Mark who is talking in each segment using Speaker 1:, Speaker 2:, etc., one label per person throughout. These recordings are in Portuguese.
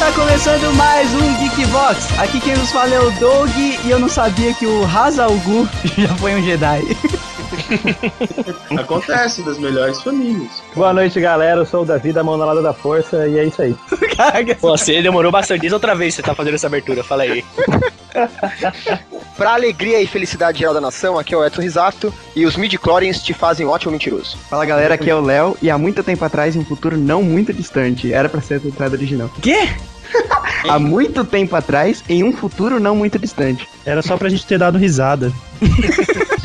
Speaker 1: Tá começando mais um Geekbox. Aqui quem nos fala é o Doug e eu não sabia que o Hazalgu já foi um Jedi.
Speaker 2: Acontece das melhores famílias.
Speaker 3: Boa noite, galera. Eu sou o Davi da Mão na Lada da Força e é isso aí.
Speaker 1: Caraca,
Speaker 4: Pô, Você demorou bastante. Diz outra vez que você tá fazendo essa abertura, fala aí.
Speaker 5: Pra alegria e felicidade geral da nação, aqui é o Edson Risato e os midi-chlorians te fazem um ótimo mentiroso.
Speaker 6: Fala galera, aqui é o Léo e há muito tempo atrás, em um futuro não muito distante, era pra ser a entrada original.
Speaker 1: Quê?
Speaker 6: Há muito tempo atrás, em um futuro não muito distante.
Speaker 3: Era só pra gente ter dado risada.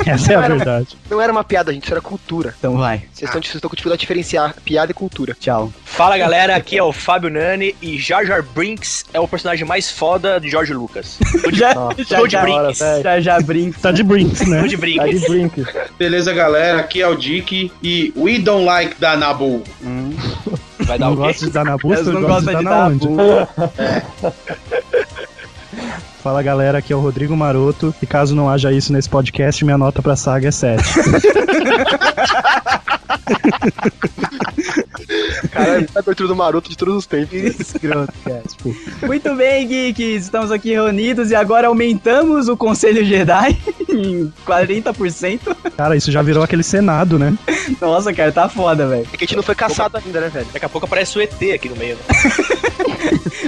Speaker 3: Essa é a verdade.
Speaker 5: Não era uma piada, gente, isso era cultura.
Speaker 1: Então vai,
Speaker 5: Vocês estão vocês estão com dificuldade de diferenciar piada e cultura.
Speaker 1: tchau.
Speaker 4: Fala galera, aqui é o Fábio Nani e Jar Jar Brinks é o personagem mais foda de George Lucas. Tô de,
Speaker 1: Já,
Speaker 4: tô de
Speaker 1: já,
Speaker 4: Brinks.
Speaker 3: velho.
Speaker 1: já, já brinco.
Speaker 3: Tá de brinks, né?
Speaker 4: Tô de
Speaker 3: Tá
Speaker 4: Brinks.
Speaker 3: de brinks.
Speaker 2: Beleza, galera? Aqui é o Dick e We Don't Like da Nabu.
Speaker 4: Vai dar
Speaker 3: Não
Speaker 4: o quê?
Speaker 3: gosta de dar na
Speaker 1: Elas
Speaker 3: busca,
Speaker 1: não
Speaker 3: não gosta
Speaker 1: gostam
Speaker 3: de dar
Speaker 1: de
Speaker 3: na
Speaker 1: dar
Speaker 3: onde?
Speaker 1: bu-
Speaker 3: Fala, galera. Aqui é o Rodrigo Maroto e caso não haja isso nesse podcast, minha nota pra saga é 7.
Speaker 5: Caralho, é a abertura do Maroto de todos os tempos.
Speaker 3: Escroto, cara. Tipo,
Speaker 1: Muito bem, geeks. Estamos aqui reunidos e agora aumentamos o Conselho Jedi em 40%.
Speaker 3: cara, isso já virou aquele Senado, né?
Speaker 1: Nossa, cara, tá foda, velho.
Speaker 5: É que a gente não foi caçado ainda, né, velho?
Speaker 4: Daqui a pouco aparece o ET aqui no meio. né?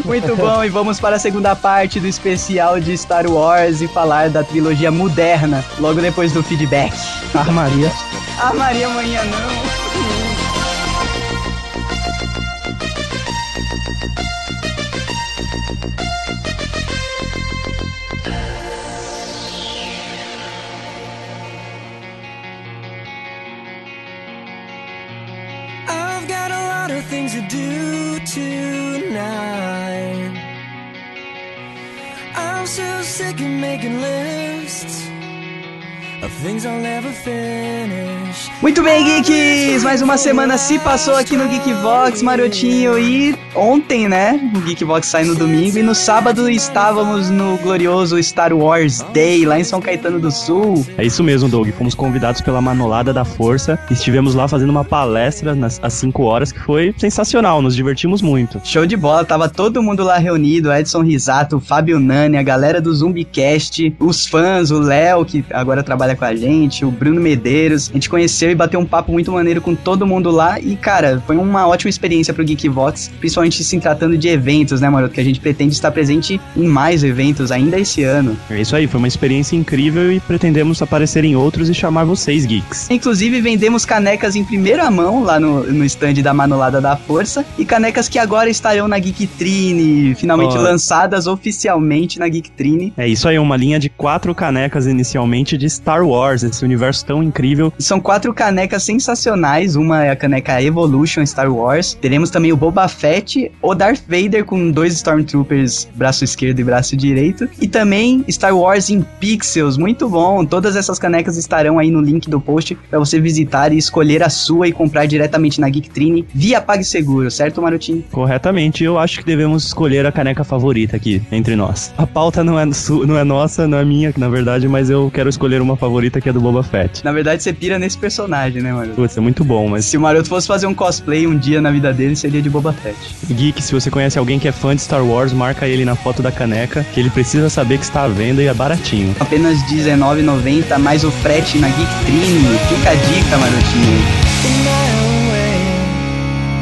Speaker 1: Muito bom, e vamos para a segunda parte do especial de Star Wars e falar da trilogia moderna, logo depois do feedback.
Speaker 3: Armaria.
Speaker 1: Ah, Maria, amanhã não.
Speaker 7: I've got a lot of things to do tonight. I'm so sick of making lists of things I'll never finish.
Speaker 1: Muito bem, geeks! Mais uma semana se passou aqui no Geekbox, Marotinho, e ontem, né? O Geekbox sai no domingo, e no sábado estávamos no glorioso Star Wars Day, lá em São Caetano do Sul.
Speaker 8: É isso mesmo, Doug. Fomos convidados pela Manolada da Força. Estivemos lá fazendo uma palestra nas, às 5 horas que foi sensacional. Nos divertimos muito.
Speaker 1: Show de bola, tava todo mundo lá reunido, Edson Risato, Fábio Nani, a galera do Zumbicast, os fãs, o Léo, que agora trabalha com a gente, o Bruno Medeiros. A gente conheceu e bateu um papo muito maneiro com todo mundo lá e, cara, foi uma ótima experiência pro Geekvox, principalmente se tratando de eventos, né, Maroto? Que a gente pretende estar presente em mais eventos ainda esse ano.
Speaker 8: É isso aí, foi uma experiência incrível e pretendemos aparecer em outros e chamar vocês, geeks.
Speaker 1: Inclusive, vendemos canecas em primeira mão lá no, no stand da Manolada da Força e canecas que agora estarão na Geektrine, finalmente
Speaker 8: Ó.
Speaker 1: lançadas oficialmente na Geektrine.
Speaker 8: É isso aí, uma linha de quatro canecas inicialmente de Star Wars, esse universo tão incrível.
Speaker 1: São quatro canecas sensacionais. Uma é a caneca Evolution Star Wars. Teremos também o Boba Fett, o Darth Vader com dois Stormtroopers, braço esquerdo e braço direito. E também Star Wars em Pixels, muito bom. Todas essas canecas estarão aí no link do post para você visitar e escolher a sua e comprar diretamente na Geektrine via PagSeguro, certo, Marotinho?
Speaker 8: Corretamente, eu acho que devemos escolher a caneca favorita aqui entre nós. A pauta não é, su- não é nossa, não é minha, na verdade, mas eu quero escolher uma favorita que é do Boba Fett.
Speaker 1: Na verdade, você pira nesse personagem, né, Maroto?
Speaker 8: Putz, é muito bom, mas
Speaker 1: Se o Maroto fosse fazer um cosplay um dia na vida dele, seria de Boba Fett.
Speaker 8: Geek, se você conhece alguém que é fã de Star Wars, marca ele na foto da caneca, que ele precisa saber que está à venda e é baratinho.
Speaker 1: Apenas R$19,90 mais o frete na Geektrine. Fica a dica, Marotinho.
Speaker 7: In my own way.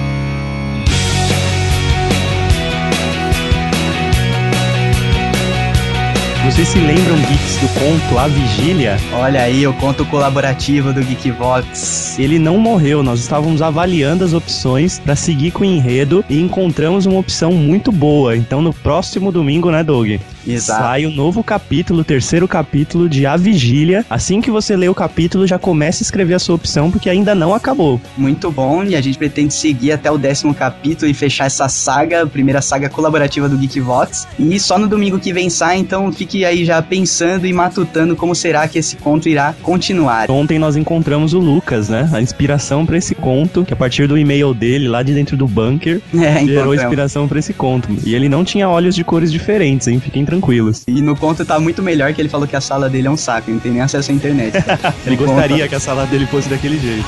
Speaker 8: Vocês se lembram, Geeks, do conto A Vigília?
Speaker 1: Olha aí o conto colaborativo do Geekvox.
Speaker 8: Ele não morreu, nós estávamos avaliando as opções para seguir com o enredo e encontramos uma opção muito boa. Então, no próximo domingo, né, Doug?
Speaker 1: Exato.
Speaker 8: Sai o novo capítulo, o terceiro capítulo de A Vigília. Assim que você lê o capítulo, já começa a escrever a sua opção, porque ainda não acabou.
Speaker 1: Muito bom. E a gente pretende seguir até o décimo capítulo e fechar essa saga, a primeira saga colaborativa do Geekvox. E só no domingo que vem sai, então fique aí já pensando e matutando como será que esse conto irá continuar.
Speaker 8: Ontem nós encontramos o Lucas, né? A inspiração para esse conto, que a partir do e-mail dele, lá de dentro do bunker,
Speaker 1: É,
Speaker 8: gerou
Speaker 1: então,
Speaker 8: inspiração para esse conto. E ele não tinha olhos de cores diferentes, hein? Fiquem tranquilos.
Speaker 1: E no conto tá muito melhor que ele falou que a sala dele é um saco, não tem nem acesso à internet. Então,
Speaker 8: Ele
Speaker 1: No conto-
Speaker 8: gostaria que a sala dele fosse daquele jeito.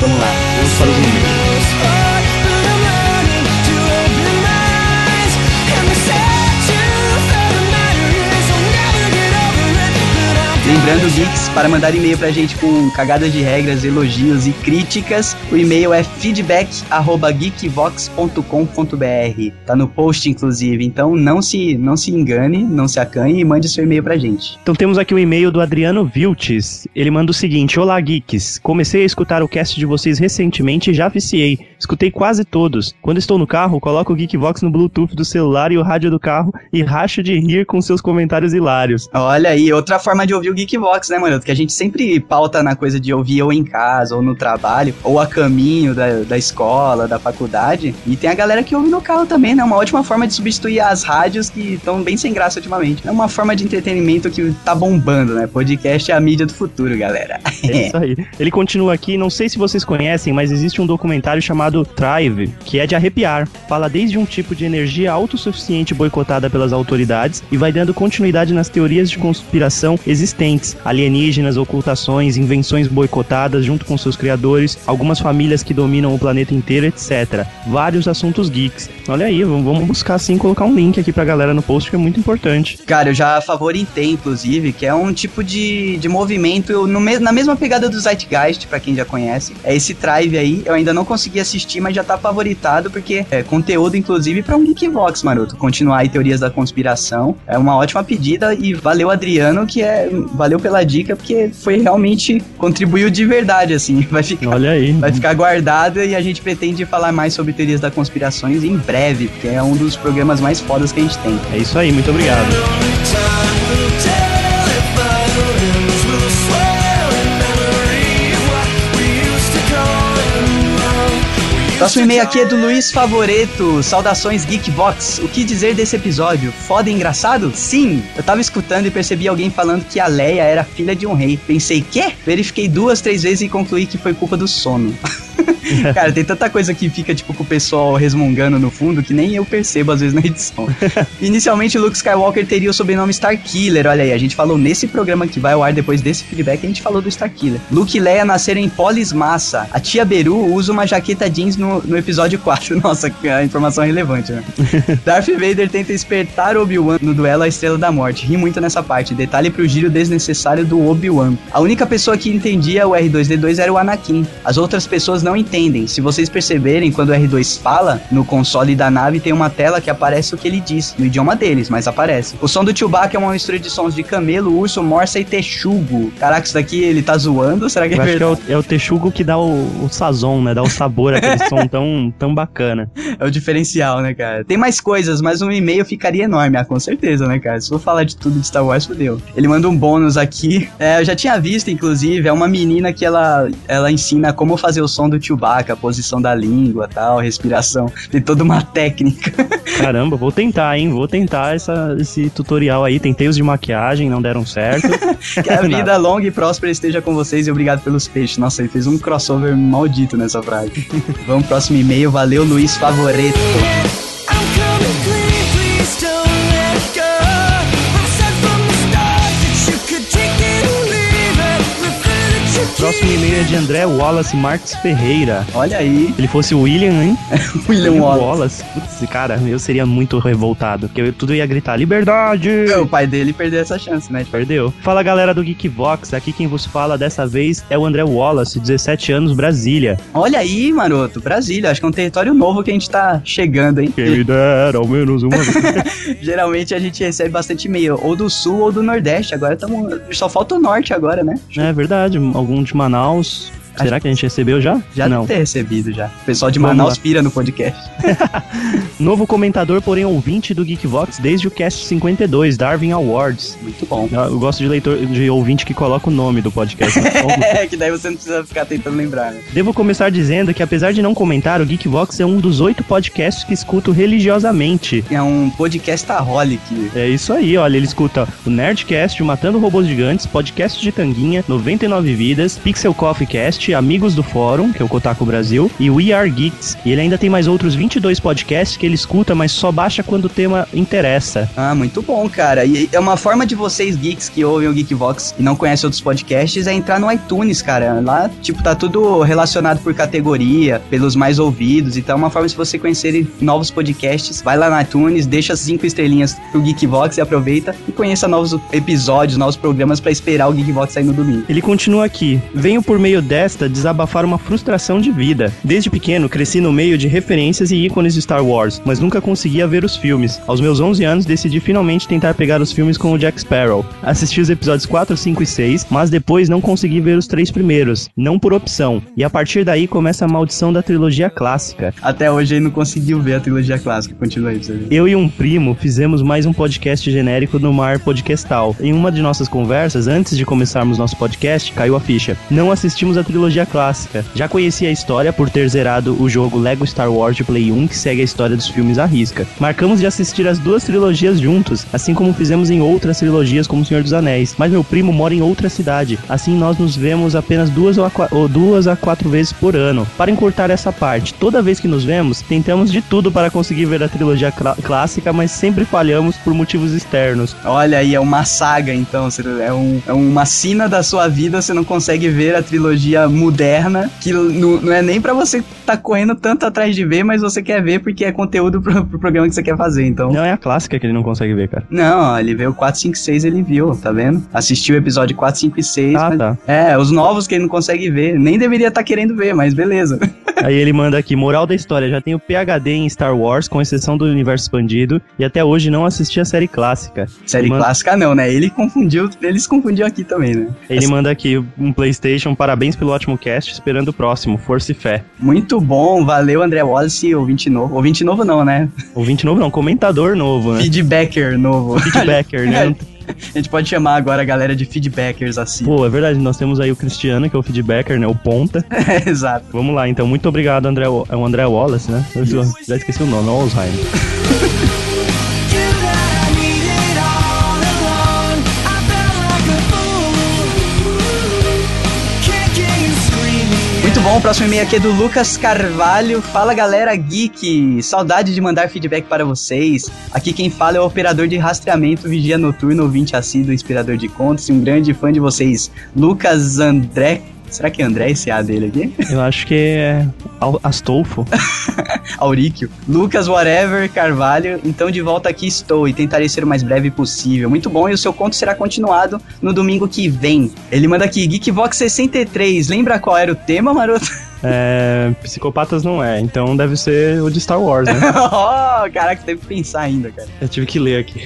Speaker 1: Vamos lá.
Speaker 7: But I'm learning to open my eyes, and the
Speaker 1: Lembrando, Geeks, para mandar e-mail pra gente com cagadas de regras, elogios e críticas, o e-mail é feedback.geekvox.com.br. Tá no post, inclusive, então não se, não se engane, não se acanhe e mande seu e-mail pra gente.
Speaker 8: Então temos aqui o e-mail do Adriano Viltes. Ele manda o seguinte: Olá, geeks. Comecei a escutar o cast de vocês recentemente e já viciei. Escutei quase todos. Quando estou no carro, coloco o Geekvox no Bluetooth do celular e o rádio do carro e racho de rir com seus comentários hilários.
Speaker 1: Olha aí, outra forma de ouvir o Geekbox, né, mano? Que a gente sempre pauta na coisa de ouvir ou em casa, ou no trabalho, ou a caminho da, da escola, da faculdade. E tem a galera que ouve no carro também, né? Uma ótima forma de substituir as rádios que estão bem sem graça ultimamente. É uma forma de entretenimento que tá bombando, né? Podcast é a mídia do futuro, galera.
Speaker 8: É isso aí. Ele continua aqui, não sei se vocês conhecem, mas existe um documentário chamado Thrive, que é de arrepiar. Fala desde um tipo de energia autossuficiente boicotada pelas autoridades e vai dando continuidade nas teorias de conspiração existentes, alienígenas, ocultações, invenções boicotadas junto com seus criadores, algumas famílias que dominam o planeta inteiro, etc. Vários assuntos geeks. Olha aí, vamos vamos buscar sim colocar um link aqui pra galera no post que é muito importante.
Speaker 1: Cara, eu já favoritei, inclusive, que é um tipo de, de movimento no mes- na mesma pegada do Zeitgeist, pra quem já conhece. É esse Thrive aí, eu ainda não consegui assistir, mas já tá favoritado, porque é conteúdo, inclusive, pra um Geekbox, maroto. Continuar aí teorias da conspiração. É uma ótima pedida e valeu, Adriano, que é. Valeu pela dica, porque foi realmente. contribuiu de verdade, assim. Vai ficar.
Speaker 8: Olha aí.
Speaker 1: Vai ficar guardada e a gente pretende falar mais sobre teorias da conspirações em breve, porque é um dos programas mais fodas que a gente tem.
Speaker 8: É isso aí, muito obrigado.
Speaker 1: Próximo e-mail aqui é do Luiz Favoreto. Saudações Geekbox. O que dizer desse episódio? Foda e engraçado? Sim! Eu tava escutando e percebi alguém falando que a Leia era filha de um rei. Pensei, quê? Verifiquei duas, três vezes e concluí que foi culpa do sono. Cara, tem tanta coisa que fica, tipo, com o pessoal resmungando no fundo que nem eu percebo às vezes na edição. Inicialmente, Luke Skywalker teria o sobrenome Starkiller. Olha aí, a gente falou nesse programa que vai ao ar depois desse feedback, a gente falou do Starkiller. Luke e Leia nasceram em Polis Massa. A tia Beru usa uma jaqueta jeans no, no episódio 4. Nossa, que a informação é relevante, né? Darth Vader tenta espertar Obi-Wan no duelo à Estrela da Morte. Ri muito nessa parte. Detalhe pro giro desnecessário do Obi-Wan. A única pessoa que entendia o R2-D2 era o Anakin. As outras pessoas não entendem. Se vocês perceberem, quando o R2 fala, no console da nave tem uma tela que aparece o que ele diz, no idioma deles, mas aparece. O som do Chewbacca é uma mistura de sons de camelo, urso, morsa e texugo. Caraca, isso daqui ele tá zoando? Será que é
Speaker 8: Eu acho que
Speaker 1: verdade?
Speaker 8: é o, é o texugo que dá o, o sazon, né? Dá o sabor aquele som tão, tão bacana.
Speaker 1: É o diferencial, né, cara? Tem mais coisas, mas um e-mail ficaria enorme. Ah, com certeza, né, cara? Se for falar de tudo de Star Wars, fodeu. Ele manda um bônus aqui. É, eu já tinha visto, inclusive, é uma menina que ela, ela ensina como fazer o som do Chewbacca, a posição da língua, tal, respiração. Tem toda uma técnica.
Speaker 8: Caramba, vou tentar, hein? Vou tentar essa- esse tutorial aí. Tentei os de maquiagem, não deram certo.
Speaker 1: Que a vida longa e próspera esteja com vocês e obrigado pelos peixes. Nossa, ele fez um crossover maldito nessa frase. Vamos pro próximo e-mail. Valeu, Luiz Favoreto.
Speaker 7: I'm coming clean, please don't let go. I said from the start that you could take it or leave it. Prefer that you
Speaker 8: Próximo e-mail é de André Wallace Marques Ferreira.
Speaker 1: Olha aí,
Speaker 8: Ele fosse o William, hein?
Speaker 1: William é um Wallace.
Speaker 8: Wallace. Putz, cara, eu seria muito revoltado. Porque eu tudo ia gritar: liberdade!
Speaker 1: O pai dele perdeu essa chance, né?
Speaker 8: Perdeu. Fala galera do Geekvox, aqui quem vos fala dessa vez é o André Wallace, 17 anos, Brasília.
Speaker 1: Olha aí, maroto, Brasília, acho que é um território novo que a gente tá chegando, hein?
Speaker 8: Quem me dera ao menos uma vez.
Speaker 1: Geralmente a gente recebe bastante e-mail, ou do sul ou do nordeste, agora tamo... só falta o norte agora, né?
Speaker 8: é verdade, algum de Manaus. Será que a gente recebeu já?
Speaker 1: Já
Speaker 8: não.
Speaker 1: deve ter recebido, já. O pessoal de
Speaker 8: Vamos
Speaker 1: Manaus
Speaker 8: lá.
Speaker 1: pira no podcast.
Speaker 8: Novo comentador, porém ouvinte do Geekvox desde o cast 52, Darwin Awards.
Speaker 1: Muito bom.
Speaker 8: Eu gosto de leitor, de ouvinte que coloca o nome do podcast. né? Então,
Speaker 1: É, que daí você não precisa ficar tentando lembrar, né?
Speaker 8: Devo começar dizendo que apesar de não comentar, o Geekvox é um dos oito podcasts que escuto religiosamente.
Speaker 1: É um podcastaholic.
Speaker 8: É isso aí, olha, ele escuta o Nerdcast, o Matando Robôs Gigantes, Podcast de Tanguinha, 99 Vidas, Pixel Coffee Cast, Amigos do Fórum, que é o Kotaku Brasil, e We Are Geeks. E ele ainda tem mais outros 22 podcasts que ele escuta, mas só baixa quando o tema interessa.
Speaker 1: Ah, muito bom, cara. E é uma forma de vocês, geeks que ouvem o Geekvox e não conhecem outros podcasts, é entrar no iTunes, cara. Lá, tipo, tá tudo relacionado por categoria, pelos mais ouvidos. Então é uma forma de você conhecer novos podcasts. Vai lá no iTunes, deixa as cinco estrelinhas pro Geekvox e aproveita e conheça novos episódios, novos programas pra esperar o Geekvox sair no domingo.
Speaker 8: Ele continua aqui. Venho por meio desta desabafar uma frustração de vida. Desde pequeno, cresci no meio de referências e ícones de Star Wars, mas nunca conseguia ver os filmes. Aos meus 11 anos, decidi finalmente tentar pegar os filmes com o Jack Sparrow. Assisti os episódios 4, 5 e 6, mas depois não consegui ver os três primeiros, não por opção. E a partir daí começa a maldição da trilogia clássica.
Speaker 1: Até hoje ele não conseguiu ver a trilogia clássica. Continua aí pra você ver.
Speaker 8: Eu e um primo fizemos mais um podcast genérico no Mar Podcastal. Em uma de nossas conversas, antes de começarmos nosso podcast, caiu a ficha. Não assistimos a trilogia clássica. Já conhecia a história por ter zerado o jogo Lego Star Wars de Play 1, que segue a história dos filmes à risca. Marcamos de assistir as duas trilogias juntos, assim como fizemos em outras trilogias como O Senhor dos Anéis. Mas meu primo mora em outra cidade, assim nós nos vemos apenas duas ou, a qua- ou duas a quatro vezes por ano. Para encurtar essa parte, toda vez que nos vemos, tentamos de tudo para conseguir ver a trilogia clá- clássica, mas sempre falhamos por motivos externos.
Speaker 1: Olha aí, é uma saga, então. você- É, um- é uma sina da sua vida, você não consegue ver a trilogia moderna, que não, não é nem pra você tá correndo tanto atrás de ver, mas você quer ver porque é conteúdo pro, pro programa que você quer fazer, então.
Speaker 8: Não é a clássica que ele não consegue ver, cara.
Speaker 1: Não, ele veio 4, 5 6, ele viu, tá vendo? Assistiu o episódio 4, 5 e 6.
Speaker 8: Ah,
Speaker 1: mas-
Speaker 8: tá.
Speaker 1: É, os novos que ele não consegue ver. Nem deveria estar querendo ver, mas beleza.
Speaker 8: Aí ele manda aqui, moral da história, já tenho PhD em Star Wars, com exceção do universo expandido, e até hoje não assisti a série clássica.
Speaker 1: Série
Speaker 8: Mano.
Speaker 1: clássica não, né? Ele confundiu, eles confundiam aqui também, né?
Speaker 8: Ele manda aqui um Playstation, parabéns pelo ótimo cast, esperando o próximo, força e fé.
Speaker 1: Muito bom, valeu André Wallace, ouvinte novo. Ouvinte novo não, né?
Speaker 8: Ouvinte novo não, comentador novo, né?
Speaker 1: Feedbacker novo.
Speaker 8: Feedbacker, né?
Speaker 1: A gente pode chamar agora a galera de feedbackers assim.
Speaker 8: Pô, é verdade, nós temos aí o Cristiano, que é o feedbacker, né? O ponta.
Speaker 1: Exato.
Speaker 8: Vamos lá, então, muito obrigado, André. É o André Wallace, né? Eu já esqueci o nome, Alzheimer.
Speaker 9: You that I needed all alone. I felt like a fool, kicking and screaming.
Speaker 1: Muito bom, o próximo e-mail aqui é do Lucas Carvalho. Fala galera geek, saudade de mandar feedback para vocês. Aqui quem fala é o operador de rastreamento, vigia noturno, ouvinte assíduo, inspirador de contos e um grande fã de vocês, Lucas André. Será que é André esse A dele aqui?
Speaker 8: Eu acho que é Al- Astolfo.
Speaker 1: Auríquio. Lucas Whatever Carvalho, então de volta aqui estou e tentarei ser o mais breve possível. Muito bom, e o seu conto será continuado no domingo que vem. Ele manda aqui, Geekvox 63, lembra qual era o tema, maroto?
Speaker 8: É, psicopatas não é, então deve ser o de Star Wars, né?
Speaker 1: oh, caraca, teve que pensar ainda, cara.
Speaker 8: Eu tive que ler aqui.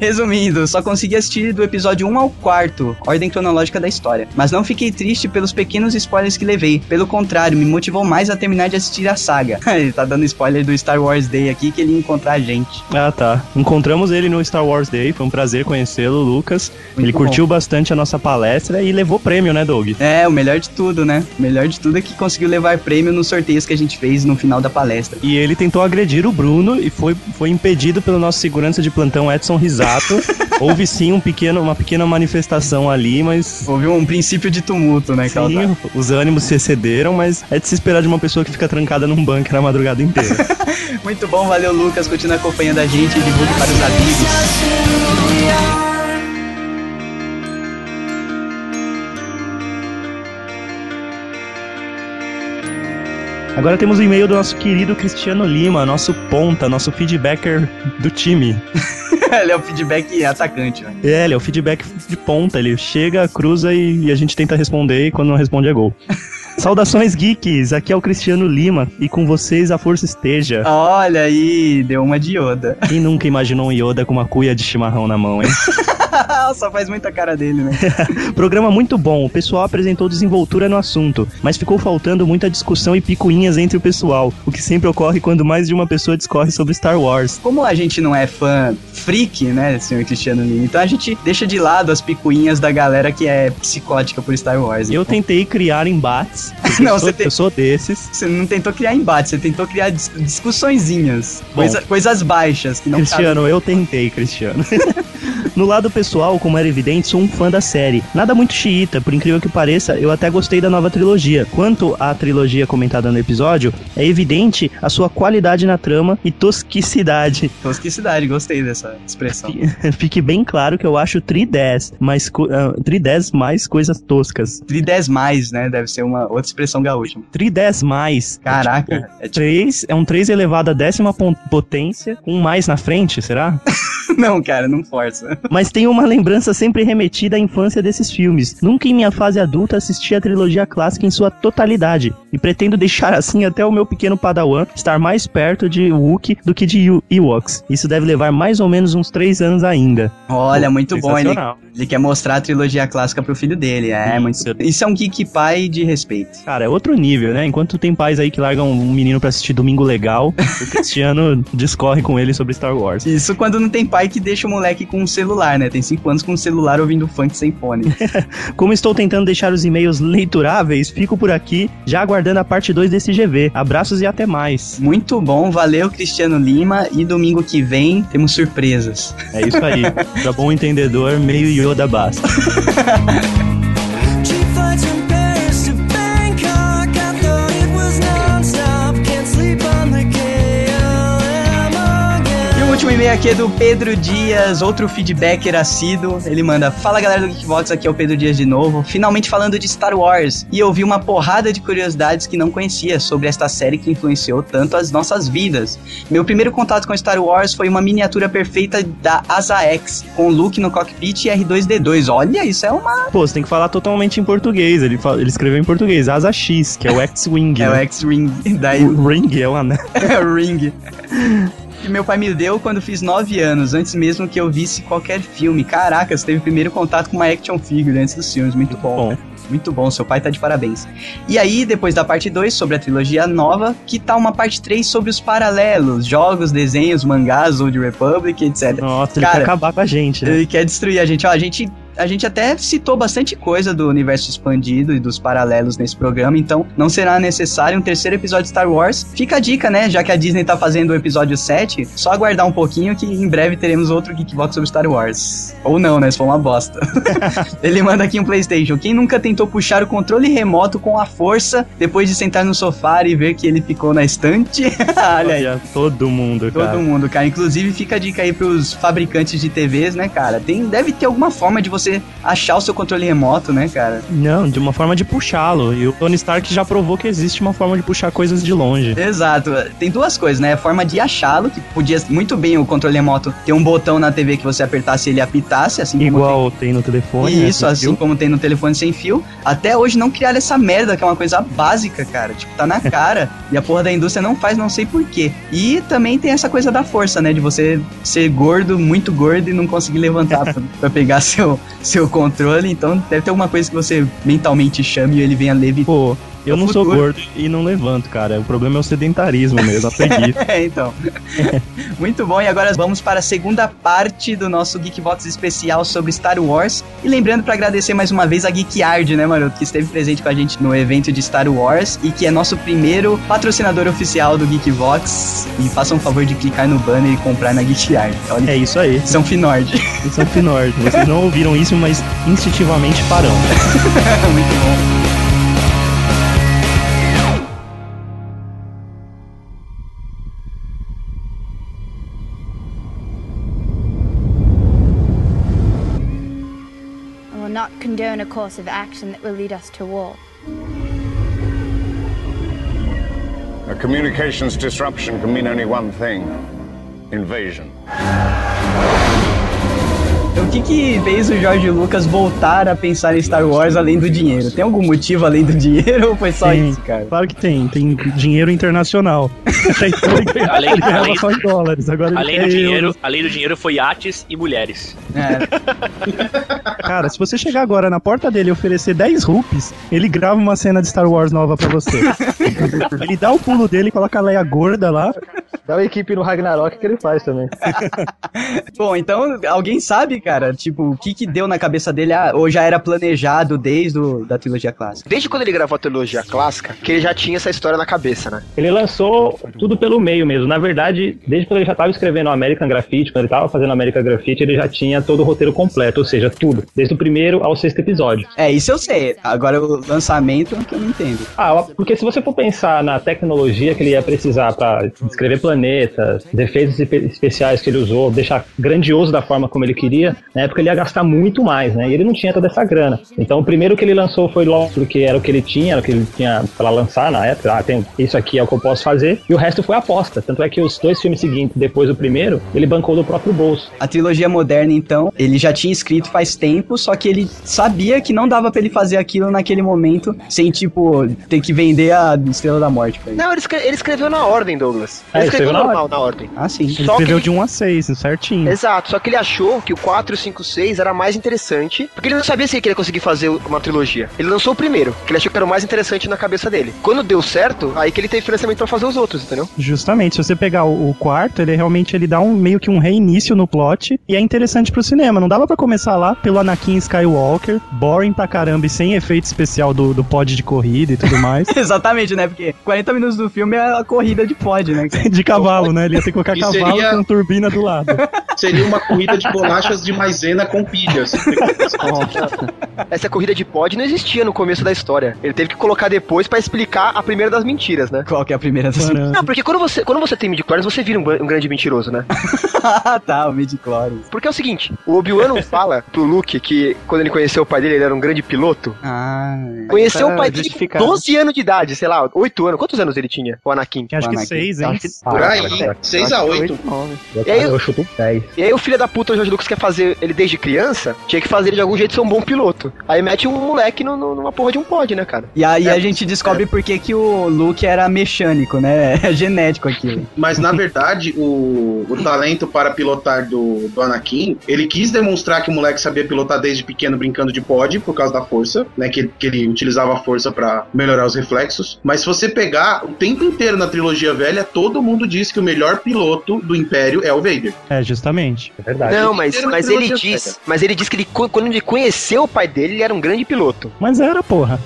Speaker 1: Resumindo, só consegui assistir do episódio 1 ao 4, ordem cronológica da história. Mas não fiquei triste pelos pequenos spoilers que levei. Pelo contrário, me motivou mais a terminar de assistir a saga. ele tá dando spoiler do Star Wars Day aqui que ele ia encontrar a gente.
Speaker 8: Ah, tá. Encontramos ele no Star Wars Day, foi um prazer conhecê-lo, Lucas. ele
Speaker 1: bom.
Speaker 8: curtiu bastante a nossa palestra e levou prêmio, né, Doug?
Speaker 1: É, o melhor de tudo, né? O melhor de tudo é que conseguiu levar prêmio nos sorteios que a gente fez no final da palestra.
Speaker 8: E ele tentou agredir o Bruno e foi, foi impedido pelo nosso segurança de plantão Edson Risato. Houve sim um pequeno, uma pequena manifestação ali, mas.
Speaker 1: Houve um princípio de tumulto, né, Calda?
Speaker 8: Sim, os ânimos se excederam, mas é de se esperar de uma pessoa que fica trancada num banco na madrugada inteira.
Speaker 1: Muito bom, valeu, Lucas. Continua acompanhando a gente e divulgue para os amigos.
Speaker 8: Agora temos o e-mail do nosso querido Cristiano Lima, nosso ponta, nosso feedbacker do time.
Speaker 1: Ele é o feedback atacante, né?
Speaker 8: É, ele é o feedback de ponta. Ele chega, cruza e, e a gente tenta responder, e quando não responde é gol. Saudações, geeks! Aqui é o Cristiano Lima, e com vocês a força esteja.
Speaker 1: Olha aí, deu uma de Yoda.
Speaker 8: Quem nunca imaginou um Yoda com uma cuia de chimarrão na mão, hein?
Speaker 1: Só faz muita cara dele, né?
Speaker 8: Programa muito bom, o pessoal apresentou desenvoltura no assunto, mas ficou faltando muita discussão e picuinhas entre o pessoal, o que sempre ocorre quando mais de uma pessoa discorre sobre Star Wars.
Speaker 1: Como a gente não é fã freak, né, senhor Cristiano Lima, então a gente deixa de lado as picuinhas da galera que é psicótica por Star Wars.
Speaker 8: Eu tentei criar embates, porque
Speaker 1: Não,
Speaker 8: eu, sou,
Speaker 1: você tem-
Speaker 8: eu sou desses.
Speaker 1: Você não tentou criar embate, você tentou criar dis- discussõezinhas.
Speaker 8: Bom.
Speaker 1: Coisa- coisas baixas que não cabem
Speaker 8: Cristiano, eu tentei, Cristiano. No lado pessoal, como era evidente, sou um fã da série. Nada muito xiita, por incrível que pareça, eu até gostei da nova trilogia. Quanto à trilogia comentada no episódio, é evidente a sua qualidade na trama e tosquicidade.
Speaker 1: Tosquicidade, Então, gostei dessa expressão.
Speaker 8: Fique bem claro que eu acho 310, mas co- ah, 310 mais coisas toscas.
Speaker 1: 310 mais, né? Deve ser uma outra expressão gaúcha.
Speaker 8: 310 mais.
Speaker 1: Caraca, é tipo...
Speaker 8: 3 é um 3 elevado a décima pon- potência, um mais na frente, será?
Speaker 1: Não, cara, não força.
Speaker 8: Mas tem uma lembrança sempre remetida à infância desses filmes. Nunca em minha fase adulta assisti a trilogia clássica em sua totalidade. E pretendo deixar assim até o meu pequeno padawan estar mais perto de Wookiee do que de Ew- Ewoks. Isso deve levar mais ou menos uns 3 anos ainda.
Speaker 1: Olha, muito bom. Ele,
Speaker 8: Sensacional.
Speaker 1: ele quer mostrar a trilogia clássica pro filho dele. É, muito...
Speaker 8: Isso.
Speaker 1: Isso é um geek pai de respeito.
Speaker 8: Cara, é outro nível, né? Enquanto tem pais aí que largam um menino pra assistir Domingo Legal, o Cristiano discorre com ele sobre Star Wars.
Speaker 1: Isso quando não tem pai que deixa o moleque com um celular, né? Tem cinco anos com um celular ouvindo funk sem fone.
Speaker 8: Como estou tentando deixar os e-mails leituráveis, fico por aqui, já aguardando a parte 2 desse GV. Abraços e até mais.
Speaker 1: Muito bom, valeu Cristiano Lima. E domingo que vem temos surpresas.
Speaker 8: É isso aí. pra bom entendedor, meio Yoda basta.
Speaker 10: Cheap flights from Paris to Bangkok. I thought it was nonstop. Can't sleep on the KLM again.
Speaker 1: E o último e-mail aqui é do Pedro Dias, outro feedbacker assíduo. Ele manda: Fala galera do Geekbox, aqui é o Pedro Dias de novo. Finalmente falando de Star Wars. E eu vi uma porrada de curiosidades que não conhecia sobre esta série que influenciou tanto as nossas vidas. Meu primeiro contato com Star Wars foi uma miniatura perfeita da Asa X, com Luke no cockpit e R2D2. Olha, isso é uma.
Speaker 8: Pô, você tem que falar totalmente em português. Ele, fa- ele escreveu em português, Asa X, que é o X-Wing.
Speaker 1: É o
Speaker 8: né?
Speaker 1: X-Ring. Daí
Speaker 8: o Ring é o anel.
Speaker 1: É o Ring. Que meu pai me deu quando fiz 9 anos, antes mesmo que eu visse qualquer filme. Caraca, você teve o primeiro contato com uma action figure antes dos filmes. Muito bom.
Speaker 8: Bom,
Speaker 1: Muito bom, seu pai tá de parabéns. E aí, depois da parte 2 sobre a trilogia nova, que tal uma parte 3 sobre os paralelos, jogos, desenhos, mangás, Old Republic, etc.
Speaker 8: nossa, ele
Speaker 1: Cara,
Speaker 8: quer acabar com a gente, né?
Speaker 1: Ele quer destruir a gente. Ó, a gente. A gente até citou bastante coisa do universo expandido e dos paralelos nesse programa, então não será necessário um terceiro episódio de Star Wars. Fica a dica, né? Já que a Disney tá fazendo o episódio 7, só aguardar um pouquinho que em breve teremos outro Geekbox sobre Star Wars. Ou não, né? Se for uma bosta. Ele manda aqui um PlayStation. Quem nunca tentou puxar o controle remoto com a força depois de sentar no sofá e ver que ele ficou na estante? Olha aí.
Speaker 8: Olha, todo mundo,
Speaker 1: Todo
Speaker 8: cara.
Speaker 1: mundo, cara. Inclusive, fica a dica aí pros fabricantes de TVs, né, cara? Tem, deve ter alguma forma de você achar o seu controle remoto, né, cara?
Speaker 8: Não, de uma forma de puxá-lo. E o Tony Stark já provou que existe uma forma de puxar coisas de longe.
Speaker 1: Exato. Tem duas coisas, né? A forma de achá-lo, que podia muito bem o controle remoto ter um botão na TV que você apertasse e ele apitasse, assim como
Speaker 8: Igual tem no
Speaker 1: tem-
Speaker 8: telefone. né?
Speaker 1: Isso,
Speaker 8: Você
Speaker 1: assim
Speaker 8: viu?
Speaker 1: como tem no telefone sem fio. Até hoje não criaram essa merda, que é uma coisa básica, cara. Tipo, tá na cara. e a porra da indústria não faz, não sei porquê. E também tem essa coisa da força, né? De você ser gordo, muito gordo e não conseguir levantar pra, pra pegar seu, seu controle. Então deve ter alguma coisa que você mentalmente chame e ele venha levitar.
Speaker 8: Pô, eu
Speaker 1: É o
Speaker 8: não sou
Speaker 1: futuro.
Speaker 8: gordo e não levanto, cara. O problema é o sedentarismo mesmo, a preguiça.
Speaker 1: É, então. Muito bom, e agora vamos para a segunda parte do nosso Geekbox especial sobre Star Wars. E lembrando para agradecer mais uma vez a Geekyard, né, Maroto, que esteve presente com a gente no evento de Star Wars e que é nosso primeiro patrocinador oficial do Geekbox. E façam o favor de clicar no banner e comprar na Geekyard. Olha,
Speaker 8: é isso aí.
Speaker 1: São Finord.
Speaker 8: Isso é um Finord. Vocês não ouviram isso, mas instintivamente farão.
Speaker 1: Muito bom.
Speaker 11: and will not condone a course of action that will lead us to war.
Speaker 12: A communications disruption can mean only one thing invasion.
Speaker 1: Então, O que que fez o Jorge Lucas voltar a pensar em Star Wars além do dinheiro? Tem algum motivo além do dinheiro ou foi só
Speaker 8: Tem.
Speaker 1: isso, cara?
Speaker 8: Claro que tem. Tem dinheiro internacional. Até então ele ganhava-
Speaker 4: Além-
Speaker 8: ele ganhava
Speaker 4: além-
Speaker 8: só em dólares. Agora ele
Speaker 4: Além
Speaker 8: quer
Speaker 4: do
Speaker 8: euros.
Speaker 4: dinheiro, além do dinheiro foi iates e mulheres.
Speaker 1: É,
Speaker 8: Cara, se você chegar agora na porta dele e oferecer 10 rupees, ele grava uma cena de Star Wars nova pra você. ele dá o pulo dele, coloca a Leia gorda lá
Speaker 5: Tá
Speaker 13: Dá uma equipe no Ragnarok que ele faz também.
Speaker 1: Bom, então alguém sabe, cara, tipo, o que que deu na cabeça dele? Ah, ou já era planejado desde o, da trilogia clássica?
Speaker 5: Desde quando ele gravou a trilogia clássica, que ele já tinha essa história na cabeça, né?
Speaker 3: Ele lançou tudo pelo meio mesmo. Na verdade, desde quando ele já estava escrevendo o American Graffiti, quando ele estava fazendo o American Graffiti, ele já tinha todo o roteiro completo, ou seja, tudo. Desde o primeiro ao sexto episódio.
Speaker 1: É, isso eu sei. Agora o lançamento é o que eu não entendo.
Speaker 3: Ah, porque se você for pensar na tecnologia que ele ia precisar para descrever planetas, defeitos especiais que ele usou, deixar grandioso da forma como ele queria, na época ele ia gastar muito mais, né? E ele não tinha toda essa grana. Então o primeiro que ele lançou foi logo que era o que ele tinha, era o que ele tinha para lançar na época. Ah, tem isso aqui é o que eu posso fazer. E o resto foi aposta. Tanto é que os dois filmes seguintes, depois do primeiro, ele bancou do próprio bolso.
Speaker 1: A trilogia moderna, então, ele já tinha escrito faz tempo, só que ele sabia que não dava pra ele fazer aquilo naquele momento, sem, tipo, ter que vender a Estrela da Morte pra ele.
Speaker 5: Não, ele, escre- ele escreveu na ordem, Douglas.
Speaker 1: Ah,
Speaker 5: Ele
Speaker 1: ele
Speaker 5: escreveu
Speaker 1: escreveu na
Speaker 5: normal, na ordem.
Speaker 1: Ah, sim.
Speaker 5: Ele Só escreveu que- de
Speaker 1: 1 a 6, certinho.
Speaker 5: Exato, só que ele achou que o 4, 5, 6 era mais interessante, porque ele não sabia se ele queria conseguir fazer uma trilogia. Ele lançou o primeiro, que ele achou que era o mais interessante na cabeça dele. Quando deu certo, aí que ele teve financiamento pra fazer os outros, entendeu?
Speaker 8: Justamente, se você pegar o, o quarto, ele realmente ele dá um meio que um reinício no plot e é interessante pro cinema. Não dava pra começar lá pelo Anakin Skywalker, boring pra caramba e sem efeito especial do, do pod de corrida e tudo mais.
Speaker 1: Exatamente, né? Porque 40 minutos do filme é a corrida de pod, né? cara?
Speaker 8: De cavalo, né? Ele ia ter que colocar
Speaker 1: E
Speaker 8: cavalo
Speaker 1: seria-
Speaker 8: com turbina do lado.
Speaker 2: Seria uma corrida de bolachas de maisena com assim, pilhas.
Speaker 5: Essa corrida de pod não existia no começo da história. Ele teve que colocar depois pra explicar a primeira das mentiras, né?
Speaker 1: Qual que é a primeira das
Speaker 5: mentiras? Não, porque quando você, quando você tem midichlorians, você vira um, gran- um grande mentiroso, né?
Speaker 1: ah, tá, o midichlorians.
Speaker 5: Porque é o seguinte, o Obi-Wan não fala pro Luke que quando ele conheceu o pai dele, ele era um grande piloto.
Speaker 1: Ah.
Speaker 5: Conheceu o
Speaker 1: Pra
Speaker 5: pai dele com
Speaker 1: justificar.
Speaker 5: 12 anos de idade, sei lá, 8 anos. Quantos anos ele tinha, o Anakin?
Speaker 8: Acho
Speaker 5: O
Speaker 8: que
Speaker 5: Anakin.
Speaker 8: seis, hein?
Speaker 5: Acho que-
Speaker 3: Ah,
Speaker 5: Por aí, É seis a oito. E aí,
Speaker 3: Eu chuto 10.
Speaker 5: E aí o filho da puta, o Jorge Lucas, quer fazer ele desde criança, tinha que fazer ele de algum jeito ser um bom piloto. Aí mete um moleque no- no- numa porra de um pod, né, cara?
Speaker 1: E aí a gente descobre por que, que o Luke era mecânico, né? É genético aquilo.
Speaker 2: Mas na verdade, o, o talento para pilotar do, do Anakin, ele quis demonstrar que o moleque sabia pilotar desde pequeno brincando de pod por causa da força, né? Que, que ele utilizava a força para melhorar os reflexos. Mas se você pegar o tempo inteiro na trilogia velha, todo mundo diz que o melhor piloto do Império é o Vader.
Speaker 8: É, justamente.
Speaker 3: É
Speaker 6: Ah,
Speaker 8: verdade.
Speaker 5: Não, mas,
Speaker 6: um
Speaker 5: mas ele diz, mas ele diz que ele, co- quando ele conheceu o pai dele, ele era um grande piloto.
Speaker 8: Mas era, porra.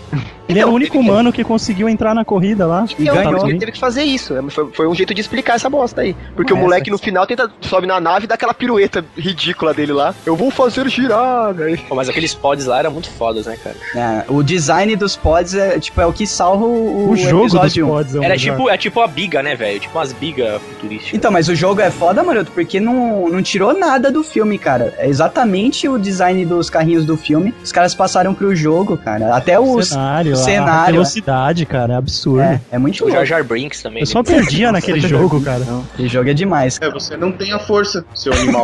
Speaker 8: Ele era o único humano que conseguiu entrar na corrida lá. E
Speaker 5: Então,
Speaker 8: ganhou.
Speaker 5: ele teve que fazer isso. É, Foi, foi um jeito de explicar essa bosta aí. Porque
Speaker 6: é,
Speaker 8: Ué,
Speaker 5: o moleque no final tenta sobe na nave e dá aquela pirueta ridícula dele lá. Eu vou fazer girar, né? velho.
Speaker 4: Pô, mas aqueles pods lá eram muito fodas, né,
Speaker 3: Então,
Speaker 4: cara?
Speaker 1: É, o design dos pods é, tipo, é o que salva o,
Speaker 4: O jogo dos
Speaker 1: um episódio 1.
Speaker 4: Era tipo, é tipo a biga, né, velho? Tipo umas bigas futurísticas.
Speaker 1: Então, mas o jogo é foda, Maroto, porque não, não tirou nada do filme, cara. É exatamente o design dos carrinhos do filme. Os caras passaram pro jogo, cara. Até o
Speaker 8: cenário, a
Speaker 1: cenário.
Speaker 8: velocidade, cara, é absurdo.
Speaker 1: É, é muito
Speaker 4: O
Speaker 1: louco.
Speaker 4: Tipo Jar Jar Brinks também. né?
Speaker 8: Eu só perdia naquele jogo, cara.
Speaker 1: Aquele jogo é demais.
Speaker 2: É, você não tem a força, seu animal.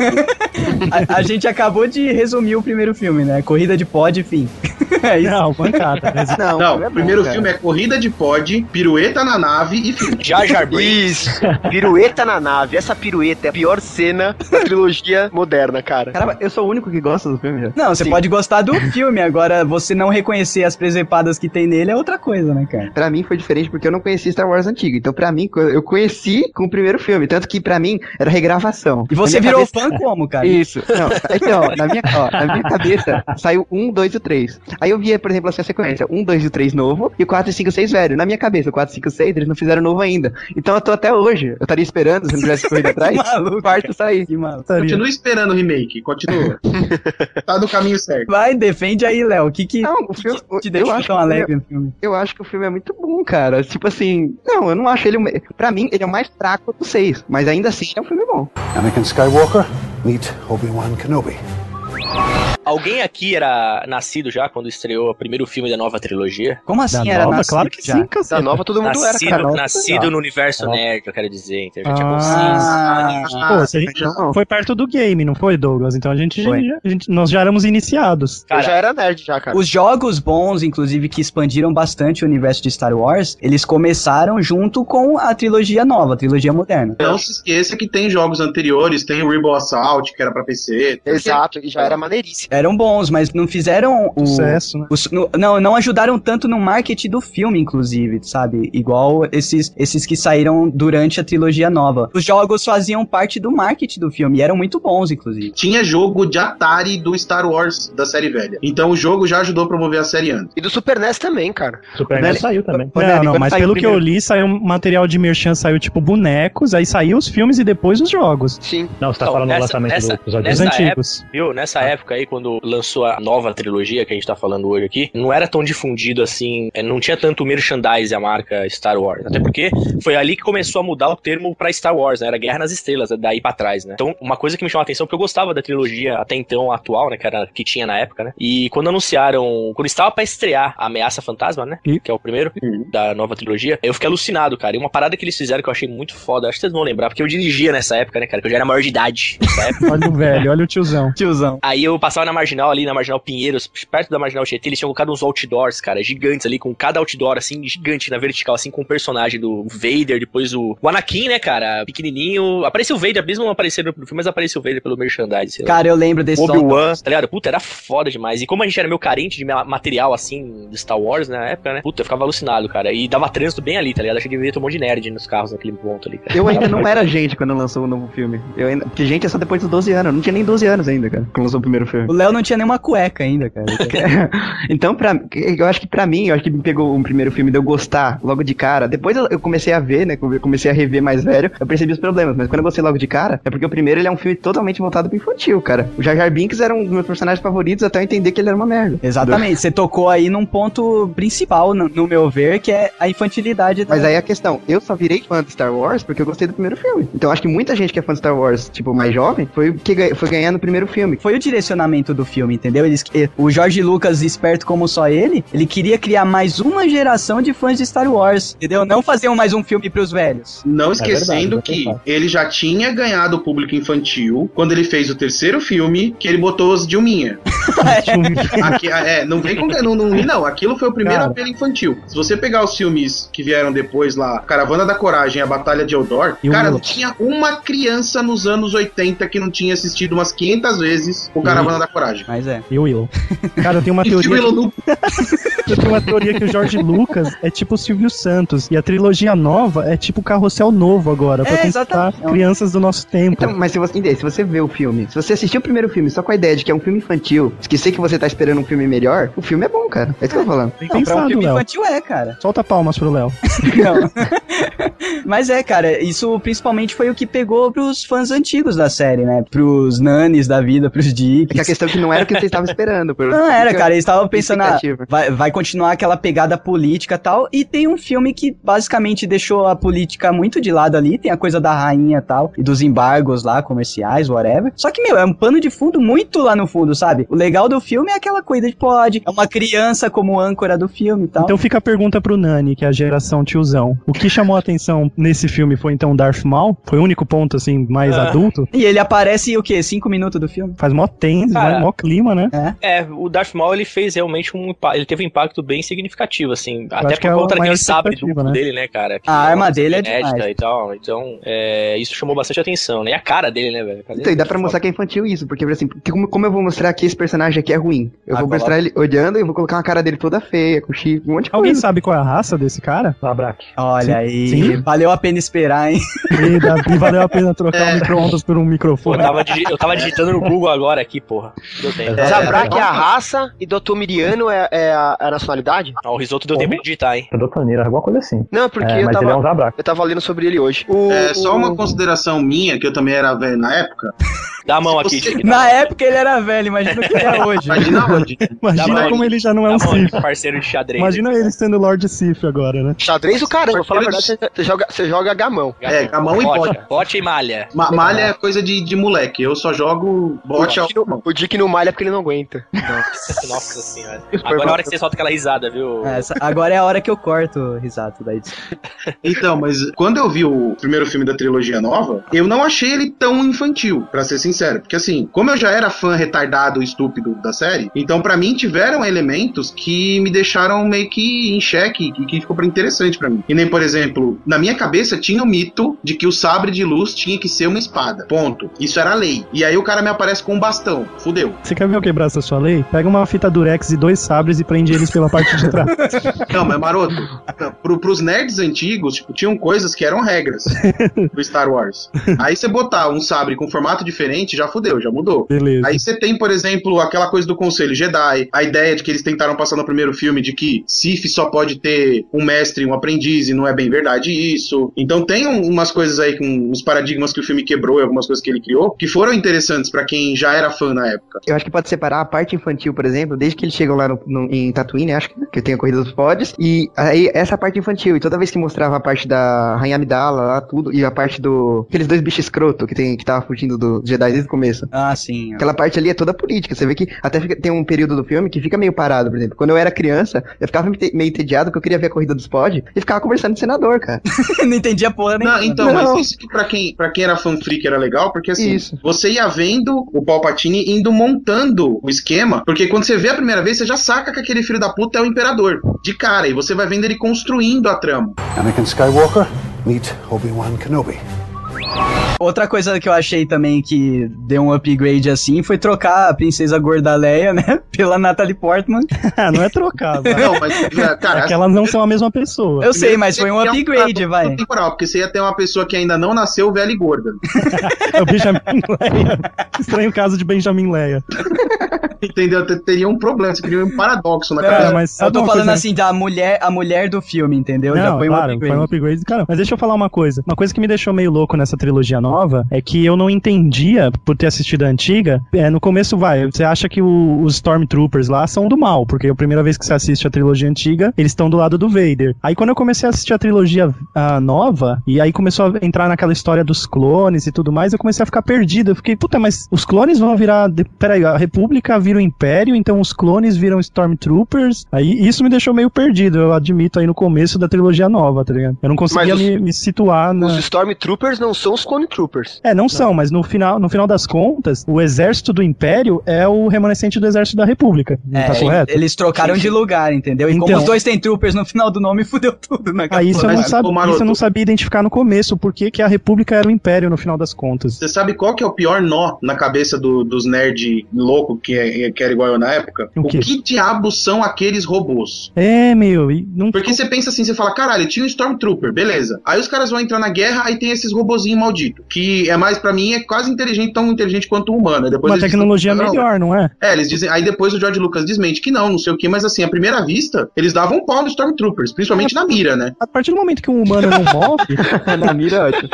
Speaker 1: a, a gente acabou de resumir o primeiro filme, né? Corrida de pod, fim. é isso.
Speaker 8: Não, né? bancada.
Speaker 2: Não, o primeiro filme é corrida de pod, pirueta na nave e filme.
Speaker 4: Jar Jar
Speaker 5: Isso. Pirueta na nave. Essa pirueta é a pior cena da trilogia moderna, cara.
Speaker 6: Caramba, eu sou o único que gosta do filme já.
Speaker 1: Não, você
Speaker 6: Sim.
Speaker 1: pode gostar do filme, agora você não reconhecer as presepadas que tem nele é outra coisa, né, cara?
Speaker 6: Pra mim foi diferente porque eu não conhecia Star Wars antigo. Então, pra mim, eu conheci com o primeiro filme. Tanto que pra mim era regravação.
Speaker 1: E você
Speaker 6: Na minha
Speaker 1: virou fã como, cara?
Speaker 6: Isso. Não, então, na minha, ó, na minha cabeça saiu um, dois e o três. Aí eu via, por exemplo, assim, a sequência: um, dois e o três novo e o 4 e 5 6 velho. Na minha cabeça, o 4 e 5 6 eles não fizeram novo ainda. Então eu tô até hoje. Eu estaria esperando se não tivesse corrido atrás.
Speaker 1: maluco,
Speaker 6: o quarto sair.
Speaker 1: Que maluco.
Speaker 2: Continua esperando o remake, continua. tá no caminho certo.
Speaker 1: Vai, defende aí, Léo. O que que,
Speaker 6: Não, o
Speaker 1: que
Speaker 6: filme-
Speaker 1: que te
Speaker 6: eu
Speaker 1: deixou
Speaker 6: acho
Speaker 1: tão
Speaker 6: que o
Speaker 1: alegre
Speaker 6: filme-
Speaker 1: no filme?
Speaker 6: Eu acho que o filme é muito bom, cara. Tipo assim, não, eu não acho ele. o me- Pra mim, ele é o mais fraco dos seis. Mas ainda assim, é um filme bom.
Speaker 14: Anakin Skywalker, meet Obi-Wan Kenobi.
Speaker 4: Alguém aqui era nascido já quando estreou o primeiro filme da nova trilogia?
Speaker 1: Como
Speaker 4: assim
Speaker 1: Da era nova? nascido Claro que já? sim, caceta.
Speaker 5: Da nova todo mundo era,
Speaker 4: nascido,
Speaker 5: cara. Nova,
Speaker 4: Nascido
Speaker 5: já.
Speaker 4: no universo nerd, eu quero dizer. Então já tinha
Speaker 8: Ah,
Speaker 4: consciência.
Speaker 8: pô, se a gente foi perto do game, não foi, Douglas? Então a gente, já-
Speaker 1: Foi.
Speaker 8: a gente- nós já éramos iniciados.
Speaker 5: era nerd já, cara.
Speaker 1: Os jogos bons, inclusive, que expandiram bastante o universo de Star Wars, eles começaram junto com a trilogia nova, a trilogia moderna.
Speaker 2: Não se esqueça que tem jogos anteriores, tem o Rebel Assault, que era pra PC.
Speaker 5: Exato, e já era maneiríssimo.
Speaker 1: Eram bons, mas não fizeram o.
Speaker 8: Sucesso, né?
Speaker 1: o su- no- não, não ajudaram tanto no marketing do filme, inclusive, sabe? Igual esses, esses que saíram durante a trilogia nova. Os jogos faziam parte do marketing do filme e eram muito bons, inclusive.
Speaker 2: Tinha jogo de Atari do Star Wars da série velha. Então o jogo já ajudou a promover a série antes.
Speaker 5: E do Super NES também, cara.
Speaker 3: Super
Speaker 8: Nelly-
Speaker 3: NES saiu também.
Speaker 8: Não, não, mas pelo que eu li, saiu um material de merchan, saiu tipo bonecos, aí saiu os filmes e depois os jogos.
Speaker 5: Sim.
Speaker 3: Não, você tá
Speaker 4: Então,
Speaker 3: falando
Speaker 4: nessa-
Speaker 3: do lançamento
Speaker 4: nessa-
Speaker 3: do episódio
Speaker 4: nessa
Speaker 3: dos antigos.
Speaker 4: época, viu? Nessa época aí, quando lançou a nova trilogia que a gente tá falando hoje aqui, não era tão difundido assim, é, não tinha tanto merchandise a marca Star Wars. Até porque foi ali que começou a mudar o termo pra Star Wars, né? Era Guerra nas Estrelas, né? daí pra trás, né? Então, uma coisa que me chamou a atenção, porque eu gostava da trilogia até então atual, né? Que, era, que tinha na época, né? E quando anunciaram, quando estava pra estrear a Ameaça Fantasma, né? Que é o primeiro da nova trilogia, eu fiquei alucinado, cara. E uma parada que eles fizeram que eu achei muito foda, acho que vocês vão lembrar, porque eu dirigia nessa época, né, cara? Que eu já era maior de idade nessa época.
Speaker 8: Olha o velho, olha o tiozão.
Speaker 1: Tiozão.
Speaker 4: Aí eu passava na marginal ali, na marginal Pinheiros, perto da marginal Tietê, eles tinham colocado uns outdoors, cara, gigantes ali, com cada outdoor, assim, gigante na vertical, assim, com o personagem do Vader, depois o, o Anakin, né, cara, pequenininho. Apareceu o Vader, mesmo não aparecendo no filme, mas apareceu o Vader pelo merchandise. sei lá.
Speaker 1: Cara, eu lembro desse
Speaker 4: Obi-Wan, tá ligado? Puta, era foda demais. E como a gente era meio carente de ma- material, assim, de Star Wars na época, né? Puta, eu ficava alucinado, cara. E dava trânsito bem ali, tá ligado? Achei que devia ter um monte de nerd nos carros naquele ponto ali, cara.
Speaker 6: Eu ainda não era gente quando lançou o novo filme. Eu ainda... Porque gente é só depois dos 12 anos. Eu não tinha nem 12 anos ainda, cara, quando lançou o primeiro filme.
Speaker 1: O Léo não tinha nenhuma cueca ainda, cara.
Speaker 6: Então, pra, eu acho que pra mim, eu acho que me pegou um primeiro filme de eu gostar logo de cara. Depois eu, eu comecei a ver, né? Eu comecei a rever mais velho, eu percebi os problemas. Mas quando eu gostei logo de cara, é porque o primeiro ele é um filme totalmente voltado pro infantil, cara. O Jar Jar Binks era um dos meus personagens favoritos até eu entender que ele era uma merda.
Speaker 1: Exatamente, você tocou aí num ponto principal, no, no meu ver, que é a infantilidade. da-
Speaker 6: Mas aí a questão, eu só virei fã de Star Wars porque eu gostei do primeiro filme. Então eu acho que muita gente que é fã de Star Wars, tipo, mais jovem, foi o que ganha- foi ganhar no primeiro filme.
Speaker 1: Foi o direcionamento do filme, entendeu? Eles, eh, o Jorge Lucas, esperto como só ele, ele queria criar mais uma geração de fãs de Star Wars, entendeu? Não fazer um- mais um filme pros velhos.
Speaker 2: Não esquecendo que ele já tinha ganhado o público infantil quando ele fez o terceiro filme, que ele botou os Dilminha.
Speaker 8: um-
Speaker 2: Aqui- é, não vem com. Não, não, não, aquilo foi o primeiro
Speaker 13: Cara.
Speaker 2: apelo infantil. Se você pegar os filmes que vieram depois lá, Caravana da Coragem, A Batalha de Eldor,
Speaker 13: E o
Speaker 2: cara, não
Speaker 13: Mulan.
Speaker 2: tinha uma criança nos anos 80 que não tinha assistido umas 500 vezes o Caravana da Coragem.
Speaker 1: Mas é.
Speaker 8: E o Willow. Cara, eu tenho uma
Speaker 2: E o
Speaker 8: teoria.
Speaker 2: um Willow
Speaker 8: Eu tenho uma teoria que o Jorge Lucas é tipo o Silvio Santos. E a trilogia nova é tipo o carrossel novo agora. Pra
Speaker 6: É,
Speaker 8: conquistar
Speaker 6: exatamente.
Speaker 8: crianças do nosso tempo.
Speaker 6: Então, mas se você, entende, se você vê o filme, se você assistir o primeiro filme só com a ideia de que é um filme infantil, esquecer que você tá esperando um filme melhor, o filme é bom, cara. É isso que eu tô falando.
Speaker 8: Bem pensado, Léo.
Speaker 1: é, cara.
Speaker 8: Solta palmas pro Léo.
Speaker 1: Mas é, cara, isso principalmente foi o que pegou pros fãs antigos da série, né? Pros nanes da vida, pros dicks.
Speaker 6: Porque a questão é que não era o que você estava esperando. por-
Speaker 1: Não era,
Speaker 6: Fica-
Speaker 1: cara. Eles estavam pensando, ah,
Speaker 6: expectativa.
Speaker 1: vai, vai continuar aquela pegada política e tal. E tem um filme que basicamente deixou a política muito de lado ali. Tem a coisa da rainha e tal, e dos embargos lá, comerciais, whatever. Só que, meu, é um pano de fundo muito lá no fundo, sabe? O legal do filme é aquela coisa de pode. É uma criança como âncora do filme e tal.
Speaker 8: Então fica a pergunta pro Nani, que é a geração tiozão. O que chamou a atenção nesse filme foi então Darth Maul? Foi o único ponto, assim, mais
Speaker 4: Ah.
Speaker 8: adulto?
Speaker 1: E ele aparece o quê? Cinco minutos do filme?
Speaker 8: Faz mó tenso,
Speaker 4: Cara.
Speaker 8: mó- mó clima, né?
Speaker 4: É, o Darth Maul ele fez realmente um impa- ele teve um impacto bem significativo assim, até
Speaker 8: acho que
Speaker 4: por
Speaker 8: é a
Speaker 4: conta
Speaker 8: maior
Speaker 4: daquele sabre
Speaker 8: expectativa,
Speaker 4: duplo
Speaker 8: né?
Speaker 4: dele, né, cara? Que
Speaker 1: A
Speaker 4: é uma
Speaker 1: arma
Speaker 4: coisa
Speaker 1: dele é
Speaker 4: inédita
Speaker 1: demais.
Speaker 4: e tal. Então, é, isso chamou bastante atenção, né? E a cara dele, né, velho?
Speaker 6: Então, e dá pra mostrar que é infantil isso, porque assim, porque como, como eu vou mostrar que esse personagem aqui é ruim? Eu
Speaker 1: Ah,
Speaker 6: vou
Speaker 1: coloca.
Speaker 6: mostrar ele olhando e eu vou colocar uma cara dele toda feia, com chifre, um monte de
Speaker 8: Alguém
Speaker 6: coisa.
Speaker 8: sabe qual é a raça desse cara?
Speaker 3: Labrak.
Speaker 1: Olha aí.
Speaker 8: Sim.
Speaker 1: Valeu a pena esperar, hein?
Speaker 8: E, dá- e valeu a pena trocar
Speaker 5: É.
Speaker 8: o micro-ondas por um
Speaker 4: Pô, eu
Speaker 8: microfone.
Speaker 4: tava, digi- eu tava digitando no Google agora aqui, porra. Deu tempo.
Speaker 5: É, Zabrak é a raça e Dr. Miriano é, é a, é a nacionalidade?
Speaker 4: Ah, o risoto deu tempo de digitar, hein?
Speaker 3: É doutorneira, alguma coisa assim.
Speaker 5: Não, porque
Speaker 3: É,
Speaker 5: eu
Speaker 3: mas
Speaker 5: tava.
Speaker 3: ele é um Zabrak.
Speaker 5: Eu tava lendo sobre ele hoje.
Speaker 2: É só uma consideração minha, que eu também era velho na época.
Speaker 4: Dá a mão aqui,
Speaker 2: Você-
Speaker 4: Dick. dá
Speaker 1: Na época ele era velho, imagina o que ele é hoje.
Speaker 2: Imagina onde?
Speaker 4: Dá
Speaker 8: Imagina
Speaker 4: pra
Speaker 8: como
Speaker 4: onde?
Speaker 8: ele já não
Speaker 4: a
Speaker 8: é um
Speaker 4: mão aqui,
Speaker 8: Sif.
Speaker 4: parceiro de xadrez.
Speaker 8: Imagina ele sendo Lord Sif agora, né?
Speaker 5: Xadrez o caramba, falar a verdade, você você joga, você joga gamão.
Speaker 2: É, com a mão e
Speaker 4: Pote,
Speaker 2: bote.
Speaker 4: pote e malha.
Speaker 2: Ma- malha é coisa de, de moleque. Eu só jogo bote ao.
Speaker 5: o, Dick não, o Dick não malha porque ele não aguenta.
Speaker 4: Nossa, nossa senhora. Agora é a hora que você solta aquela risada, viu?
Speaker 1: É, essa- agora é a hora que eu corto o risato daí.
Speaker 2: Então, mas quando eu vi o primeiro filme da trilogia nova, eu não achei ele tão infantil, pra ser sincero. Porque assim, como eu já era fã retardado e estúpido da série, então pra mim tiveram elementos que me deixaram meio que em xeque e que ficou pra interessante pra mim. E nem, por exemplo, na minha cabeça tinha o mito de que o sabre de luz tinha que ser uma espada. Ponto. Isso era lei. E aí o cara me aparece com um bastão. Fudeu.
Speaker 8: Você quer ver eu quebrar essa sua lei? Pega uma fita durex e dois sabres e prende eles pela parte de trás.
Speaker 2: Não, mas maroto, pro, pros nerds antigos, tipo, tinham coisas que eram regras do Star Wars. Aí você botar um sabre com formato diferente, já fudeu, já mudou.
Speaker 8: Beleza.
Speaker 2: Aí você tem, por exemplo, aquela coisa do Conselho Jedi, a ideia de que eles tentaram passar no primeiro filme de que Sif só pode ter um mestre e um aprendiz, e não é bem verdade isso. Então tem um- umas coisas aí, com uns paradigmas que o filme quebrou e algumas coisas que ele criou, que foram interessantes pra quem já era fã na época.
Speaker 6: Eu acho que pode separar a parte infantil, por exemplo, desde que eles chegam lá no, no- em Tatooine, né? acho que, que tem a corrida dos pods, e aí essa parte infantil, e toda vez que mostrava a parte da Rainha Amidala lá, tudo, e a parte do... aqueles dois bichos escroto que, tem, que tava fugindo do Jedi desde o começo.
Speaker 1: Ah, sim.
Speaker 6: Aquela parte ali é toda política, você vê que até fica- tem um período do filme que fica meio parado, por exemplo. Quando eu era criança, eu ficava me- meio entediado porque eu queria ver a corrida dos pods, e ficava conversando com o senador, cara.
Speaker 1: não entendia porra
Speaker 2: Não, então,
Speaker 6: Não.
Speaker 2: mas isso que pra quem, pra quem era fã freak era legal, porque assim,
Speaker 6: Isso.
Speaker 2: você ia vendo o Palpatine indo montando o esquema, porque quando você vê a primeira vez, você já saca que aquele filho da puta é o imperador, de cara, e você vai vendo ele construindo a trama.
Speaker 14: Anakin Skywalker, meet Obi-Wan Kenobi.
Speaker 1: Outra coisa que eu achei também que deu um upgrade assim foi trocar a princesa Gordaleia, né? Pela Natalie Portman.
Speaker 8: não é trocar, vai.
Speaker 2: Não, mas, cara, assim,
Speaker 8: é que elas não são a mesma pessoa.
Speaker 1: Eu sei, mas foi um upgrade, vai.
Speaker 2: Temporal, porque você ia ter uma pessoa que ainda não nasceu velha e gorda.
Speaker 8: É o Benjamin Leia. Estranho caso de Benjamin Leia.
Speaker 2: Entendeu? Te- Teria um problema, você teria um paradoxo
Speaker 1: É.
Speaker 2: na
Speaker 8: Cara,
Speaker 2: cabeça.
Speaker 8: mas sabe
Speaker 1: Eu tô
Speaker 8: uma
Speaker 1: falando
Speaker 8: coisa- né?
Speaker 1: assim da mulher, a mulher do filme, entendeu? Já
Speaker 8: Não,
Speaker 1: foi um
Speaker 8: claro,
Speaker 1: upgrade.
Speaker 8: foi um upgrade. Cara, mas deixa eu falar uma coisa. Uma coisa que me deixou meio louco nessa trilogia nova é que eu não entendia, por ter assistido a antiga, é, no começo, vai, você acha que o- os Stormtroopers lá são do mal, porque a primeira vez que você assiste a trilogia antiga, eles estão do lado do Vader. Aí quando eu comecei a assistir a trilogia ah, nova, e aí começou a entrar naquela história dos clones e tudo mais, eu comecei a ficar perdido. Eu fiquei, puta, mas os clones vão virar... de- Peraí, a República vira o Império, então os clones viram Stormtroopers. Aí isso me deixou meio perdido, eu admito, aí no começo da trilogia nova, tá ligado? Eu não conseguia
Speaker 5: os-
Speaker 8: me, me situar na...
Speaker 5: Os Stormtroopers não são os Clone Troopers.
Speaker 8: É, não são, mas no final, no final das contas, o exército do Império é o remanescente do exército da República. Não
Speaker 1: É,
Speaker 8: tá correto?
Speaker 1: Eles trocaram de lugar, entendeu? E como
Speaker 8: Então.
Speaker 1: os dois têm troopers no final do nome, fudeu tudo, né?
Speaker 8: Aí isso é eu, não
Speaker 1: Mas-
Speaker 8: sabe,
Speaker 1: Ô,
Speaker 8: isso
Speaker 1: maroto,
Speaker 8: eu não sabia identificar no começo, porque que a República era o Império no final das contas.
Speaker 2: Você sabe qual que é o pior nó na cabeça do- dos nerd louco que, é, que era igual eu na época?
Speaker 8: O
Speaker 2: O,
Speaker 8: quê?
Speaker 2: que diabos são aqueles robôs?
Speaker 8: É, meu, e não.
Speaker 2: Porque você pensa assim, você fala, caralho, tinha um Stormtrooper, beleza. Aí os caras vão entrar na guerra, aí tem esses robozinhos malditos. Que é mais, pra mim, é quase inteligente, tão inteligente quanto o humano. Aí Depois
Speaker 8: Uma
Speaker 2: eles
Speaker 8: tecnologia
Speaker 2: dizem, "Não,
Speaker 8: melhor, não é?
Speaker 2: É, eles dizem. Aí depois o George Lucas desmente que não, não sei o que, mas assim, à primeira vista, eles davam um pau nos Stormtroopers, principalmente na mira, né?
Speaker 8: A partir do momento que um humano não morre,
Speaker 6: Na mira, ótimo.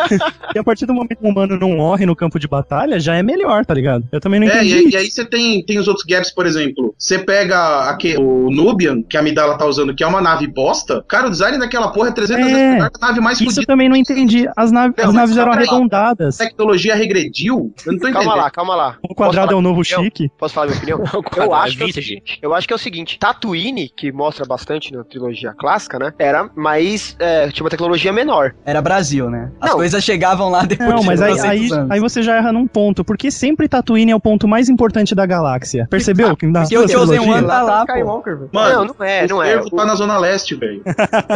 Speaker 8: e a partir do momento que um humano não morre no campo de batalha, já é melhor, tá ligado? Eu também não
Speaker 2: É,
Speaker 8: entendi.
Speaker 2: e, aí- e aí você tem, tem os outros gaps, por exemplo. Você pega aquele, o Nubian, que a Amidala tá usando, que é uma nave bosta. Cara, o design daquela porra é 300
Speaker 8: É.
Speaker 2: vezes melhor que a nave mais
Speaker 8: Isso eu
Speaker 2: fodida.
Speaker 8: também não entendi. As, naves-
Speaker 2: Não,
Speaker 8: as
Speaker 2: mas
Speaker 8: naves eram
Speaker 2: calma lá.
Speaker 8: arredondadas.
Speaker 2: A tecnologia regrediu? Eu não tô entendendo.
Speaker 5: Calma lá, calma lá.
Speaker 8: O quadrado é o novo
Speaker 5: Posso falar
Speaker 8: chique.
Speaker 5: Posso falar minha opinião?
Speaker 4: quadrado
Speaker 5: eu,
Speaker 4: é
Speaker 5: acho que é o
Speaker 4: vintage.
Speaker 5: seguinte, eu acho que é o seguinte: Tatooine, que mostra bastante na trilogia clássica, né? Era mais. é, tinha uma tecnologia menor.
Speaker 1: Era Brasil, né? As
Speaker 5: Não.
Speaker 1: coisas chegavam lá depois
Speaker 8: Não,
Speaker 1: de
Speaker 8: mas aí,
Speaker 1: 200
Speaker 8: aí,
Speaker 1: anos.
Speaker 8: aí você já erra num ponto, porque sempre Tatooine é o ponto mais importante da galáxia. Percebeu? Que nas
Speaker 1: porque o
Speaker 8: duas
Speaker 1: Chosen
Speaker 8: trilogias-
Speaker 1: One tá lá, pô.
Speaker 6: Skywalker, velho.
Speaker 2: Mano,
Speaker 5: não, não é, não
Speaker 2: o
Speaker 5: é.
Speaker 2: Cervo tá na Zona Leste, velho.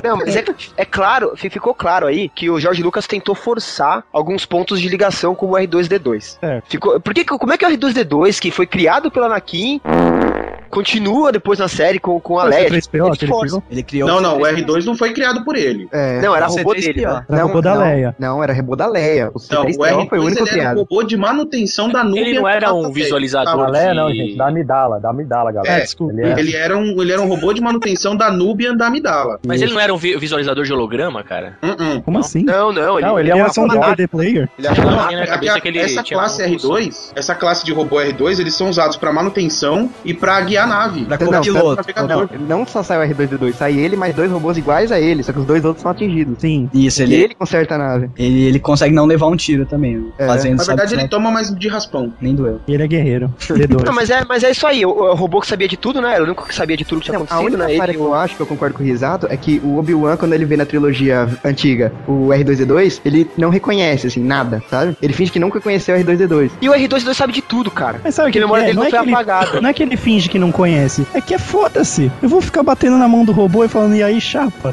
Speaker 5: Não, mas é, é claro, fi- ficou claro aí que o George Lucas tentou forçar alguns pontos de ligação com o R2D2.
Speaker 8: Certo.
Speaker 5: Ficou, por que que- como é que o R2D2, que foi criado pelo Anakin, continua depois na série com, com a
Speaker 8: Mas
Speaker 5: Leia?
Speaker 8: é o 3PO, aquele
Speaker 5: força.
Speaker 1: Ele criou.
Speaker 2: Não, não, o R2 não foi criado por ele.
Speaker 6: É.
Speaker 5: Não, era
Speaker 1: o
Speaker 5: robô
Speaker 1: C3PO.
Speaker 5: dele. Né?
Speaker 8: Era robô da Leia.
Speaker 6: Não, era Rebodaleia. O
Speaker 2: Não,
Speaker 6: C3PO
Speaker 2: o R2
Speaker 6: foi o único
Speaker 2: ele era um
Speaker 6: criado.
Speaker 2: robô de manutenção da nuvem.
Speaker 4: Ele não era um
Speaker 13: Da
Speaker 4: visualizador
Speaker 13: Leia,
Speaker 4: de...
Speaker 13: não, gente. Da Amidala, da Amidala, galera.
Speaker 2: É,
Speaker 8: desculpa.
Speaker 13: Ele é-
Speaker 2: Ele era, um, ele era um robô de manutenção da Nubian da Amidala.
Speaker 4: Mas ele não era um vi- visualizador de holograma, cara?
Speaker 2: Uh-uh.
Speaker 8: Como assim?
Speaker 5: Não, não, ele,
Speaker 13: Não, ele
Speaker 8: Ele
Speaker 13: é
Speaker 8: era
Speaker 13: uma
Speaker 8: só um
Speaker 13: fantasma.
Speaker 8: DVD player?
Speaker 5: ele achou
Speaker 4: Não,
Speaker 5: uma-
Speaker 4: tinha na
Speaker 2: Aqui,
Speaker 4: cabeça que ele
Speaker 2: é essa
Speaker 4: tinha
Speaker 2: classe
Speaker 4: uma função.
Speaker 2: R2, essa classe de robô R2, eles são usados pra manutenção e pra guiar a nave.
Speaker 6: Da não, não só sai o R2D2, sai ele mais dois robôs iguais a ele, só que os dois outros são atingidos.
Speaker 1: Sim. Isso, ele,
Speaker 6: E ele conserta a nave.
Speaker 1: ele, ele consegue não levar um tiro também. né?
Speaker 6: É.
Speaker 1: Fazendo
Speaker 6: Na verdade, ele
Speaker 2: toma mais de raspão.
Speaker 1: Nem doeu.
Speaker 8: E ele é guerreiro.
Speaker 5: Não, mas é, mas é isso aí. O, o robô que sabia de tudo, né? Era o único que sabia de tudo que tinha
Speaker 6: A
Speaker 5: acontecido,
Speaker 6: única
Speaker 5: né?
Speaker 6: área
Speaker 5: Ele,
Speaker 6: que eu acho que eu concordo com o Risato é que o Obi-Wan, quando ele vê na trilogia antiga o R2D2, ele não reconhece, assim, nada, sabe? Ele finge que nunca conheceu o R2D2.
Speaker 5: e o R2-D2 sabe de tudo, cara.
Speaker 8: Mas sabe o
Speaker 5: Porque
Speaker 8: que,
Speaker 5: a memória
Speaker 8: que é?
Speaker 5: dele não,
Speaker 8: é
Speaker 5: foi
Speaker 8: que ele-
Speaker 5: apagada.
Speaker 8: não é que ele finge que não conhece, é que é foda-se. Eu vou ficar batendo na mão do robô e falando, e aí, chapa?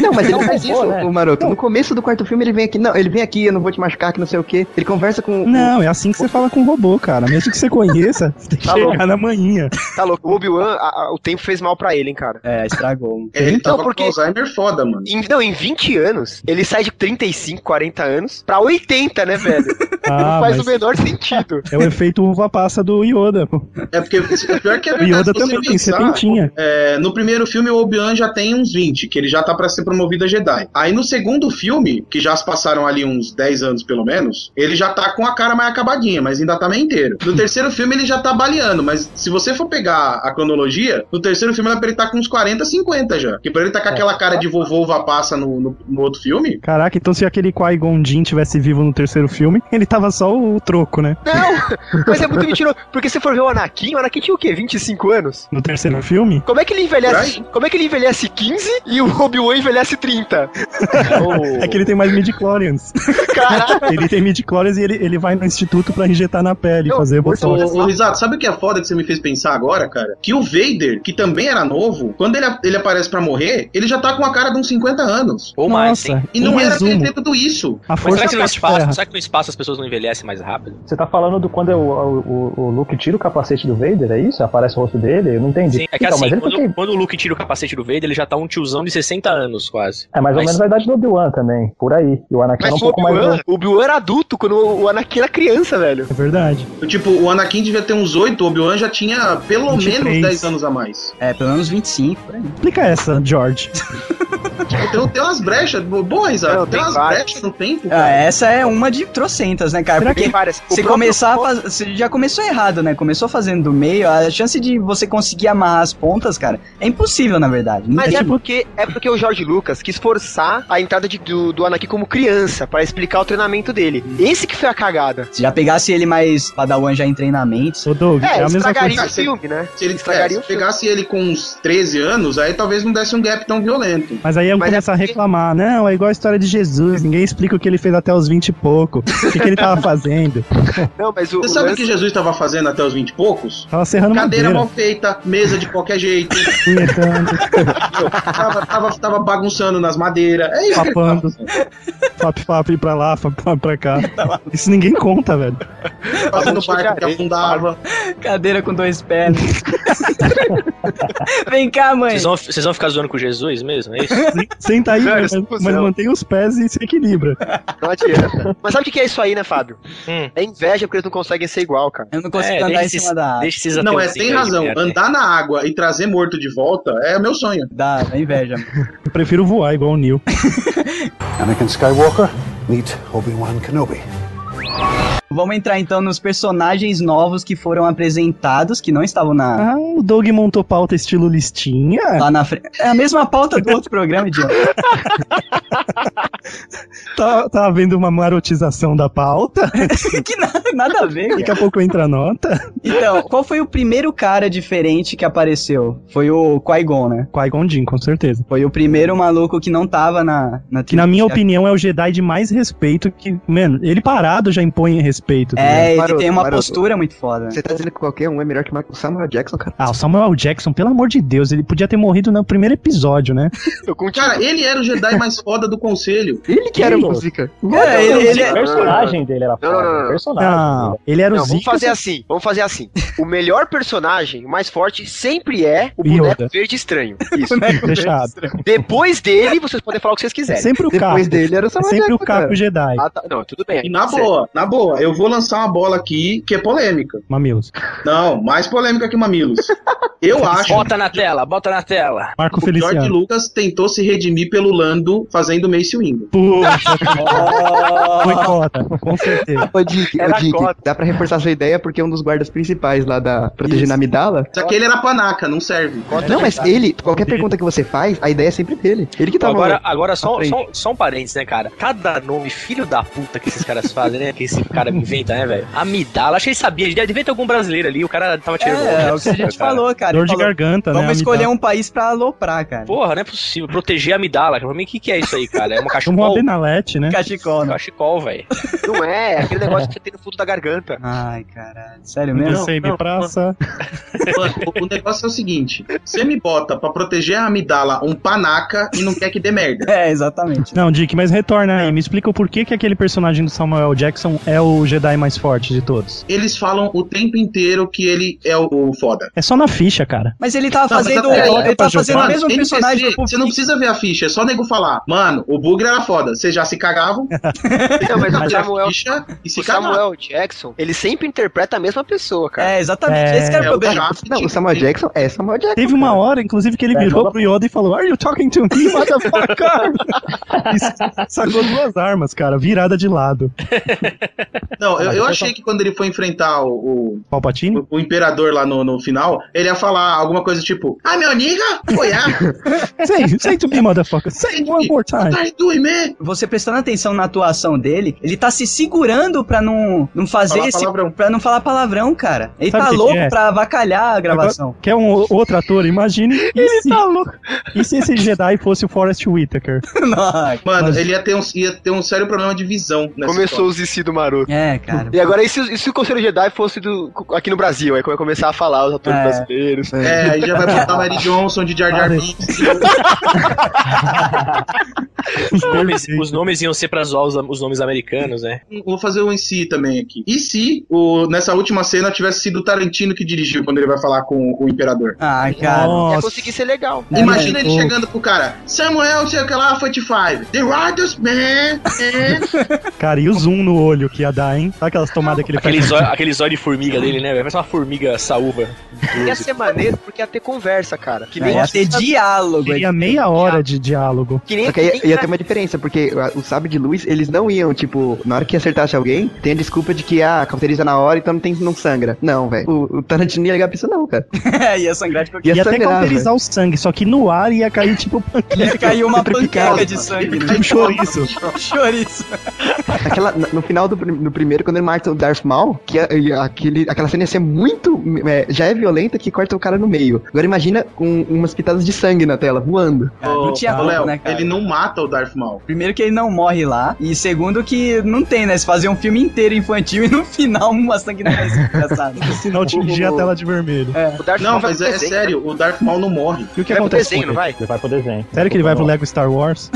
Speaker 6: Não, mas
Speaker 8: É
Speaker 6: ele
Speaker 8: um
Speaker 6: faz
Speaker 8: robô,
Speaker 6: isso,
Speaker 8: né?
Speaker 6: o Maroto. No começo do quarto filme ele vem aqui, não, ele vem aqui, eu não vou te machucar, que não sei o quê. Ele conversa com.
Speaker 8: Não, é assim que você fala com o robô, cara. Mesmo que você conheça, você tem que
Speaker 5: Tá
Speaker 8: chegar
Speaker 5: louco.
Speaker 8: na manhinha.
Speaker 5: Tá louco. O Obi-Wan, a- a- o tempo fez mal pra ele, hein, cara.
Speaker 1: É, estragou.
Speaker 2: Ele
Speaker 6: Então,
Speaker 5: Não,
Speaker 2: tava
Speaker 5: porque-
Speaker 2: com Alzheimer foda, mano.
Speaker 5: Em, não, em 20 anos, ele sai de 35, 40 anos pra 80, né, velho? não
Speaker 8: Ah,
Speaker 5: faz
Speaker 8: mas-
Speaker 5: o menor sentido.
Speaker 8: É o efeito uva passa do Yoda, pô.
Speaker 2: É porque o pior que é
Speaker 8: O
Speaker 2: verdade, se
Speaker 8: Yoda
Speaker 2: você
Speaker 8: também tem
Speaker 2: pensar,
Speaker 8: setentinha.
Speaker 2: é, no primeiro filme, o Obi-Wan já tem uns 20, que ele já tá pra ser promovido a Jedi. Aí no segundo filme, que já se passaram ali uns 10 anos pelo menos, ele já tá com a cara mais acabadinha, mas ainda tá meio inteiro. No terceiro filme, ele já tá baleando, mas se você for pegar a cronologia, no terceiro filme era pra ele tá com uns 40, 50 já. Que pra ele tá
Speaker 5: É.
Speaker 2: com aquela cara de vovô uva passa no, no- no outro filme.
Speaker 8: Caraca, então se aquele Qui-Gon Jinn tivesse vivo no terceiro filme, ele tava só o troco, né?
Speaker 5: Não, mas é muito mentiroso. Porque se for ver o Anakin, o Anakin tinha o quê? 25 anos?
Speaker 8: No terceiro filme?
Speaker 5: Como é que ele envelhece? Como é que ele envelhece 15 e o Obi-Wan envelhece 30?
Speaker 8: É que ele tem mais midichlorians.
Speaker 5: Caraca.
Speaker 8: ele tem midichlorians e ele, ele vai no instituto pra injetar na pele, fazer
Speaker 2: Ô,
Speaker 8: botox.
Speaker 5: assim.
Speaker 2: ô, Risato, sabe o que é foda que você me fez pensar agora, cara? Que o Vader, que também era novo, quando ele, ele aparece pra morrer, ele já tá com a cara de uns 50 anos.
Speaker 4: Ou mais, hein?
Speaker 2: E não
Speaker 4: Um
Speaker 2: era pra ele
Speaker 4: resumo.
Speaker 2: ter tudo isso.
Speaker 8: A
Speaker 4: Mas será que, é no espaço, será que no espaço as pessoas não envelhecem mais rápido?
Speaker 13: Você tá falando do quando o, o, o Luke tira o capacete do Vader, é isso? Aparece o rosto dele? Eu não entendi.
Speaker 4: Sim, é que
Speaker 13: então,
Speaker 4: assim,
Speaker 13: mas ele
Speaker 4: quando,
Speaker 13: foi quem-
Speaker 4: quando o Luke tira o capacete do Vader, ele já tá um tiozão de 60 anos, quase.
Speaker 13: É mais ou
Speaker 4: Mas-
Speaker 13: menos a idade do Obi-Wan também, por aí. E o Anakin era
Speaker 5: Mas
Speaker 13: um
Speaker 5: o
Speaker 13: pouco mais
Speaker 5: Obi-Wan
Speaker 13: novo.
Speaker 5: o Obi-Wan era adulto quando o o Anakin era criança, velho.
Speaker 8: É verdade.
Speaker 2: Tipo, o Anakin devia ter uns 8, o Obi-Wan já tinha pelo
Speaker 8: 23.
Speaker 2: menos 10 anos a mais.
Speaker 1: É, pelo menos 25, por aí.
Speaker 8: Explica essa, George.
Speaker 2: Então tem umas brechas, boa, Risato, tem, umas brechas no tempo.
Speaker 1: Ah, essa é uma de trocentas, né, cara?
Speaker 2: Será que
Speaker 1: Porque
Speaker 2: tem várias? O
Speaker 1: você
Speaker 2: próprio-
Speaker 1: começar a faz... você já começou errado, né? Começou fazendo do meio, a chance de você conseguir amarrar as pontas, cara, é impossível, na verdade. Não
Speaker 5: Mas
Speaker 1: tem
Speaker 5: é
Speaker 1: como.
Speaker 5: porque, é porque o George Lucas quis forçar a entrada de- do, do Anakin como criança pra explicar o treinamento dele.
Speaker 13: Uhum.
Speaker 5: Esse que foi a cagada.
Speaker 1: Se já pegasse ele mais padawan já em treinamento.
Speaker 8: Ô, Doug,
Speaker 5: É, estragaria o filme, né?
Speaker 2: Se ele é,
Speaker 5: estragaria
Speaker 2: se
Speaker 5: o filme.
Speaker 2: pegasse ele com uns 13 anos, aí talvez não desse um gap tão violento.
Speaker 8: Mas aí eu começo a reclamar. Não, é igual a história de Jesus. Ninguém explica o que ele fez até os 20 e pouco. O que, que ele tava fazendo?
Speaker 5: Não, mas o,
Speaker 2: Você
Speaker 5: o
Speaker 2: sabe o
Speaker 5: lance-
Speaker 2: que Jesus estava fazendo até os 20 e poucos?
Speaker 8: Tava serrando
Speaker 2: Cadeira mal
Speaker 8: madeira.
Speaker 2: feita, mesa de qualquer jeito.
Speaker 8: punhetando,
Speaker 2: tava, tava- tava bagunçando nas madeiras. É isso que ele tava
Speaker 8: papando. Fap, fap, pra lá, fap, fap, pra cá. Isso ninguém conta, velho.
Speaker 2: fazendo barco que afundava.
Speaker 1: Cadeira com dois pés. Vem cá, mãe.
Speaker 4: Vocês vão, vocês vão ficar zoando com Jesus mesmo, é isso?
Speaker 8: Senta aí,
Speaker 5: Velho,
Speaker 8: mas,
Speaker 5: isso é
Speaker 8: mas
Speaker 5: cuzão.
Speaker 8: mantém os pés e se equilibra.
Speaker 5: Não adianta. Mas sabe o que que é isso aí, né, Fábio? É inveja porque eles não conseguem ser igual, cara.
Speaker 1: Eu não consigo
Speaker 4: É,
Speaker 1: andar
Speaker 4: deixa
Speaker 1: em
Speaker 4: esses-
Speaker 1: cima da água.
Speaker 4: deixa esses
Speaker 2: Não, é,
Speaker 4: ateuzinhos
Speaker 2: tem
Speaker 4: aí né? de
Speaker 2: razão.
Speaker 4: merda.
Speaker 2: Andar na água e trazer morto de volta é o meu sonho.
Speaker 1: Dá, dá inveja. mano.
Speaker 8: Eu prefiro voar igual o Neil.
Speaker 14: Anakin Skywalker, meet Obi-Wan Kenobi.
Speaker 1: Vamos entrar então nos personagens novos que foram apresentados, que não estavam na,
Speaker 8: Ah, o Doug montou pauta estilo listinha.
Speaker 1: lá na frente. É a mesma pauta do outro programa, idiota.
Speaker 8: Tá, tá havendo uma marotização da pauta.
Speaker 1: que nada, nada a ver. cara.
Speaker 8: Daqui a pouco entra a nota.
Speaker 1: Então, qual foi o primeiro cara diferente que apareceu? Foi o Qui-Gon, né?
Speaker 8: Qui-Gon Jinn, com certeza.
Speaker 1: Foi o primeiro maluco que não tava na... na
Speaker 8: Que na minha opinião é o Jedi de mais respeito que, mano, ele parado já impõe respeito. tá ligado?
Speaker 1: É, ele
Speaker 6: Maroto,
Speaker 1: tem uma
Speaker 6: maroto.
Speaker 1: postura muito foda. né?
Speaker 6: Você tá dizendo que qualquer um é melhor que o Samuel Jackson, cara?
Speaker 8: Ah, o Samuel Jackson, pelo amor de Deus, ele podia ter morrido no primeiro episódio, né?
Speaker 5: Eu contigo.
Speaker 2: Cara, ele era o Jedi mais foda do conselho.
Speaker 6: Ele que era
Speaker 13: Sim.
Speaker 6: música.
Speaker 4: um
Speaker 1: Cara, ele, ele
Speaker 13: O
Speaker 1: é...
Speaker 13: personagem dele era
Speaker 5: não, não,
Speaker 13: foda.
Speaker 5: não.
Speaker 13: O personagem.
Speaker 8: Não, ele era o
Speaker 5: Não,
Speaker 8: Zika.
Speaker 5: vamos fazer assim, vamos fazer assim. O melhor personagem, o mais forte, sempre é o boneco
Speaker 8: Yoda.
Speaker 5: verde estranho. Isso.
Speaker 8: assim, Deixado.
Speaker 5: Depois dele, vocês podem falar o que vocês
Speaker 8: É
Speaker 5: quiserem.
Speaker 8: sempre o
Speaker 6: Depois
Speaker 8: Capo.
Speaker 6: dele era o
Speaker 8: É
Speaker 6: Samuel
Speaker 8: sempre o
Speaker 6: Jackson.
Speaker 8: Capo
Speaker 6: cara.
Speaker 8: Jedi.
Speaker 5: Ah, tá. Não, tudo bem.
Speaker 2: E na
Speaker 5: Sério.
Speaker 2: boa, na boa, eu vou lançar uma bola aqui que é polêmica.
Speaker 8: Mamilos.
Speaker 2: Não, mais polêmica que Mamilos. Eu acho
Speaker 4: Bota na tela, bota na tela.
Speaker 8: Marco
Speaker 2: que o George
Speaker 8: Feliciano.
Speaker 2: Lucas tentou se redimir pelo Lando fazendo Mace Windu.
Speaker 8: Puxa, foi cota, com certeza.
Speaker 6: Ô, Dick, ô,
Speaker 5: Era
Speaker 6: Dick,
Speaker 5: cota.
Speaker 6: dá pra reforçar sua ideia porque um dos guardas principais lá da protegendo a amidala.
Speaker 2: Só que ele era panaca, não serve.
Speaker 5: é
Speaker 6: Não, mas ele, qualquer pergunta que você faz, a ideia é sempre dele. Ele que tá
Speaker 4: Agora, agora só, só, só um parênteses, né, cara? Cada nome, filho da puta que esses caras fazem, né? Que esse cara inventa, né, velho? Amidala, acho que ele sabia, ele deve ter algum brasileiro ali, o cara tava tirando.
Speaker 1: É, é o que a gente falou, cara.
Speaker 4: Dor
Speaker 1: Ele
Speaker 4: de
Speaker 1: falou,
Speaker 4: garganta, né,
Speaker 1: Vamos escolher
Speaker 4: amidala.
Speaker 1: um país pra aloprar, cara.
Speaker 4: Porra, não é possível. Proteger a amidala. Pra mim, o que, que é isso aí, cara? É uma
Speaker 8: Um
Speaker 4: cachecol?
Speaker 1: benalete, né? Cachecol, né?
Speaker 4: Cachecol, velho.
Speaker 5: Não é, é aquele negócio que você tem no fundo da garganta.
Speaker 1: Ai, caralho. Sério mesmo?
Speaker 2: praça. O, o negócio é o seguinte: você me bota pra proteger a amidala um panaca e não quer que dê merda.
Speaker 1: É, exatamente.
Speaker 8: Não, Dick, mas retorna aí. Me explica o porquê que aquele personagem do Samuel Jackson é o Jedi mais forte de todos.
Speaker 2: Eles falam o tempo inteiro que ele é o, o foda.
Speaker 8: É só na ficha, cara.
Speaker 1: Mas ele tá
Speaker 2: Não, é, mas
Speaker 1: fazendo.
Speaker 2: até aí,
Speaker 1: Ele tá fazendo o
Speaker 2: Mano,
Speaker 1: mesmo
Speaker 2: NPC,
Speaker 1: personagem.
Speaker 2: Você não precisa ver a ficha, é só nego falar. Mano, o Bugre era foda. Vocês já se cagavam?
Speaker 5: Não, mas o
Speaker 2: Mas é a
Speaker 5: Samuel,
Speaker 2: ficha e se
Speaker 5: o Samuel Jackson, ele sempre interpreta a mesma pessoa, cara.
Speaker 1: É, exatamente.
Speaker 6: Esse que era o problema.
Speaker 5: Shaft.
Speaker 6: Não, o Samuel Jackson é Samuel Jackson.
Speaker 8: Teve uma hora, inclusive, que ele virou pro Yoda e falou: Are you talking to me, motherfucker? e sacou duas armas, cara, virada de lado.
Speaker 2: Não, eu, eu
Speaker 6: então-
Speaker 2: achei que quando ele foi enfrentar o,
Speaker 8: Palpatine?
Speaker 2: o, o imperador lá no, no final, ele ia falar alguma coisa tipo: Ah, meu nigga, foi ah,
Speaker 8: Say, say to me, motherfucker. Say one more time.
Speaker 1: Você prestando atenção na atuação dele, ele tá se segurando pra não, não fazer
Speaker 8: Falar
Speaker 1: esse.
Speaker 8: palavrão.
Speaker 1: Pra não falar palavrão, cara. Ele
Speaker 8: Sabe
Speaker 1: tá
Speaker 8: o que que
Speaker 1: louco
Speaker 8: é?
Speaker 1: pra avacalhar a gravação.
Speaker 8: Agora, quer um o- outro ator? Imagine. E se, E se esse Jedi fosse o Forrest Whitaker?
Speaker 2: Mano,
Speaker 8: Mas-
Speaker 2: ele ia ter, um, ia ter um sério problema de visão. Nessa
Speaker 5: Começou
Speaker 2: história.
Speaker 5: os IC do maroto.
Speaker 1: É, cara.
Speaker 5: E agora, e se, e se o Conselho Jedi fosse do, aqui no Brasil? Aí vai começar a falar os atores
Speaker 2: É.
Speaker 5: brasileiros.
Speaker 2: É, aí já vai botar Larry Johnson de Jar Jar Binks.
Speaker 4: Os nomes, os nomes iam ser pra zoar os, os nomes americanos, né?
Speaker 2: Vou fazer um em si também aqui. E se o, nessa última cena tivesse sido o Tarantino que dirigiu quando ele vai falar com o imperador?
Speaker 1: Ah,
Speaker 5: Ia conseguir ser legal.
Speaker 6: É,
Speaker 2: Imagina ele chegando pro cara, Samuel, sei o que lá, 45. The Riders, man. and-"
Speaker 8: Cara, e o zoom no olho que ia dar, hein? Sabe aquelas tomadas que ele
Speaker 4: Aquele
Speaker 8: faz?
Speaker 4: zóio, aquele zóio de formiga dele, né, velho? Parece uma formiga saúva.
Speaker 5: Ia ser maneiro porque ia ter conversa, cara. Que
Speaker 6: É, ia ter
Speaker 1: diálogo.
Speaker 3: é
Speaker 6: Seria
Speaker 8: é meia hora de diálogo.
Speaker 5: Que nem-
Speaker 6: Só que aí
Speaker 5: que nem
Speaker 6: ia
Speaker 5: na-
Speaker 6: ter uma diferença, porque a- o sabre de luz, eles não iam, tipo, na hora que acertasse alguém, tem a desculpa de que, ah, cauteriza na hora, então não, tem, não sangra. Não, velho. O, o Tarantino ia ligar pra isso não, cara.
Speaker 1: É, ia sangrar de qualquer
Speaker 8: Ia, até
Speaker 6: sangrar,
Speaker 8: cauterizar o sangue, só que no ar ia cair tipo panqueca.
Speaker 1: Ia cair uma
Speaker 6: Petrificado.
Speaker 1: panqueca de sangue.
Speaker 6: Um chouriço.
Speaker 1: Chouriço.
Speaker 6: Aquela, na- no final do prim- no primeiro, quando ele mata o Darth Maul, que a- ele- aquele, aquela cena ia ser muito. é, já é violenta que corta o cara no meio. Agora imagina um, umas pitadas de sangue na tela, voando.
Speaker 2: Ô,
Speaker 1: não tinha
Speaker 2: ô,
Speaker 1: como,
Speaker 2: Léo,
Speaker 1: né, cara?
Speaker 2: Ele não mata o Darth Maul.
Speaker 1: Primeiro que ele não morre lá, e segundo que não tem, né? Se fazer um filme inteiro infantil e no final um uma sanguinolência engraçada.
Speaker 8: Se não atingir a tela de vermelho.
Speaker 1: É.
Speaker 2: Não, mas é, é sério, o Darth Maul não morre.
Speaker 8: E o que acontece com ele?
Speaker 3: Ele vai pro desenho.
Speaker 8: Sério que ele vai pro Lego Star Wars?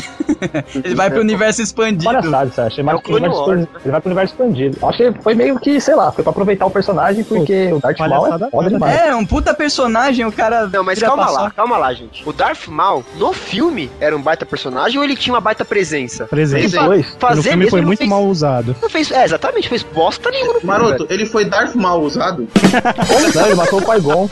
Speaker 1: Ele
Speaker 2: é
Speaker 1: vai pro universo expandido.
Speaker 3: Palhaçada, isso é. Chamado
Speaker 1: É o Clone
Speaker 3: universo expandido. Ele vai pro universo expandido. Acho que foi meio que, sei lá, foi pra aproveitar o personagem, porque o Darth Maul é foda demais.
Speaker 1: É, um puta personagem, o cara.
Speaker 5: Não, mas
Speaker 1: vira
Speaker 5: calma
Speaker 1: paçoca.
Speaker 5: lá, calma lá, gente. O Darth Maul, no filme, era um baita personagem ou ele tinha uma baita presença?
Speaker 8: Presente.
Speaker 5: Ele fa-
Speaker 8: no
Speaker 5: Fazer
Speaker 8: filme
Speaker 5: mesmo
Speaker 8: foi
Speaker 5: ele não
Speaker 8: muito
Speaker 5: fez-
Speaker 8: mal usado.
Speaker 5: Não fez, é, exatamente, fez bosta nenhuma no filme,
Speaker 2: Maroto,
Speaker 5: velho.
Speaker 2: ele foi Darth Maul usado?
Speaker 3: Não, ele matou o Pai Gon.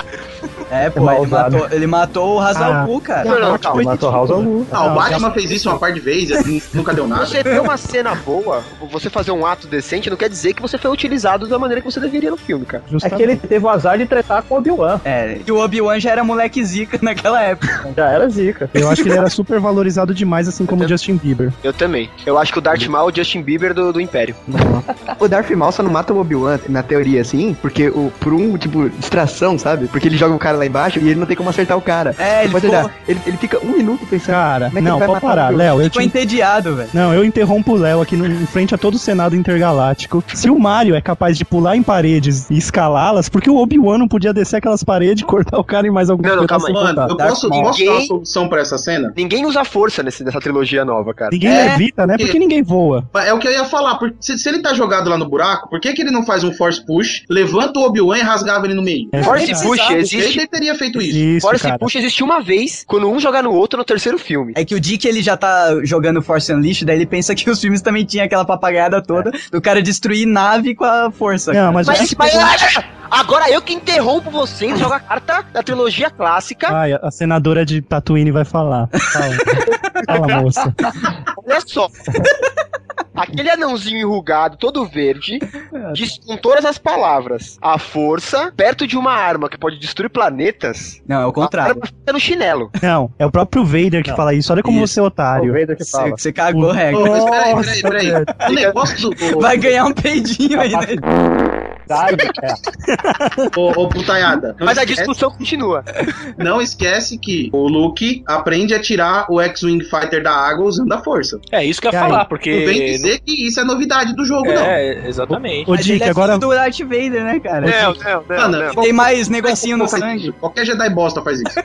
Speaker 1: É, pô, ele matou, ele matou o Hazal Gu, cara.
Speaker 5: Não, não,
Speaker 3: Ele
Speaker 5: calma.
Speaker 3: matou
Speaker 8: tipo,
Speaker 3: o House of Wu.
Speaker 2: Ah, o Batman fez isso uma par de vezes, e nunca deu nada.
Speaker 5: Você ter uma cena boa, você fazer um ato decente, não quer dizer que você foi utilizado da maneira que você deveria no filme, cara.
Speaker 3: É que ele teve o azar de tretar com o Obi-Wan.
Speaker 1: É, e o Obi-Wan já era moleque zica naquela época.
Speaker 3: Já era zica.
Speaker 8: Eu acho que ele era super valorizado demais, assim como o Justin Bieber.
Speaker 5: Eu também. Eu acho que o Darth Maul é o Justin Bieber do, do Império.
Speaker 6: Uhum. O Darth Maul só não mata o Obi-Wan, na teoria, assim, porque o, por um, tipo, distração, sabe? Porque ele joga o cara lá embaixo e ele não tem como acertar o cara.
Speaker 1: É, ele
Speaker 6: Pode
Speaker 1: ficou-
Speaker 5: né?
Speaker 6: olhar, ele, ele fica um minuto pensando.
Speaker 8: Cara,
Speaker 6: como é que
Speaker 8: não,
Speaker 6: ele vai
Speaker 8: pode
Speaker 6: matar o
Speaker 8: parar,
Speaker 6: Obi-Wan?
Speaker 8: Léo. Eu
Speaker 1: Ficou
Speaker 8: te...
Speaker 1: entediado, velho.
Speaker 8: Não, eu interrompo o Léo aqui no, em frente a todo o Senado Intergaláctico. Se o Mario é capaz de pular em paredes e escalá-las, por que o Obi-Wan não podia descer aquelas paredes e cortar o cara em mais algum
Speaker 5: Não, não, calma aí.
Speaker 2: Mano, eu posso,
Speaker 5: Maul.
Speaker 2: posso dar uma
Speaker 5: Ninguém-
Speaker 2: solução pra essa cena?
Speaker 5: Ninguém usa força nesse, nessa trilogia nova, cara.
Speaker 8: Ninguém
Speaker 2: É,
Speaker 8: levita, né? Porque
Speaker 2: porque-
Speaker 8: ninguém voa.
Speaker 2: É o que eu ia falar, porque se, se ele tá jogado lá no buraco, por que, que ele não faz um force push, levanta o Obi-Wan e rasgava ele no meio?
Speaker 8: É
Speaker 5: Force
Speaker 2: Ele
Speaker 5: push
Speaker 2: precisava,
Speaker 5: existe.
Speaker 2: Ele teria feito isso.
Speaker 5: Force Push existe uma vez, quando um jogar no outro no terceiro filme.
Speaker 1: É que o Dick ele já tá jogando Force Unleashed, daí ele pensa que os filmes também tinham aquela papagaiada toda do cara destruir nave com a
Speaker 5: tá
Speaker 1: força.
Speaker 8: Não,
Speaker 1: cara.
Speaker 8: mas
Speaker 5: Mas, mas- agora eu que interrompo vocês, jogo a carta da trilogia clássica.
Speaker 8: Ai, a senadora de Tatooine vai falar. Fala, Fala, moça.
Speaker 5: Olha só. Aquele anãozinho enrugado, todo verde, diz com todas as palavras: a força perto de uma arma que pode destruir planetas.
Speaker 1: Não, é o contrário.
Speaker 5: A arma fica no chinelo.
Speaker 8: Não, é o próprio Vader que
Speaker 5: Não.
Speaker 8: fala isso. Olha como
Speaker 1: Isso.
Speaker 8: você é otário.
Speaker 1: O Vader que fala. Você- você cagou a regra. Mas
Speaker 8: Nossa,
Speaker 1: peraí, peraí, peraí.
Speaker 8: velho.
Speaker 2: O negócio do.
Speaker 1: Vai ganhar um peidinho aí, né?
Speaker 2: Ô, ô putaiada.
Speaker 5: Mas a discussão continua.
Speaker 2: Não esquece que o Luke aprende a tirar o X-Wing Fighter da água usando a força.
Speaker 4: É isso que eu ia falar, porque-
Speaker 2: Não vem dizer que isso é novidade do jogo, não.
Speaker 4: É, exatamente.
Speaker 2: Ô,
Speaker 1: Mas
Speaker 2: Dick,
Speaker 1: ele é
Speaker 2: agora- É,
Speaker 1: filho do Darth Vader, né, cara?
Speaker 2: Não, não, não, não.
Speaker 1: Tem mais negocinho no
Speaker 2: Qualquer-
Speaker 1: sangue.
Speaker 2: Qualquer Jedi bosta faz isso.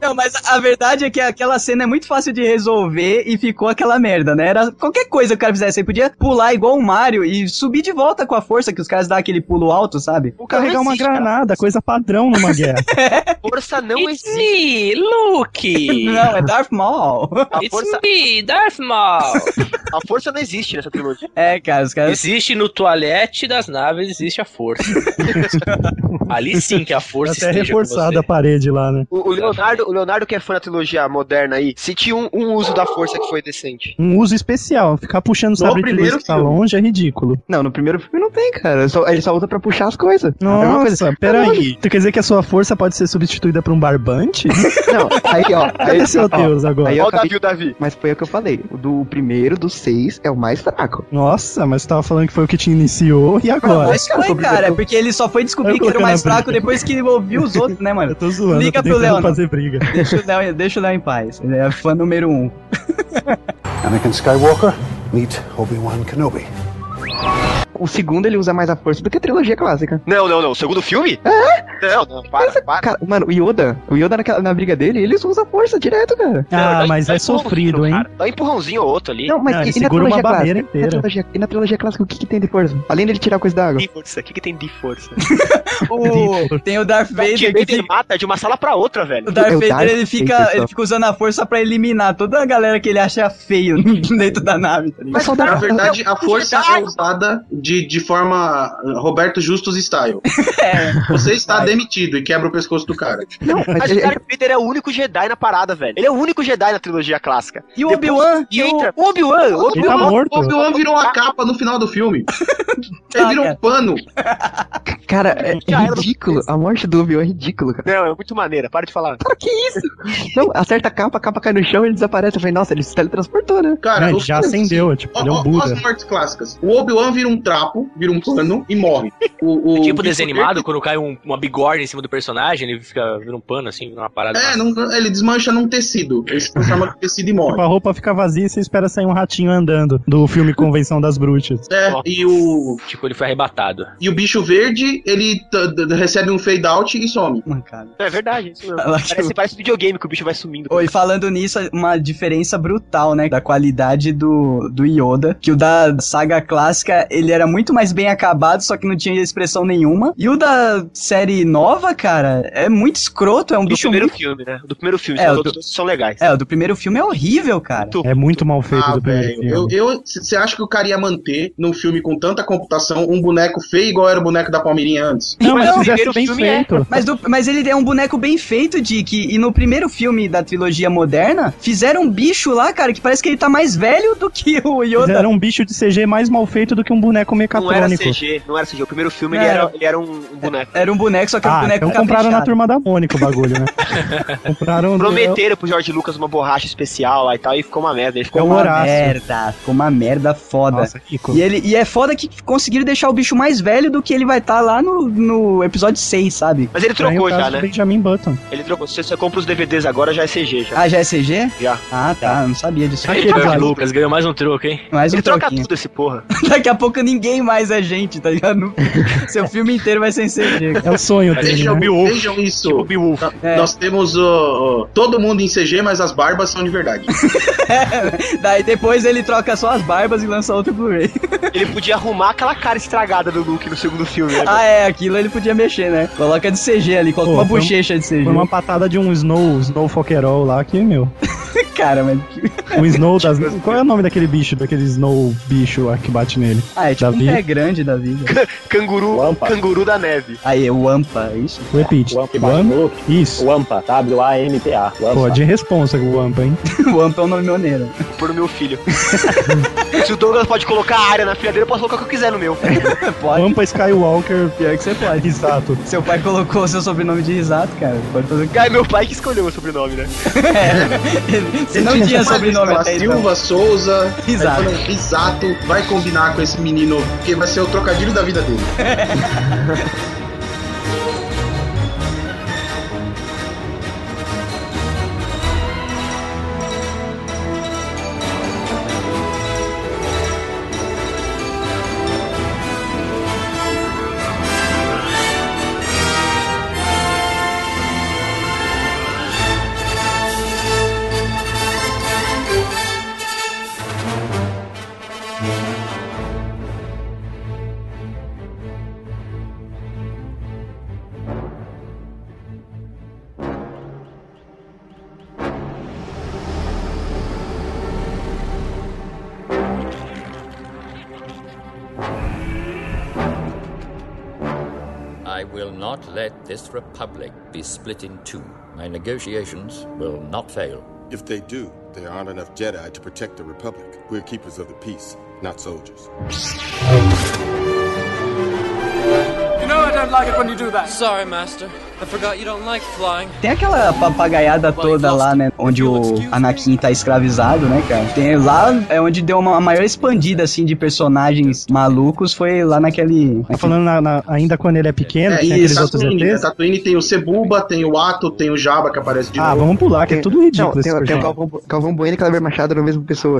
Speaker 1: Não, mas a verdade é que aquela cena é muito fácil de resolver e ficou aquela merda, né? Era qualquer coisa que o cara fizesse. Ele podia pular igual o Mario e subir de volta com a força que os caras dão aquele pulo alto, sabe?
Speaker 8: Carregar uma granada, coisa padrão numa guerra.
Speaker 5: Força não existe.
Speaker 4: Me, Luke!
Speaker 1: Não, é Darth Maul.
Speaker 5: A força...
Speaker 4: me, Darth Maul!
Speaker 5: a força não existe nessa trilogia.
Speaker 1: É, cara, os caras.
Speaker 4: Existe no toalete das naves, existe a força. Ali sim que a força
Speaker 8: Até
Speaker 4: esteja com
Speaker 8: reforçada a parede lá, né?
Speaker 5: O, o Leonardo, o Leonardo, que é fã da trilogia moderna aí, se tinha um, um uso da força que foi decente.
Speaker 8: Um uso especial. Ficar puxando o sabre de luz
Speaker 5: primeiro
Speaker 8: que tá
Speaker 5: filme.
Speaker 8: longe é ridículo.
Speaker 6: Não, no primeiro filme não tem, cara. Só- ele só usa pra puxar as coisas. É a mesma
Speaker 8: Nossa,
Speaker 6: coisa.
Speaker 8: peraí.
Speaker 6: Caralho.
Speaker 8: Tu quer dizer que a sua força pode ser substituída por um barbante?
Speaker 6: Não, aí, ó.
Speaker 8: Cadê
Speaker 6: aí,
Speaker 8: seu
Speaker 6: ó,
Speaker 8: Deus agora?
Speaker 6: Aí eu
Speaker 8: Ó o
Speaker 6: acabei-
Speaker 8: Davi, o
Speaker 6: Mas foi o que eu falei. O do primeiro dos seis é o mais fraco.
Speaker 8: Nossa, mas tu tava falando que foi o que te iniciou e
Speaker 2: é
Speaker 8: agora?
Speaker 1: Mas foi, cara, porque ele só foi descobrir
Speaker 8: Eu
Speaker 1: que era o mais
Speaker 8: colocando a
Speaker 1: fraco depois que ouviu os outros, né, mano? Eu
Speaker 8: tô zoando,
Speaker 1: Liga
Speaker 8: eu tô
Speaker 1: pro
Speaker 8: tentando
Speaker 1: Léo.
Speaker 8: fazer briga.
Speaker 1: Deixa o Léo, deixa o Léo em paz. Ele é fã número um.
Speaker 14: Anakin Skywalker, meet Obi-Wan Kenobi.
Speaker 6: O segundo ele usa mais a força do que a trilogia clássica.
Speaker 5: Não, não, não. O segundo filme? Não, não, é para, para.
Speaker 6: Cara, mano, o Yoda, o Yoda naquela- na briga dele, eles usam a força direto, cara.
Speaker 5: tá
Speaker 8: Ah, mas é sofrido, hein?
Speaker 5: Dá um empurrãozinho ou outro ali.
Speaker 6: Não, mas e, e na
Speaker 8: segura uma
Speaker 6: trilogia
Speaker 8: barreira
Speaker 6: clássica?
Speaker 8: inteira.
Speaker 6: Na trilogia, e na trilogia clássica, o que, que tem de força? Além dele tirar a coisa da água.
Speaker 5: Tem força. O que, que tem de força?
Speaker 1: O- tem o
Speaker 5: O
Speaker 1: Darth
Speaker 5: que
Speaker 1: Vader que
Speaker 5: Vader mata de uma sala pra outra, velho.
Speaker 1: O Darth
Speaker 6: É o
Speaker 1: Vader,
Speaker 6: Darth
Speaker 1: ele,
Speaker 6: Vader
Speaker 1: fica,
Speaker 6: só.
Speaker 1: ele fica usando a força pra eliminar toda a galera que ele acha feio dentro da nave, tá ligado?
Speaker 6: Mas só dá-
Speaker 2: Na verdade,
Speaker 6: é
Speaker 2: a
Speaker 6: o
Speaker 2: força é usada de, de forma uh, Roberto Justus style.
Speaker 8: É.
Speaker 2: Você está demitido e quebra o pescoço do cara.
Speaker 6: Não,
Speaker 5: Acho que o Darth Vader é o único Jedi na parada, velho. Ele é o único Jedi na trilogia clássica.
Speaker 1: E o
Speaker 5: Depois
Speaker 1: Obi-Wan?
Speaker 5: que
Speaker 1: E o-
Speaker 5: entra- O Obi-Wan! o
Speaker 8: Ele tá
Speaker 5: Obi-Wan!
Speaker 8: morto.
Speaker 2: O Obi-Wan virou a capa no final do filme. Ele
Speaker 1: é
Speaker 2: virou um pano.
Speaker 6: Cara, é, é
Speaker 5: Já era do-
Speaker 6: ridículo. A morte do Obi-Wan é ridícula, cara.
Speaker 5: Não, é muito maneira. Para de falar.
Speaker 6: Cara, que isso? Não, acerta a capa, a capa cai no chão ele desaparece. Eu falei, nossa, ele se teletransportou, né?
Speaker 2: Cara,
Speaker 8: Não,
Speaker 2: os-
Speaker 8: já acendeu, tipo,
Speaker 2: Ó,
Speaker 8: ele é um
Speaker 2: ó, ó as
Speaker 8: Buda.
Speaker 2: mortes clássicas. O Obi-Wan vira um trapo, vira um pano e morre. O, o-
Speaker 4: Tipo
Speaker 2: o
Speaker 4: desenho
Speaker 2: Peter-
Speaker 4: animado, quando cai um- uma bigorna em cima do personagem, ele fica vira um pano assim, uma parada.
Speaker 2: É, não- ele desmancha num tecido. Ele se transforma num tecido e
Speaker 8: Tipo,
Speaker 2: morre.
Speaker 8: a roupa fica vazia e você espera sair um ratinho andando do filme Convenção das Bruxas.
Speaker 2: É, e o,
Speaker 4: Tipo, ele foi arrebatado.
Speaker 2: e o bicho verde, ele t- t- recebe um fade out e some.
Speaker 1: Mancada.
Speaker 5: É verdade, isso mesmo.
Speaker 1: Ela que-
Speaker 5: Parece, parece videogame que o bicho vai sumindo.
Speaker 1: Oi, falando nisso, uma diferença brutal, né? Da qualidade do, do Yoda. Que o da saga clássica, ele era muito mais bem acabado, só que não tinha expressão nenhuma. E o da série nova, cara, é muito escroto, é um
Speaker 5: Do
Speaker 1: bicho
Speaker 5: primeiro
Speaker 1: muito...
Speaker 5: filme, né? Do primeiro filme.
Speaker 1: É,
Speaker 5: são
Speaker 1: o
Speaker 5: todos
Speaker 1: do-
Speaker 5: são legais.
Speaker 1: É, o do primeiro filme é horrível, cara.
Speaker 8: É muito mal feito
Speaker 2: Ah,
Speaker 8: do primeiro
Speaker 2: velho,
Speaker 8: filme.
Speaker 2: eu, você acha que o cara ia manter num filme com tanta computação um boneco feio igual era o boneco da Palmeirinha antes?
Speaker 8: Não, mas
Speaker 5: Mas o
Speaker 8: fizesse
Speaker 5: primeiro
Speaker 8: bem
Speaker 5: filme é-
Speaker 8: feito.
Speaker 1: Mas, do- mas ele é um boneco bem feito, Dick. E no primeiro filme da trilogia moderna, fizeram um bicho lá, cara, que parece que ele tá mais velho do que o Yoda.
Speaker 8: Era um bicho de CG mais mal feito do que um boneco
Speaker 5: Não era
Speaker 8: mecatrônico.
Speaker 5: CG, não era CG. O primeiro filme ele
Speaker 1: Não,
Speaker 5: era,
Speaker 1: era-
Speaker 5: ele era um, um boneco.
Speaker 1: Era um boneco, só que era um
Speaker 8: Ah,
Speaker 1: boneco
Speaker 8: então compraram na
Speaker 1: caprichado.
Speaker 8: turma da Mônica o bagulho, né? compraram.
Speaker 5: Prometeram pro George Lucas uma borracha especial lá e tal, e ficou uma merda. Ele ficou
Speaker 8: É o
Speaker 5: uma...
Speaker 1: uma
Speaker 8: Horácio.
Speaker 1: merda, ficou uma merda foda.
Speaker 8: Nossa, Kiko.
Speaker 1: E, ele, e é foda que conseguiram deixar o bicho mais velho do que ele vai estar lá no, no episódio 6, sabe?
Speaker 5: Mas ele
Speaker 8: Aí o
Speaker 5: trocou
Speaker 8: um caso
Speaker 5: já,
Speaker 8: do
Speaker 5: né?
Speaker 8: Benjamin Button.
Speaker 5: Ele trocou. Se você compra os DVDs agora, já é CG, já.
Speaker 1: Ah, já é CG?
Speaker 5: Já.
Speaker 1: Ah, tá, eu não sabia disso.
Speaker 8: Achei
Speaker 4: George
Speaker 8: bizarro.
Speaker 4: Lucas ganhou mais um troco, hein?
Speaker 1: Mais um
Speaker 5: Ele troca
Speaker 1: troquinho.
Speaker 5: tudo esse porra.
Speaker 1: Daqui a pouco ninguém mais é gente, tá ligado? No- Seu filme inteiro vai ser em CG. cara.
Speaker 8: É o sonho dele,
Speaker 2: Vejam,
Speaker 8: né?
Speaker 2: vejam isso.
Speaker 5: Beowulf.
Speaker 1: É.
Speaker 2: Nós temos ó, ó, todo mundo em CG, mas as barbas são de verdade.
Speaker 1: Daí depois ele troca só as barbas e lança outro Blu-ray.
Speaker 5: Ele podia arrumar aquela cara estragada do Luke no segundo filme, né?
Speaker 1: ah, é, aquilo ele podia mexer, né? Coloca de CG ali, coloca
Speaker 8: Pô,
Speaker 1: uma
Speaker 8: foi um-
Speaker 1: bochecha de CG.
Speaker 8: Foi uma patada de um Snow, Snow Foquerol lá que, meu.
Speaker 1: Cara, mas. que-
Speaker 8: O Snow das. Qual é o nome daquele bicho, daquele Snow bicho lá que bate nele?
Speaker 1: Ah, é tipo
Speaker 8: Davi?
Speaker 1: um pé grande da vida.
Speaker 5: Canguru,
Speaker 3: Wampa.
Speaker 5: canguru da neve.
Speaker 1: Aí, o Ampa, é isso?
Speaker 8: Repeat.
Speaker 3: O Ampa bate no Luke.
Speaker 8: Isso.
Speaker 3: O Ampa, W-A-M-P-A.
Speaker 1: um
Speaker 8: Pô, de responsa com o Wampa, hein?
Speaker 1: o Ampa é o nome meu
Speaker 5: Por meu filho. Se o Douglas pode colocar a área na filha dele, eu posso colocar o que eu quiser no meu.
Speaker 1: Pode.
Speaker 8: Pampa Skywalker.
Speaker 1: Pior que você pode.
Speaker 8: Exato.
Speaker 1: Seu pai colocou o seu sobrenome de risato, cara. Pode fazer o que.
Speaker 5: Ah, é meu pai que escolheu o sobrenome, né?
Speaker 1: Você não tinha é sobrenome
Speaker 2: lá,
Speaker 1: até então.
Speaker 2: Silva, Souza.
Speaker 1: Risato.
Speaker 2: Aí falou, Risato vai combinar com esse menino, porque vai ser o trocadilho da vida dele.
Speaker 7: I will not let this republic be split in two. My negotiations will not fail.
Speaker 15: If they do, there aren't enough Jedi to protect the Republic. We're keepers of the peace, not soldiers.
Speaker 16: You know I don't like it when you do that. Sorry, Master. I forgot you don't like flying.
Speaker 1: Tem aquela papagaiada toda lá, né? Onde o Anakin tá escravizado, né, cara? Tem lá é onde deu uma maior expandida, assim, de personagens malucos. Foi lá naquele.
Speaker 8: Tá falando na- na- ainda quando ele é pequeno,
Speaker 2: É,
Speaker 8: tem
Speaker 2: e
Speaker 8: aqueles outros
Speaker 2: Tatooine, né?
Speaker 8: ETs.
Speaker 2: Tatooine tem o Cebuba, tem o Ato, tem o Jabba que aparece de
Speaker 8: Ah,
Speaker 2: novo.
Speaker 8: vamos pular, que é tudo ridículo
Speaker 6: Não,
Speaker 8: esse
Speaker 6: tem,
Speaker 5: um
Speaker 6: tem o
Speaker 8: personagem.
Speaker 6: Galvão, Galvão Bueno e Cleber Machado na mesma pessoa.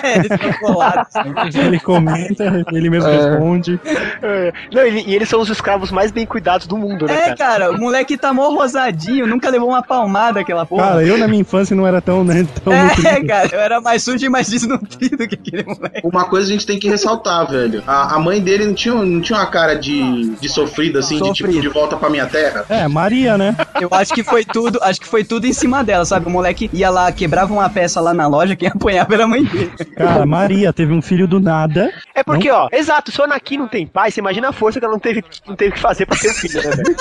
Speaker 1: É,
Speaker 8: Ele comenta, ele mesmo
Speaker 6: É.
Speaker 8: responde.
Speaker 5: É. Não, e, e eles são os escravos mais bem cuidados do mundo, né,
Speaker 1: É, cara, o moleque tá mó rosadinho, nunca levou uma palmada aquela porra.
Speaker 8: Cara, eu na minha infância não era tão, né, tão
Speaker 1: É,
Speaker 8: nutrido.
Speaker 1: cara, eu era mais sujo e mais desnutrido que aquele moleque.
Speaker 2: Uma coisa a gente tem que ressaltar, velho. A, a mãe dele não tinha, não tinha uma cara de, de sofrida, assim, de tipo, de volta pra minha terra.
Speaker 8: É, Maria, né?
Speaker 1: Eu acho que foi tudo, acho que foi tudo em cima dela, sabe? O moleque ia lá, quebrava uma peça lá na loja, quem apanhava era a mãe dele.
Speaker 8: Cara, Maria teve um filho do nada.
Speaker 5: É porque, ó, exato, se o Anakin não tem pai, você imagina a força que ela não teve, não teve que fazer pra ter um filho, né, velho?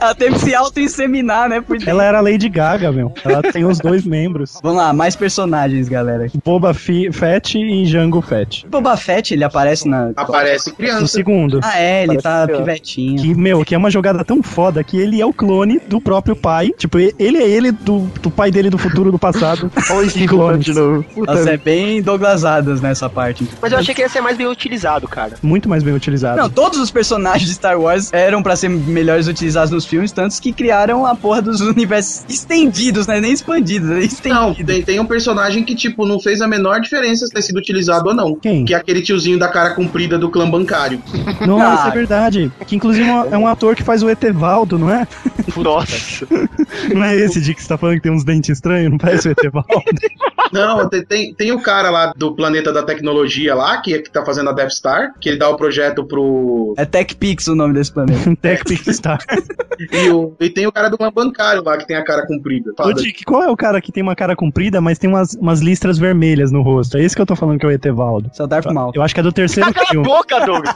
Speaker 1: Ela teve que se auto-inseminar, né? Por
Speaker 8: Ela era a Lady Gaga, meu. Ela tem os dois membros.
Speaker 1: Vamos lá, mais personagens, galera.
Speaker 8: Boba Fi- Fett e Jango Fett.
Speaker 1: Boba Fett, ele aparece na.
Speaker 2: Aparece criança.
Speaker 8: No segundo.
Speaker 1: Ah, é, ele
Speaker 8: Parece
Speaker 1: tá
Speaker 8: criança.
Speaker 1: pivetinho.
Speaker 8: Que, meu, que é uma jogada tão foda que ele é o clone do próprio pai. Tipo, e- ele é ele do, do pai dele do futuro, do passado.
Speaker 6: Olha
Speaker 8: Em clones.
Speaker 1: Nossa, é bem Douglasadas nessa parte.
Speaker 5: Mas eu achei que ia ser mais bem utilizado, cara.
Speaker 8: Muito mais bem utilizado.
Speaker 1: Não, todos os personagens de Star Wars eram pra ser melhores utilizados nos filmes, tantos que criaram a porra dos universos estendidos, né? Nem expandidos, né?
Speaker 2: Não,
Speaker 1: estendidos.
Speaker 2: tem, tem um personagem que, tipo, não fez a menor diferença se ter sido utilizado ou não.
Speaker 8: Quem?
Speaker 2: Que é aquele tiozinho da cara comprida do clã bancário.
Speaker 8: Não, isso é verdade. Que inclusive é um- é um ator que faz o Etevaldo, não é?
Speaker 5: Nossa.
Speaker 8: Não é esse Dick que você tá falando que tem uns dentes estranhos? Não parece o Etevaldo?
Speaker 2: Não, tem, tem, tem o cara lá do planeta da tecnologia lá, que, é que tá fazendo a Death Star, que ele dá o projeto pro.
Speaker 1: É Tech Pix o nome desse planeta.
Speaker 8: Um Tech Pix Star.
Speaker 2: E, o- e tem o cara do clã bancário lá, que tem a cara comprida.
Speaker 8: Ô,
Speaker 2: Fala.
Speaker 8: Dick, qual é o cara que tem uma cara comprida, mas tem umas, umas listras vermelhas no rosto? É esse que eu tô falando que é o Etevaldo.
Speaker 1: Só Darth Maul.
Speaker 8: Eu acho que é do terceiro
Speaker 5: Cala a
Speaker 8: filme.
Speaker 5: boca, Douglas!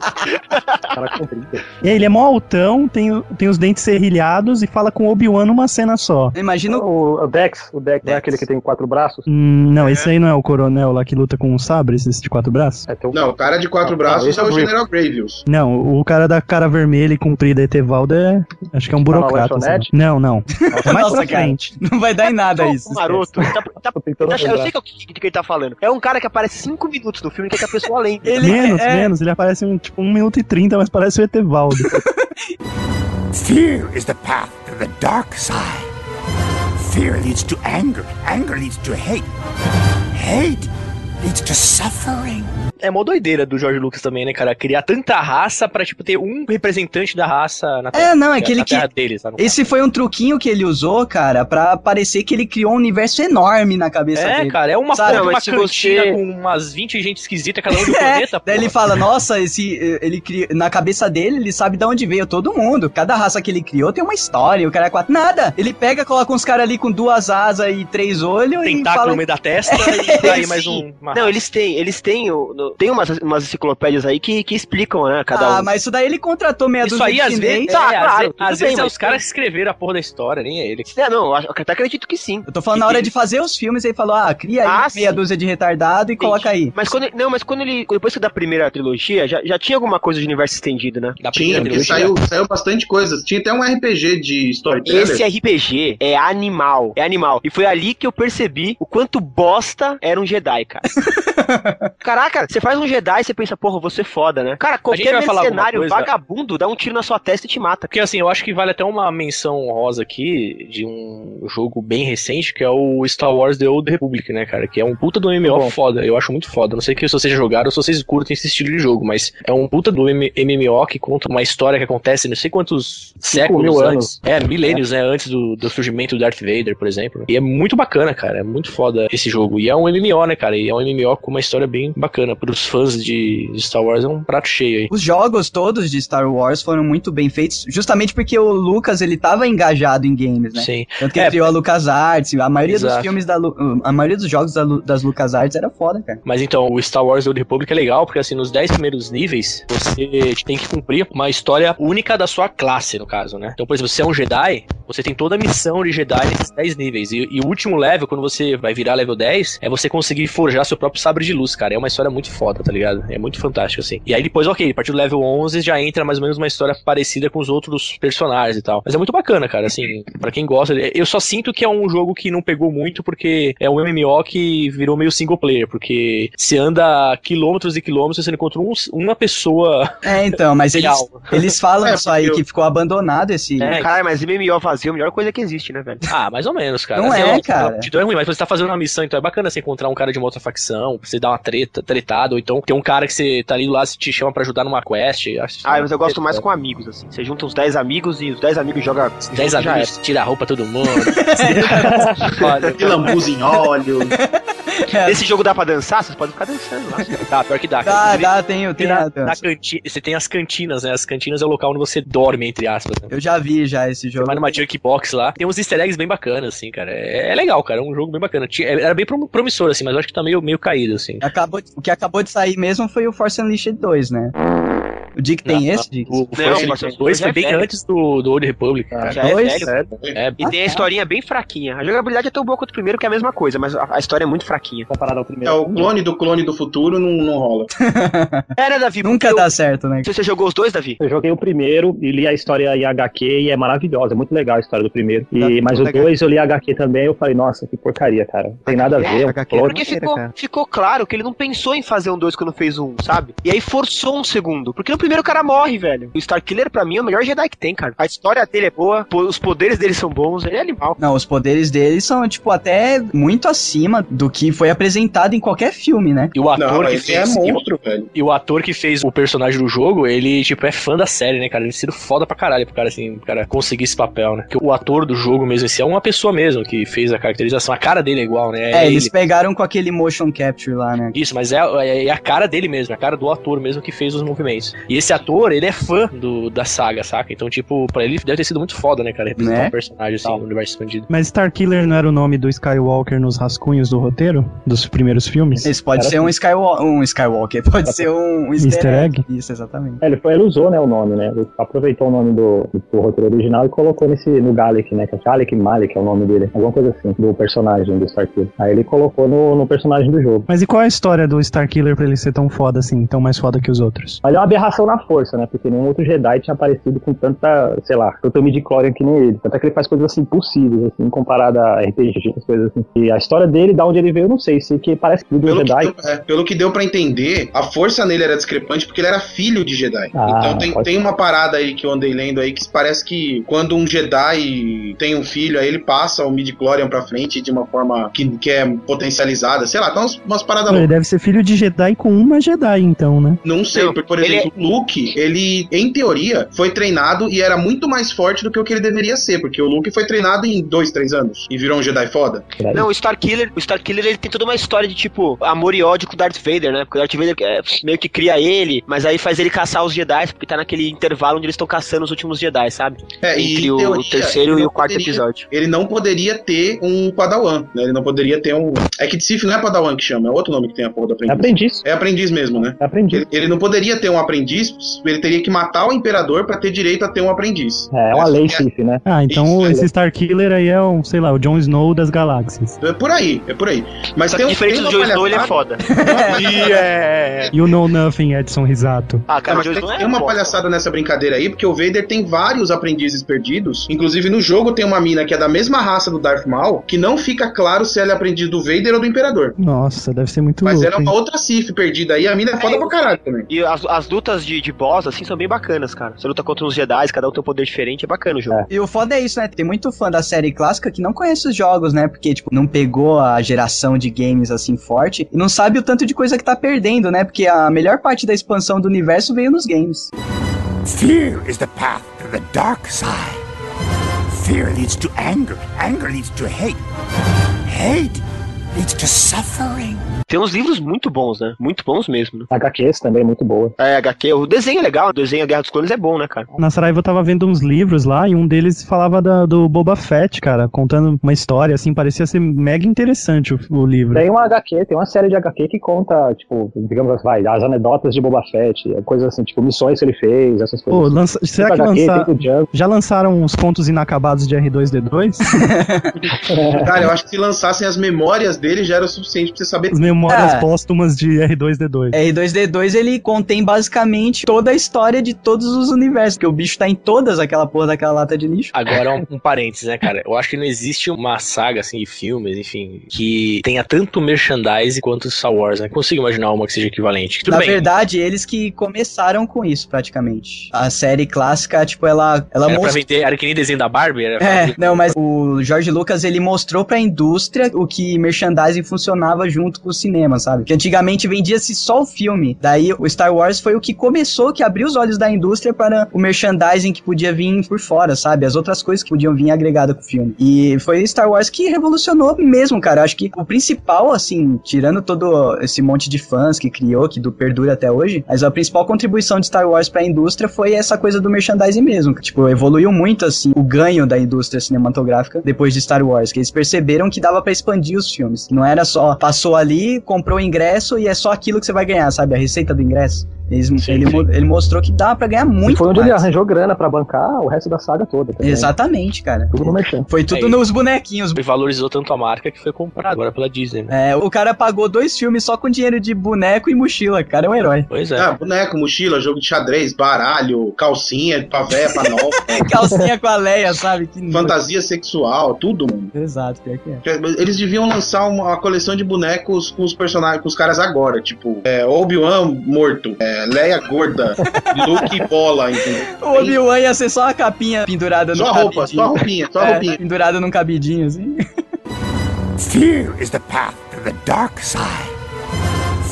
Speaker 8: E aí, ele é mó altão, tem, o- tem os dentes serrilhados e fala com Obi-Wan numa cena só.
Speaker 1: Imagina
Speaker 13: o, o Dex, o Dex, não é aquele que tem quatro braços.
Speaker 8: Hum, não, esse aí não é o coronel lá que luta com o sabre, esse de quatro braços?
Speaker 13: É, tem um-
Speaker 2: Não, o cara de quatro
Speaker 13: Ah,
Speaker 2: braços
Speaker 13: esse
Speaker 2: é o
Speaker 13: Grievous.
Speaker 2: General Gravius.
Speaker 8: Não, o cara da cara vermelha e comprida, Etevaldo, é. Acho
Speaker 3: Tá
Speaker 8: que é um
Speaker 13: na
Speaker 8: burocrata. sabe?
Speaker 13: lanchonete?
Speaker 8: Não, não. É mais
Speaker 1: Nossa,
Speaker 8: pra
Speaker 1: cara.
Speaker 8: frente.
Speaker 1: Não vai dar em nada É isso.
Speaker 5: Maroto. Tá- tá-
Speaker 13: Tô tentando
Speaker 5: tá- eu
Speaker 13: lembrar.
Speaker 5: sei que é o que, que ele tá falando. É um cara que aparece cinco minutos no filme que, é que a pessoa lembra.
Speaker 1: Ele
Speaker 8: menos,
Speaker 1: é-
Speaker 8: menos. Ele aparece em tipo 1 minuto e 30, mas parece o Etevaldo.
Speaker 9: Fear is the path to the dark side. Fear leads to anger. Anger leads to hate. Hate leads to suffering.
Speaker 4: É mó doideira do George Lucas também, né, cara? Criar tanta raça pra, tipo, ter um representante da raça na
Speaker 1: É, não, é
Speaker 4: que
Speaker 1: aquele
Speaker 4: na
Speaker 1: que-
Speaker 4: terra deles, sabe?
Speaker 1: Esse foi um truquinho que ele usou, cara, pra parecer que ele criou um universo enorme na cabeça
Speaker 4: É,
Speaker 1: dele.
Speaker 4: cara, é uma
Speaker 1: Sabe?
Speaker 4: porra de uma
Speaker 5: mas se
Speaker 4: cantina
Speaker 5: você-
Speaker 4: com umas 20 gente esquisita, cada um do
Speaker 1: É,
Speaker 4: planeta,
Speaker 1: daí ele
Speaker 4: porra.
Speaker 1: fala, nossa, esse eh, ele cri- na cabeça dele, ele sabe de onde veio todo mundo. Cada raça que ele criou tem uma história, o cara é quatro. Nada! Ele pega, coloca uns caras ali com duas asas e três olhos e
Speaker 4: Tentáculo
Speaker 1: fala.
Speaker 4: no meio da testa e
Speaker 1: É,
Speaker 4: daí mais
Speaker 1: sim.
Speaker 4: um, uma
Speaker 5: Não, eles têm, eles têm. o- no- Tem umas, umas enciclopédias aí que, que explicam, né? Cada
Speaker 1: ah,
Speaker 5: um.
Speaker 1: mas isso daí ele contratou meia
Speaker 5: Isso
Speaker 1: dúzia
Speaker 5: aí,
Speaker 1: de
Speaker 5: às
Speaker 1: chinês.
Speaker 5: vezes- Tá,
Speaker 4: É, às
Speaker 5: claro,
Speaker 4: ve-
Speaker 5: tudo
Speaker 4: às
Speaker 5: bem,
Speaker 4: vezes é
Speaker 5: mas-
Speaker 4: os caras que escreveram a porra da história, nem é ele.
Speaker 5: É, não, eu acho- eu até acredito que sim.
Speaker 1: Eu tô falando na hora de fazer os filmes, ele falou, ah, cria aí
Speaker 5: Ah,
Speaker 1: meia
Speaker 5: sim.
Speaker 1: dúzia de retardado e coloca aí.
Speaker 5: Mas quando, não, mas quando ele. Depois que da primeira trilogia, já, já tinha alguma coisa de universo estendido, né?
Speaker 2: Tinha, porque saiu, saiu bastante coisa. Tinha até um RPG de storyteller.
Speaker 5: Esse RPG é animal, é animal. E foi ali que eu percebi o quanto bosta era um Jedi, cara. Caraca, você faz um Jedi e você pensa, porra, você foda, né? Cara,
Speaker 4: gente
Speaker 5: qualquer
Speaker 4: vai falar alguma
Speaker 5: mercenário
Speaker 4: coisa?
Speaker 5: vagabundo dá um tiro na sua testa e te mata.
Speaker 4: Porque assim, eu acho que vale até uma menção rosa aqui de um jogo bem recente, que é o Star Wars The Old Republic, né, cara? Que é um puta do MMO
Speaker 13: Tá
Speaker 4: foda. Eu acho muito foda. Não sei que se vocês jogaram ou se vocês curtem esse estilo de jogo, mas é um puta do M- MMO que conta uma história que acontece não sei quantos séculos
Speaker 13: mil
Speaker 4: antes.
Speaker 13: anos.
Speaker 4: É, milênios, né? Antes do, do surgimento do Darth Vader, por exemplo. E é muito bacana, cara. É muito foda esse jogo. E é um MMO, né, cara? E é um MMO com uma história bem bacana. Pros fãs de de Star Wars é um prato cheio aí.
Speaker 1: Os jogos todos de Star Wars foram muito bem feitos, justamente porque o Lucas ele tava engajado em games, né?
Speaker 4: Sim.
Speaker 1: Tanto que ele
Speaker 4: É.
Speaker 1: criou a LucasArts, a maioria
Speaker 4: Exato.
Speaker 1: dos filmes da Lu- a maioria dos jogos da Lu- das LucasArts era foda, cara.
Speaker 4: Mas então, o Star Wars The Old Republic é legal, porque assim, nos 10 primeiros níveis, você tem que cumprir uma história única da sua classe, no caso, né? Então, por exemplo, se você é um Jedi, você tem toda a missão de Jedi nesses 10 níveis. E, e o último level, quando você vai virar level 10, é você conseguir forjar seu próprio sabre de luz, cara. É uma história muito foda, tá ligado? É muito fantástico, assim. E aí depois, ok, a partir do level 11 já entra mais ou menos uma história parecida com os outros personagens e tal. Mas é muito bacana, cara, assim, pra quem gosta. Eu só sinto que é um jogo que não pegou muito porque é um MMO que virou meio single player, porque você anda quilômetros e quilômetros e você não encontra um- uma pessoa.
Speaker 1: É, então, mas eles,
Speaker 4: Legal.
Speaker 1: eles falam
Speaker 4: É,
Speaker 1: isso aí,
Speaker 4: porque
Speaker 1: que ficou abandonado esse...
Speaker 4: É,
Speaker 5: né? Caralho, mas MMO vazio é a melhor coisa que existe, né, velho?
Speaker 4: Ah, mais ou menos, cara.
Speaker 1: Não é,
Speaker 4: eu-
Speaker 1: cara.
Speaker 4: Então é ruim, mas você tá fazendo uma missão, então é bacana você encontrar um cara de uma outra facção, você dar uma treta, tretada, ou então tem um cara que você tá ali lá, se te chama pra ajudar numa quest. acho que-
Speaker 5: Ah, mas eu gosto mais com amigos, assim. Você junta uns 10 amigos e os 10 amigos jogam.
Speaker 4: 10 amigos, tira a roupa todo mundo.
Speaker 5: E lambuz
Speaker 2: em óleo.
Speaker 1: É.
Speaker 5: Esse jogo dá pra dançar? Vocês podem ficar dançando lá.
Speaker 4: Tá, pior que dá.
Speaker 5: Dá,
Speaker 4: Inclusive,
Speaker 5: dá, tem- tem
Speaker 4: a-
Speaker 5: a dança.
Speaker 4: na canti- Você tem as cantinas, né? As cantinas é o local onde você dorme, entre aspas. né?
Speaker 1: Eu já vi já esse jogo.
Speaker 4: Você vai numa junk box lá. Tem uns easter eggs bem bacanas, assim, cara. É, é legal, cara. É um jogo bem bacana. Tinha- Era bem prom- promissor, assim, mas eu acho que tá meio, meio caído, assim.
Speaker 1: Acabou de- o que acabou de sair mesmo foi o Force Unleashed 2, né? O Dick tem esse, Dick?
Speaker 4: O Force Unleashed 2 foi bem antes do, do Old Republic. cara.
Speaker 5: Já é
Speaker 1: Dois?
Speaker 5: velho.
Speaker 4: É,
Speaker 5: E tem a historinha bem fraquinha. A jogabilidade é tão boa quanto o primeiro, que é a mesma coisa, mas a, a história é muito fraquinha.
Speaker 17: Comparado ao
Speaker 2: É
Speaker 17: primeiro.
Speaker 2: o clone do clone do futuro, não, não rola.
Speaker 5: É, né, Davi?
Speaker 1: Nunca dá certo, né?
Speaker 5: Você jogou os dois, Davi?
Speaker 3: Eu joguei o primeiro e li a história em HQ e é maravilhosa, é muito legal a história do primeiro. E, mas o
Speaker 5: legal.
Speaker 3: dois eu li a HQ também e eu falei, nossa, que porcaria, cara. Não tem nada a ver. é um clone.
Speaker 5: Porque ficou, ficou claro que ele não pensou em fazer um 2 quando fez um, sabe? E aí forçou um segundo. Porque no primeiro o cara morre, velho. O Starkiller, pra mim, é o melhor Jedi que tem, cara. A história dele é boa, po- os poderes dele são bons, ele é animal.
Speaker 1: Não, os poderes dele são, tipo, até muito acima do que foi apresentado em qualquer filme, né?
Speaker 4: E o ator
Speaker 2: Não,
Speaker 4: que
Speaker 2: esse é
Speaker 4: fez.
Speaker 2: monstro,
Speaker 4: e,
Speaker 2: velho.
Speaker 4: e o ator que fez o personagem do jogo, ele, tipo, é fã da série, né, cara? Ele sido foda pra caralho pro cara, assim, pro cara conseguir esse papel, né? Porque o ator do jogo mesmo, esse é uma pessoa mesmo que fez a caracterização. A cara dele é igual, né?
Speaker 1: É, eles pegaram com aquele motion capture lá, né?
Speaker 4: Isso, mas é, é- é a cara dele mesmo, é a cara do ator mesmo que fez os movimentos. E esse ator, ele é fã do, da saga, saca? Então, tipo, pra ele deve ter sido muito foda, né, cara? Representar
Speaker 1: Né?
Speaker 4: um personagem assim no universo expandido.
Speaker 8: Mas Starkiller não era o nome do Skywalker nos rascunhos do roteiro? Dos primeiros filmes?
Speaker 1: Esse pode
Speaker 8: Era
Speaker 1: ser um,
Speaker 8: assim.
Speaker 1: Skywa- um Skywalker, pode ser um, um
Speaker 8: Easter
Speaker 1: Isso, exatamente.
Speaker 3: É, ele, foi, ele usou né, o nome, né? Ele aproveitou o nome do, do roteiro original e colocou nesse, no Galek, né? Que é Galek Malik é o nome dele, alguma coisa assim, do personagem do Starkiller. Aí ele colocou no, no personagem do jogo.
Speaker 8: Mas e qual é a história do Starkiller pra ele ser tão foda assim, tão mais foda que os outros?
Speaker 3: Mas é uma aberração na força, né? Porque nenhum outro Jedi tinha aparecido com tanta, sei lá, tanto midi-chlorian que nem ele. Tanto é que ele faz coisas assim impossíveis, assim, comparada a RPG, essas coisas assim. E a história dele, da onde ele veio, eu não sei. Sei que parece que do
Speaker 2: Pelo que,
Speaker 3: Jedi.
Speaker 2: deu, é, pelo que deu pra entender, a força nele era discrepante porque ele era filho de Jedi.
Speaker 3: Ah,
Speaker 2: então tem,
Speaker 3: pode
Speaker 2: tem uma parada aí que eu andei lendo aí que parece que quando um Jedi tem um filho, aí ele passa o midi-chlorian pra frente de uma forma que, que é potencializada. Sei lá, tá umas, umas paradas
Speaker 8: Ele
Speaker 2: loucas.
Speaker 8: deve ser filho de Jedi com uma Jedi, então, né?
Speaker 2: Não sei, porque, por
Speaker 5: ele
Speaker 2: exemplo,
Speaker 5: é-
Speaker 2: o Luke, ele, em teoria, foi treinado e era muito mais forte do que o que ele deveria ser, porque o Luke foi treinado em dois, três anos e virou um Jedi foda.
Speaker 5: Não, o Starkiller, o Starkiller ele tem toda uma história de tipo amor e ódio com o Darth Vader, né? Porque o Darth Vader é, meio que cria ele, mas aí faz ele caçar os Jedi, porque tá naquele intervalo onde eles estão caçando os últimos Jedi, sabe?
Speaker 2: É, e,
Speaker 5: Entre
Speaker 2: em
Speaker 5: o
Speaker 2: teoria,
Speaker 5: terceiro
Speaker 2: ele
Speaker 5: e
Speaker 2: não
Speaker 5: o quarto
Speaker 2: poderia-
Speaker 5: episódio.
Speaker 2: Ele não poderia ter um Padawan, né? Ele não poderia ter um. É que Sif não é Padawan que chama, é outro nome que tem a porra do aprendiz.
Speaker 3: aprendiz.
Speaker 2: É aprendiz mesmo, né?
Speaker 3: Aprendiz.
Speaker 2: Ele, ele não poderia ter um aprendiz, ele teria que matar o imperador pra ter direito a ter um aprendiz.
Speaker 3: É, é uma lei, Sif, né?
Speaker 8: Ah, então esse Starkiller aí é um, sei lá, o Jon Snow das galáxias.
Speaker 2: É por aí, é por aí. Mas
Speaker 5: Só
Speaker 2: tem
Speaker 5: que
Speaker 2: um-
Speaker 5: diferente
Speaker 2: tem
Speaker 5: do
Speaker 2: uma
Speaker 5: Joe Snow, ele é
Speaker 2: palhaçada-
Speaker 5: foda.
Speaker 2: E é.
Speaker 8: You know nothing, Edson Risato.
Speaker 5: Ah, cara,
Speaker 2: mas
Speaker 5: o Joe
Speaker 2: tem,
Speaker 5: Snow é
Speaker 2: tem uma
Speaker 5: foda.
Speaker 2: palhaçada nessa brincadeira aí, porque o Vader tem vários aprendizes perdidos. Inclusive, no jogo tem uma mina que é da mesma raça do Darth Maul, que não fica claro se ela é aprendiz do Vader ou do Imperador.
Speaker 8: Nossa, deve ser muito
Speaker 2: Mas
Speaker 8: louco.
Speaker 2: era uma
Speaker 8: hein?
Speaker 2: outra Sif perdida aí, a mina é foda pra caralho também.
Speaker 5: E as, as lutas de, de boss, assim, são bem bacanas, cara. Você luta contra uns Jedi, cada um tem um poder diferente, é bacana o jogo.
Speaker 1: E o foda é isso, né? Tem muito fã da série clássica que não conhece os jogos, né? Porque, tipo, não pegou a geração de games assim forte e não sabe o tanto de coisa que tá perdendo, né? Porque a melhor parte da expansão do universo veio nos games.
Speaker 9: Fear is the path to the dark side. Fear leads to anger. Anger leads to hate. Hate leads to suffering.
Speaker 5: Tem uns livros muito bons, né? Muito bons mesmo. Né?
Speaker 3: HQs também, muito boa.
Speaker 5: É, HQ. O desenho é legal, o desenho A Guerra dos Clones é bom, né, cara?
Speaker 8: Na Saraiva eu tava vendo uns livros lá e um deles falava da- do Boba Fett, cara, contando uma história, assim, parecia ser mega interessante o, o livro.
Speaker 3: Tem uma HQ, tem uma série de HQ que conta, tipo, digamos assim, vai, as anedotas de Boba Fett, coisas assim, tipo, missões que ele fez, essas coisas.
Speaker 8: Pô, lança-
Speaker 3: Tem
Speaker 8: será que
Speaker 3: HQ,
Speaker 8: lançar-
Speaker 3: tem do Jungle.
Speaker 8: Já lançaram os contos inacabados de R2D2?
Speaker 2: Cara, eu acho que se lançassem as memórias dele já era o suficiente pra você saber.
Speaker 8: As memórias
Speaker 1: É.
Speaker 8: póstumas de R2D2.
Speaker 1: R2D2 ele contém basicamente toda a história de todos os universos, porque o bicho tá em todas aquela porra daquela lata de lixo.
Speaker 4: Agora, um, um parênteses, né, cara? Eu acho que não existe uma saga, assim, de filmes, enfim, que tenha tanto merchandise quanto Star Wars, né? Consigo imaginar uma que seja equivalente. Tudo
Speaker 1: Na
Speaker 4: bem.
Speaker 1: verdade, eles que começaram com isso, praticamente. A série clássica, tipo, ela, ela
Speaker 4: era pra
Speaker 1: mostrou.
Speaker 4: vender, era que nem desenho da Barbie, era pra-
Speaker 1: É, não, mas o George Lucas ele mostrou pra indústria o que merchandising funcionava junto com o cinema, sabe? Que antigamente vendia-se só o filme. Daí o Star Wars foi o que começou, que abriu os olhos da indústria para o merchandising que podia vir por fora, sabe? As outras coisas que podiam vir agregada com o filme. E foi Star Wars que revolucionou mesmo, cara. Eu Acho que o principal, assim, tirando todo esse monte de fãs que criou, que do perdura até hoje, mas a principal contribuição de Star Wars pra indústria foi essa coisa do merchandising mesmo. que, Tipo, evoluiu muito, assim, o ganho da indústria cinematográfica depois de Star Wars, que eles perceberam que dava pra expandir os filmes. Não era só, passou ali, comprou o ingresso e é só aquilo que você vai ganhar, sabe? A receita do ingresso. Eles- ele, mo- ele mostrou que dá pra ganhar
Speaker 3: E
Speaker 1: muito
Speaker 3: foi onde ele
Speaker 1: mais.
Speaker 3: arranjou grana pra bancar o resto da saga toda. também.
Speaker 1: Exatamente, cara.
Speaker 3: Tudo no merchan.
Speaker 1: Foi tudo
Speaker 4: É,
Speaker 1: nos bonequinhos.
Speaker 4: E valorizou tanto a marca que foi comprada agora pela Disney, né?
Speaker 1: É, o cara pagou dois filmes só com dinheiro de boneco e mochila, cara, é um herói.
Speaker 4: Pois
Speaker 2: Ah, boneco, mochila, jogo de xadrez, baralho, calcinha, pavé, panol.
Speaker 1: Calcinha com a Leia, sabe? Que
Speaker 2: Fantasia sexual, tudo, mano.
Speaker 1: Exato, pior que é.
Speaker 2: Eles deviam lançar uma, uma coleção de bonecos com os personagens, com os caras agora, tipo, é, Obi-Wan morto, é, Leia gorda, Luke bola, entendeu?
Speaker 1: O Obi-Wan ia ser só uma capinha pendurada
Speaker 2: Só
Speaker 1: no
Speaker 2: a roupa,
Speaker 1: cabidinho.
Speaker 2: só a roupinha, só a
Speaker 1: É,
Speaker 2: roupinha.
Speaker 1: pendurada num cabidinho, assim.
Speaker 9: Fear is the path to the dark side.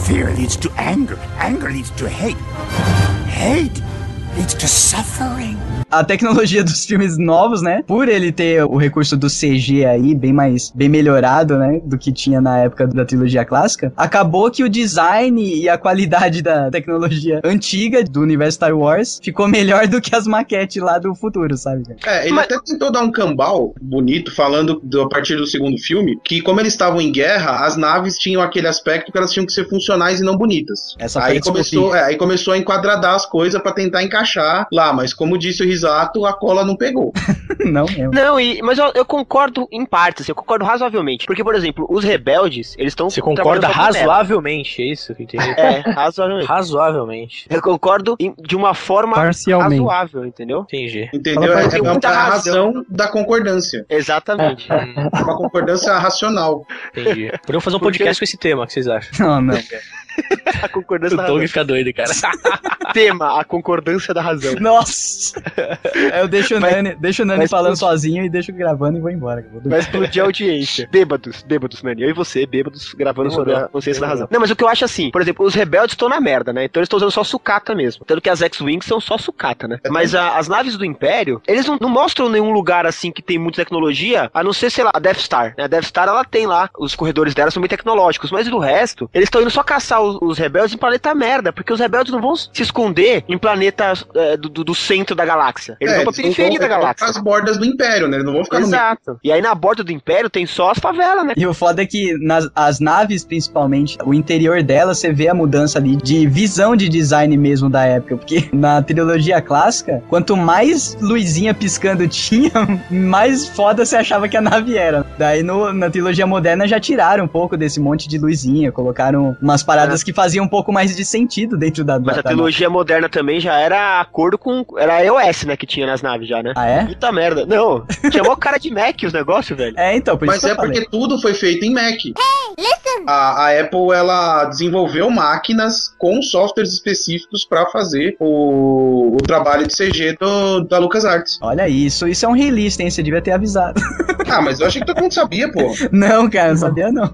Speaker 9: Fear leads to anger. Anger leads to hate. Hate leads to suffering.
Speaker 1: A tecnologia dos filmes novos, né? Por ele ter o recurso do CG aí, bem mais, bem melhorado, né? Do que tinha na época da trilogia clássica. Acabou que o design e a qualidade da tecnologia antiga do universo Star Wars ficou melhor do que as maquetes lá do futuro, sabe? cara?
Speaker 2: É, ele até tentou dar um cambal bonito, falando do- a partir do segundo filme, que como eles estavam em guerra, as naves tinham aquele aspecto que elas tinham que ser funcionais e não bonitas.
Speaker 1: Essa foi
Speaker 2: aí,
Speaker 1: a
Speaker 2: começou,
Speaker 1: desculpinha.
Speaker 2: é, aí começou a enquadradar as coisas pra tentar encaixar lá, mas como disse o Risato, a cola não pegou.
Speaker 1: Não mesmo.
Speaker 5: Não, e, mas eu, eu concordo em partes, eu concordo razoavelmente. Porque, por exemplo, os rebeldes, eles estão.
Speaker 4: Você concorda razoavelmente, é isso que entendeu?
Speaker 5: É, razoavelmente.
Speaker 4: Razoavelmente.
Speaker 5: Eu concordo em- de uma forma
Speaker 8: Parcialmente.
Speaker 5: razoável, entendeu?
Speaker 4: Entendi.
Speaker 2: Entendeu? É, é,
Speaker 5: Tem
Speaker 2: uma-
Speaker 5: muita
Speaker 2: é a
Speaker 5: razão.
Speaker 2: razão da concordância.
Speaker 5: Exatamente.
Speaker 2: É uma concordância racional.
Speaker 4: Entendi. Podemos fazer um
Speaker 2: Porque-
Speaker 4: podcast com esse tema, o que vocês acham?
Speaker 1: Não, não.
Speaker 5: A concordância
Speaker 4: O
Speaker 5: da
Speaker 4: Doug
Speaker 5: razão.
Speaker 4: fica doido, cara.
Speaker 5: Tema, a concordância da razão.
Speaker 1: Nossa! Eu deixo o Nani, deixo o Nani
Speaker 5: mas-
Speaker 1: falando sozinho e deixo gravando e vou embora. que eu vou dormir.
Speaker 5: Vai explodir a audiência. Bêbados, bêbados, Nani. Eu e você, bêbados, gravando sobre a consciência da razão. Não, mas o que eu acho assim, por exemplo, os rebeldes estão na merda, né? Então eles estão usando só sucata mesmo. Tanto que as X-Wings são só sucata, né? Mas a- as naves do Império, eles não, não mostram nenhum lugar assim que tem muita tecnologia, a não ser, sei lá, a Death Star. né? A Death Star, ela tem lá, os corredores dela são bem tecnológicos, mas do resto, eles estão indo só caçar os, os rebeldes em planeta merda, porque os rebeldes não vão se esconder em planetas eh, do, do- do centro da galáxia. Eles
Speaker 2: É,
Speaker 5: vão pra
Speaker 2: eles não
Speaker 5: periferia
Speaker 2: vão-
Speaker 5: da
Speaker 2: eles vão
Speaker 5: galáxia.
Speaker 2: pras bordas do Império, né? Eles não vão ficar no meio.
Speaker 5: Exato. E aí na borda do Império tem só as favelas, né?
Speaker 1: E o foda é que nas, as naves, principalmente, o interior dela, você vê a mudança ali de visão de design mesmo da época. Porque na trilogia clássica, quanto mais luzinha piscando tinha, mais foda você achava que a nave era. Daí no- na trilogia moderna já tiraram um pouco desse monte de luzinha, colocaram umas
Speaker 2: É.
Speaker 1: paradas que faziam um pouco mais de sentido dentro da.
Speaker 5: Mas
Speaker 1: da,
Speaker 5: a trilogia moderna também já era acordo com. Era a EOS, né? Que tinha nas naves já, né?
Speaker 1: Ah, é?
Speaker 5: Puta merda. Não. Chamou o cara de Mac os negócios, velho.
Speaker 1: É, então, por
Speaker 2: Mas é porque tudo foi feito em Mac. A, a Apple ela desenvolveu máquinas com softwares específicos para fazer o, o trabalho de CG do, da LucasArts.
Speaker 1: Olha isso, isso é um release, hein? Você devia ter avisado.
Speaker 2: Ah, mas eu achei que todo mundo sabia, pô.
Speaker 1: Não, cara, não sabia não.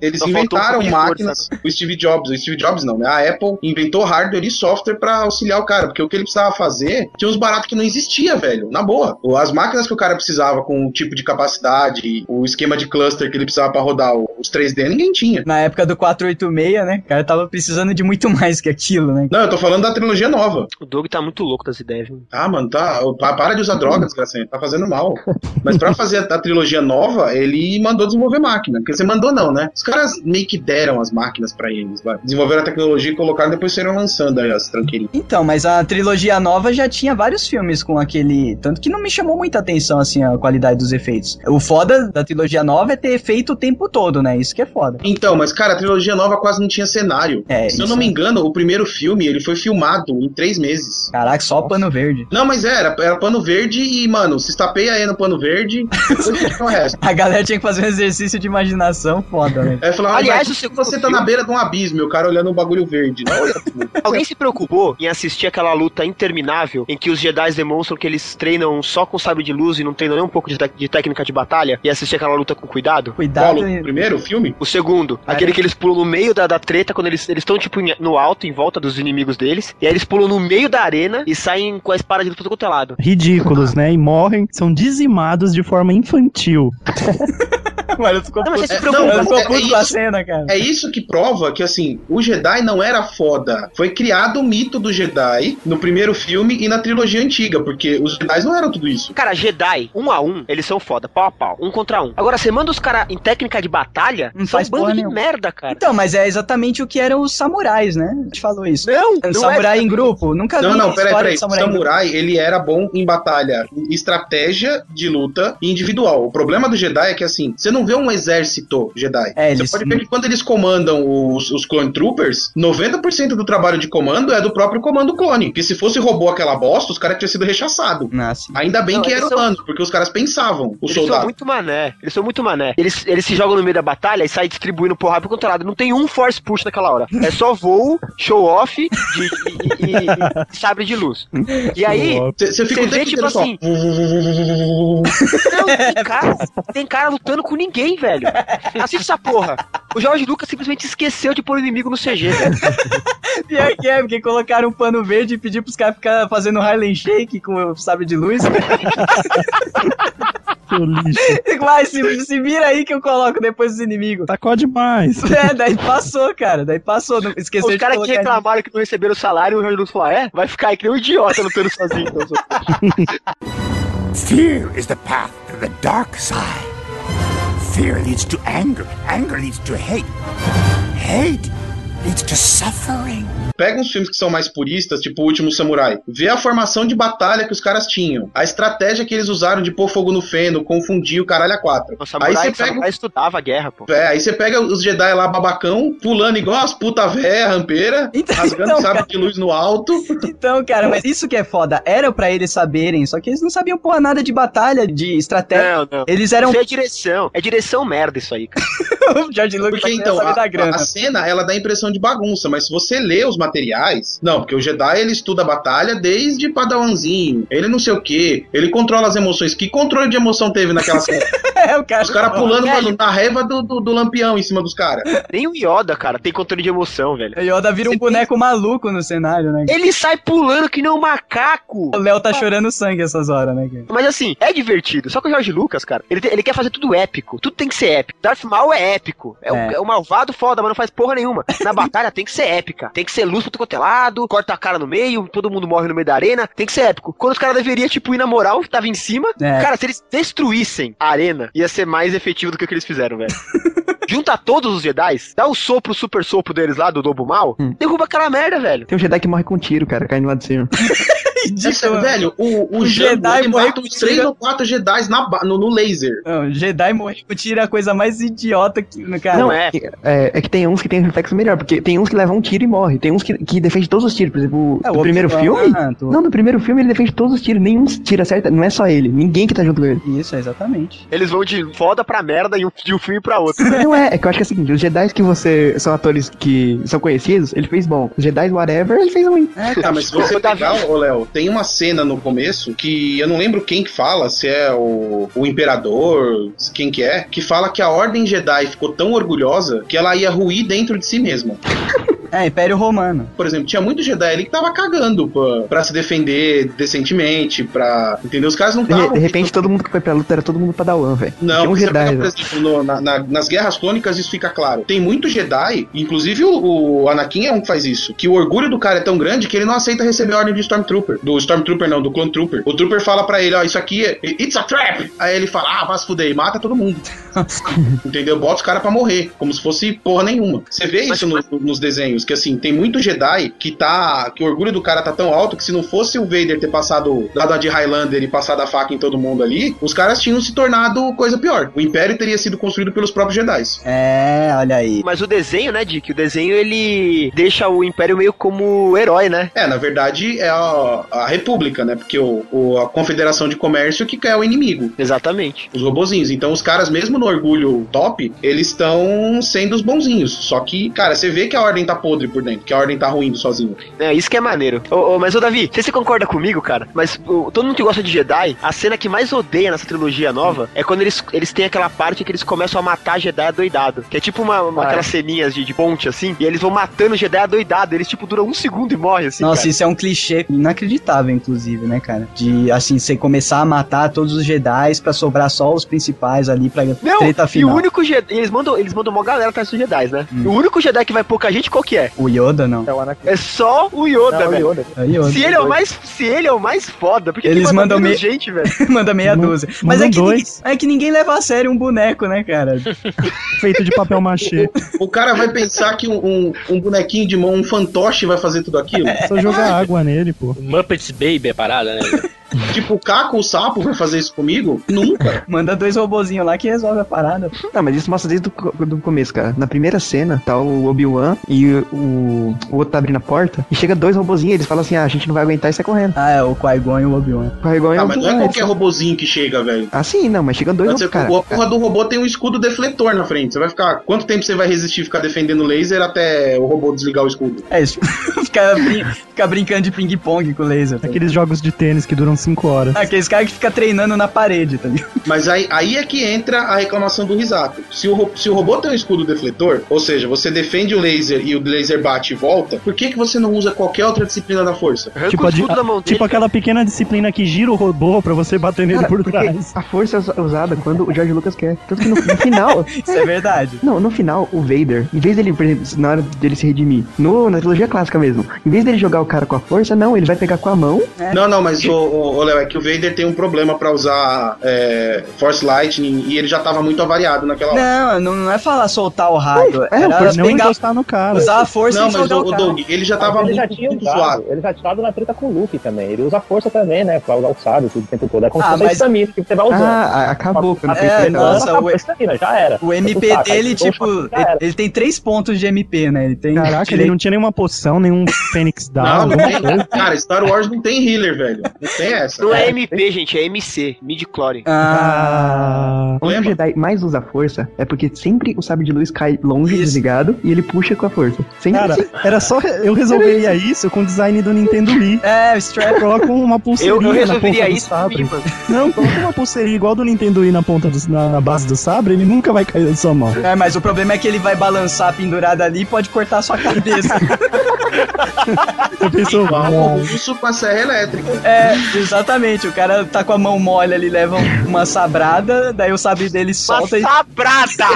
Speaker 2: Eles
Speaker 1: Só faltou um
Speaker 2: inventaram
Speaker 1: pouquinho de
Speaker 2: máquinas, o Steve Jobs, o Steve Jobs não, né? A Apple inventou hardware e software pra auxiliar o cara, porque o que ele precisava fazer tinha uns baratos que não existia, velho, na boa. O- As máquinas que o cara precisava com o tipo de capacidade, o esquema de cluster que ele precisava pra rodar o- os 3D, ninguém tinha.
Speaker 1: Na época do 486, né? O cara tava precisando de muito mais que aquilo, né?
Speaker 2: Não, eu tô falando da trilogia nova.
Speaker 5: O Doug tá muito louco das ideias, viu?
Speaker 2: Ah, mano, tá. ó, pa- Para de usar droga, desgraçado. Tá fazendo mal. Mas pra fazer a, a trilogia nova, ele mandou desenvolver máquina. Quer dizer, mandou não, né? Os caras meio que deram as máquinas pra eles. Vai. Desenvolveram a tecnologia e colocaram, depois saíram lançando aí as tranqueirinhas.
Speaker 1: Então, mas a trilogia nova já tinha vários filmes com aquele. Tanto que não me chamou muita atenção, assim, a qualidade dos efeitos. O foda da trilogia nova é ter efeito o tempo todo, né? Isso que é foda.
Speaker 2: Então, mas cara, a trilogia nova quase não tinha cenário.
Speaker 1: É,
Speaker 2: Se eu
Speaker 1: isso
Speaker 2: não me
Speaker 1: é.
Speaker 2: engano, o primeiro filme ele foi filmado em três meses.
Speaker 1: Caraca, só pano verde.
Speaker 2: Não, mas é, era, era pano verde e, mano, se estapeia aí no pano verde, depois fica o resto.
Speaker 1: A galera tinha que fazer um exercício de imaginação foda, né?
Speaker 2: É, falava,
Speaker 5: Aliás,
Speaker 2: Aliás,
Speaker 5: o
Speaker 2: você
Speaker 5: segundo
Speaker 2: tá na
Speaker 5: filme-
Speaker 2: beira de um abismo, e o cara olhando um bagulho verde. Não, olha
Speaker 4: Tá
Speaker 5: Alguém se preocupou em assistir aquela luta interminável em que os Jedi demonstram que eles treinam só com sabre de luz e não treinam nem um pouco de, tec- de técnica de batalha? E assistir aquela luta com cuidado?
Speaker 1: Cuidado.
Speaker 2: Paulo, o primeiro filme?
Speaker 5: O segundo. Aquele que eles pulam no meio da, da treta, quando eles estão, tipo, em- no alto, em volta dos inimigos deles. E aí eles pulam no meio da arena e saem com a espada de todo quanto é lado.
Speaker 8: Ridículos, né? E morrem, são dizimados de forma infantil.
Speaker 1: Mano, ficou
Speaker 5: Não, mas
Speaker 1: puto.
Speaker 5: você se preocupa.
Speaker 1: eu
Speaker 2: É
Speaker 1: ficou puto com a
Speaker 2: isso-
Speaker 1: cena, cara.
Speaker 2: É isso que prova que, assim, o Jedi não era foda. Foi criado o mito do Jedi no primeiro filme e na trilogia antiga, porque os Jedi não eram tudo isso.
Speaker 5: Cara, Jedi, um a um, eles são foda, pau a pau, um contra um. Agora, você manda os caras em técnica de batalha,
Speaker 1: Não
Speaker 5: são um
Speaker 1: faz porra
Speaker 5: bando de
Speaker 1: nenhuma.
Speaker 5: merda, cara.
Speaker 1: Então, mas é exatamente o que eram os samurais, né? A gente falou isso.
Speaker 5: Não, não
Speaker 1: Samurai
Speaker 5: é-
Speaker 1: em grupo? Nunca
Speaker 2: Não,
Speaker 1: vi
Speaker 2: não,
Speaker 1: história
Speaker 2: peraí, peraí.
Speaker 1: de
Speaker 2: Samurai,
Speaker 1: samurai. em grupo.
Speaker 2: ele era bom em batalha, em estratégia de luta e individual. O problema do Jedi é que, assim, você não vê um exército Jedi.
Speaker 1: É,
Speaker 2: você
Speaker 1: eles-
Speaker 2: pode ver que quando eles comandam os, os Clone Troopers, 90% do trabalho de comando é do próprio comando clone. Que se fosse robô aquela bosta, os caras tinham sido rechaçados.
Speaker 1: Nossa.
Speaker 2: Ainda bem
Speaker 5: Não,
Speaker 2: que
Speaker 5: eles
Speaker 2: era
Speaker 5: são-
Speaker 2: humano, porque os caras pensavam, os
Speaker 5: Eles são
Speaker 2: soldados.
Speaker 5: muito mané, eles são muito mané. Eles, eles se jogam no meio da batalha e saem distribuindo porrada pro contra lado. Não tem um force push naquela hora. É só voo, show off de- e, e- e- e sabre de luz. E aí,
Speaker 2: Você fica
Speaker 5: Você
Speaker 2: o tempo
Speaker 5: vê, tipo
Speaker 2: inteiro só.
Speaker 5: assim- não, tem cara, tem cara lutando com ninguém, velho. Assiste essa porra. O Jorge Lucas simplesmente esqueceu de pôr o inimigo no CG, velho.
Speaker 1: Pior que é, porque colocaram um pano verde e pediram pros caras ficar fazendo Harlem Shake com o sabre de luz.
Speaker 8: Seu lixo. Tá
Speaker 1: Vai, Tipo, se, se vira aí que eu coloco depois dos inimigos.
Speaker 8: Sacode mais.
Speaker 1: É, daí passou, cara. Daí passou. Não, esqueceu
Speaker 5: Os
Speaker 1: de
Speaker 5: caras que
Speaker 1: colocar
Speaker 5: reclamaram que não receberam o salário, o Jorge Lúcio falou: é, vai ficar aí que nem um idiota lutando sozinho. Então, seu filho." né?
Speaker 9: Fear is the path to the dark side. Fear leads to anger. Anger leads to hate. Hate leads to suffering.
Speaker 2: Pega uns filmes que são mais puristas, tipo O Último Samurai. Vê a formação de batalha que os caras tinham. A estratégia que eles usaram de pôr fogo no feno, confundir o caralho a quatro.
Speaker 5: o
Speaker 2: Aí
Speaker 5: samurai, é
Speaker 2: você
Speaker 5: o samurai
Speaker 2: pega. um-
Speaker 5: estudava a guerra, pô.
Speaker 2: É, aí você pega os Jedi lá babacão, pulando igual as puta véia, rampeira, rasgando
Speaker 1: então,
Speaker 2: sabre
Speaker 1: cara.
Speaker 2: de luz no alto.
Speaker 1: Então, cara, mas isso que é foda. Era pra eles saberem, só que eles não sabiam porra nada de batalha, de estratégia.
Speaker 5: Não, não.
Speaker 1: Eles eram
Speaker 5: Isso é direção. É direção merda isso aí, cara.
Speaker 1: o George Lucas
Speaker 2: Porque
Speaker 1: tá
Speaker 2: então,
Speaker 1: saber
Speaker 2: a,
Speaker 1: da grana.
Speaker 2: a cena, ela dá a impressão de bagunça, mas se você lê os materiais. Não, porque o Jedi, ele estuda a batalha desde Padawanzinho. Ele não sei o quê. Ele controla as emoções. Que controle de emoção teve naquela cena?
Speaker 1: É,
Speaker 2: Os caras pulando mano, na raiva do, do, do lampião em cima dos caras. É
Speaker 5: Nem o Yoda, cara, tem controle de emoção, velho.
Speaker 1: O Yoda vira um boneco maluco no cenário, né?
Speaker 5: Ele sai pulando que nem um macaco.
Speaker 1: O Léo tá chorando sangue essas horas, né, cara?
Speaker 5: Mas assim, é divertido. Só que o George Lucas, cara, ele, te- ele quer fazer tudo épico. Tudo tem que ser épico. Darth Maul é épico. É, o-
Speaker 1: É.
Speaker 5: é o malvado foda, mas não faz porra nenhuma. Na batalha tem que ser épica. Tem que ser luz pro cotelado, é corta a cara no meio, todo mundo morre no meio da arena. Tem que ser épico. Quando os caras deveriam, tipo, ir na moral, tava em cima.
Speaker 1: É.
Speaker 5: Cara, se eles destruíssem a arena, ia ser mais efetivo do que o que eles fizeram, velho. Junta todos os Jedi, dá o sopro, o super sopro deles lá, do Lobo Mal,
Speaker 1: Hum.
Speaker 5: derruba aquela merda, velho.
Speaker 6: Tem um Jedi que morre com um tiro, cara, caindo lá de cima.
Speaker 2: Essa- velho, o, o, Jango,
Speaker 1: O Jedi
Speaker 2: ele
Speaker 1: morre
Speaker 2: mata
Speaker 1: com
Speaker 2: uns três
Speaker 1: tira-
Speaker 2: ou quatro Jedi na, ba- no, no laser.
Speaker 1: Não, Jedi morrer com tiro é a coisa mais idiota que no cara.
Speaker 6: Não, é. É, é que tem uns que tem reflexo melhor, porque tem uns que levam um tiro e morre, tem uns que, que defende todos os tiros, por exemplo,
Speaker 1: É, o
Speaker 6: do primeiro
Speaker 1: Obi-Wan,
Speaker 6: filme?
Speaker 1: ah, tu-
Speaker 6: Não, do primeiro filme ele defende todos os tiros, nenhum tira certa, não é só ele, ninguém que tá junto com ele.
Speaker 1: Isso, exatamente.
Speaker 5: Eles vão de foda pra merda e um- de um filme pra outro.
Speaker 6: Não é, é que eu acho que é o seguinte, os Jedi que você são atores que são conhecidos, ele fez bom. Os Jedi whatever, ele fez um ruim.
Speaker 1: É,
Speaker 2: Tá, mas se você pegar, ô Léo, tem uma cena no começo que eu não lembro quem que fala, se é o, o imperador, quem que é, que fala que a Ordem Jedi ficou tão orgulhosa que ela ia ruir dentro de si mesma.
Speaker 1: É, Império Romano.
Speaker 2: Por exemplo, tinha muito Jedi ali que tava cagando pra, pra se defender decentemente, pra. Entendeu? Os caras não
Speaker 6: De, re-
Speaker 2: estavam.
Speaker 6: de repente todo mundo que foi pra luta era todo mundo pra dar one, velho.
Speaker 2: Não, é
Speaker 6: Tinha um
Speaker 2: você
Speaker 6: Jedi,
Speaker 2: pega, por
Speaker 6: velho.
Speaker 2: exemplo, no- na- na- nas guerras clônicas isso fica claro. Tem muito Jedi, inclusive o, o Anakin é um que faz isso, que o orgulho do cara é tão grande que ele não aceita receber ordem do Stormtrooper. Do Stormtrooper não, do Clone Trooper. O Trooper fala pra ele, ó, isso aqui é... It's a trap! Aí ele fala, ah, vai se fuder, e mata todo mundo. Entendeu? Bota os caras pra morrer, como se fosse porra nenhuma. Você vê isso no- nos desenhos, que assim, tem muito Jedi que tá. que o orgulho do cara tá tão alto que se não fosse o Vader ter passado, dado a de Highlander e passado a faca em todo mundo ali, os caras tinham se tornado coisa pior. O Império teria sido construído pelos próprios Jedi.
Speaker 1: É, olha aí.
Speaker 5: Mas o desenho, né, Dick? O desenho ele deixa o Império meio como herói, né?
Speaker 2: É, na verdade é a, a República, né? Porque o, o- a Confederação de Comércio que é o inimigo.
Speaker 5: Exatamente.
Speaker 2: Os robozinhos. Então os caras, mesmo no orgulho top, eles estão sendo os bonzinhos. Só que, cara, você vê que a ordem tá podre por dentro, que a ordem tá ruindo sozinho.
Speaker 5: É, isso que é maneiro. Ô, ô, mas, ô Davi, você se concorda comigo, cara? Mas ô, todo mundo que gosta de Jedi, a cena que mais odeia nessa trilogia nova é quando eles, eles têm aquela parte que eles começam a matar Jedi adoidado. Que é tipo uma, uma-
Speaker 1: Ah, é.
Speaker 5: aquelas ceninhas de, de ponte, assim, e eles vão matando Jedi adoidado. Eles, tipo, duram um segundo e morrem, assim,
Speaker 1: Nossa,
Speaker 5: cara.
Speaker 1: isso é um clichê inacreditável, inclusive, né, cara? De, assim, você começar a matar todos os Jedi pra sobrar só os principais ali pra
Speaker 5: Não,
Speaker 1: é treta
Speaker 5: e
Speaker 1: final. Hum.
Speaker 5: o único Jedi... Eles mandam, eles mandam uma galera atrás dos Jedi, né? O único Jedi que vai pouca gente, qual que é?
Speaker 1: O Yoda, não.
Speaker 13: É o Anakin.
Speaker 5: É só o Yoda,
Speaker 1: Não, o
Speaker 5: velho.
Speaker 1: Yoda. É o Yoda.
Speaker 5: Se ele é o mais, se ele é o mais foda, porque
Speaker 1: Eles mandam
Speaker 5: menos
Speaker 1: meio-
Speaker 5: gente, velho.
Speaker 1: Manda meia
Speaker 5: Manda-
Speaker 1: dúzia.
Speaker 6: um
Speaker 1: Mas é
Speaker 5: manda
Speaker 1: que, ninguém, é que ninguém leva a sério um boneco, né, cara?
Speaker 8: Feito de papel machê.
Speaker 2: O cara vai pensar que um, um- um bonequinho de mão, um fantoche vai fazer tudo aquilo?
Speaker 8: Só jogar água nele, pô.
Speaker 4: Muppets Baby é parada, né?
Speaker 2: Tipo, o Caco, o sapo, vai fazer isso comigo? Nunca.
Speaker 1: Manda dois robozinhos lá que resolve a parada.
Speaker 6: Não, mas isso mostra desde o começo, cara. Na primeira cena, tá o Obi-Wan e o, o, o outro tá abrindo a porta. E chega dois robozinhos, eles falam assim: ah, a gente não vai aguentar e sai correndo.
Speaker 1: Ah, é o Qui-Gon e o Obi-Wan.
Speaker 6: Qui-Gon é
Speaker 2: Ah,
Speaker 6: o
Speaker 2: mas não é
Speaker 6: Obi-Wan,
Speaker 2: qualquer
Speaker 6: eles-
Speaker 2: robozinho que chega, velho.
Speaker 6: Ah, sim, não, mas chega dois
Speaker 2: Você,
Speaker 6: robôs, cara.
Speaker 2: a porra do robô tem um escudo defletor na frente. Você vai ficar. Quanto tempo você vai resistir ficar defendendo o laser até o robô desligar o escudo?
Speaker 1: É isso. fica, brin- fica brincando de ping-pong com o laser. tá ligado?
Speaker 8: Aqueles jogos de tênis que duram 5 horas.
Speaker 1: Aqueles caras que ficam treinando na parede, tá ligado?
Speaker 2: Mas aí, aí é que entra a reclamação do Risato. Se o, ro- se o robô tem um escudo defletor, ou seja, você defende o laser e o laser bate e volta, por que, que você não usa qualquer outra disciplina da força?
Speaker 5: um
Speaker 8: Tipo, a di- a- tipo aquela pequena disciplina que gira o robô pra você bater nele
Speaker 6: Cara,
Speaker 8: por
Speaker 6: porque
Speaker 8: trás.
Speaker 6: A força é usa- usada quando o George Lucas quer. Tanto que no, no final.
Speaker 1: Isso é verdade.
Speaker 6: Não, no final, o Vader, em vez dele, por exemplo, na hora dele se redimir, no, na trilogia clássica mesmo, em vez dele jogar o cara com a força, não, ele vai pegar com a mão.
Speaker 2: Não, não, mas o, o, o Léo, é que o Vader tem um problema pra usar é, Force Lightning e ele já tava muito avariado naquela hora.
Speaker 1: Não, não, não é falar soltar o raio.
Speaker 2: É,
Speaker 1: era
Speaker 2: pra não
Speaker 3: encostar
Speaker 8: no cara.
Speaker 1: Usar a força
Speaker 2: Não,
Speaker 1: e
Speaker 2: mas
Speaker 1: soltar
Speaker 2: o,
Speaker 1: o,
Speaker 2: o
Speaker 1: cara.
Speaker 2: Doug, ele já tava
Speaker 3: Mas ele
Speaker 2: muito,
Speaker 3: já tinha
Speaker 2: muito
Speaker 3: usado,
Speaker 2: zoado.
Speaker 3: Ele já tinha dado na treta com o Luke também. Ele usa força também, né? Pra usar o sábio, tudo o tempo todo. É como
Speaker 1: Ah,
Speaker 3: se fosse
Speaker 1: mas-
Speaker 3: a estamina que você vai usando.
Speaker 6: Ah, acabou.
Speaker 3: A-
Speaker 6: quando
Speaker 3: a
Speaker 6: foi
Speaker 3: primeira
Speaker 1: É,
Speaker 6: feito. ah,
Speaker 3: lança,
Speaker 1: nossa,
Speaker 3: acabou
Speaker 1: o-
Speaker 3: a estamina, já era.
Speaker 1: O
Speaker 3: Aí tu
Speaker 1: MP
Speaker 3: saca, aí
Speaker 1: dele,
Speaker 3: tu dá um
Speaker 1: tipo,
Speaker 3: choque, já
Speaker 1: ele,
Speaker 3: era.
Speaker 1: ele tem três pontos de MP, né? Ele tem.
Speaker 8: Caraca, ele não tinha nenhuma poção, nenhum Fênix Down,
Speaker 1: Tá,
Speaker 2: Não, não
Speaker 8: alguma coisa.
Speaker 2: tem, cara, Star Wars não tem healer, velho. Não tem essa.
Speaker 5: Não é
Speaker 2: É.
Speaker 5: MP, gente, é MC, midi-chlore.
Speaker 6: Ah, onde o Jedi mais usa força é porque sempre o sabre de luz cai longe, desligado, e ele puxa com a força. Sempre
Speaker 8: Cara,
Speaker 6: assim.
Speaker 8: era só eu resolveria isso com o design do Nintendo Wii.
Speaker 1: É, strap.
Speaker 8: Coloca uma pulseirinha
Speaker 5: Eu- eu resolveria
Speaker 8: na ponta
Speaker 5: isso
Speaker 8: do sabre.
Speaker 5: comigo.
Speaker 8: Não, coloca uma pulseirinha igual do Nintendo Wii na ponta do, na, na base do sabre, ele nunca vai cair da sua mão.
Speaker 1: É, mas o problema é que ele vai balançar pendurado ali e pode cortar a sua cabeça.
Speaker 8: Você pensou
Speaker 1: mal.
Speaker 2: Isso com a serra elétrica.
Speaker 1: É, exatamente. O cara tá com a mão mole ali, leva uma sabrada, daí o sabre dele solta e.
Speaker 5: Sabrada!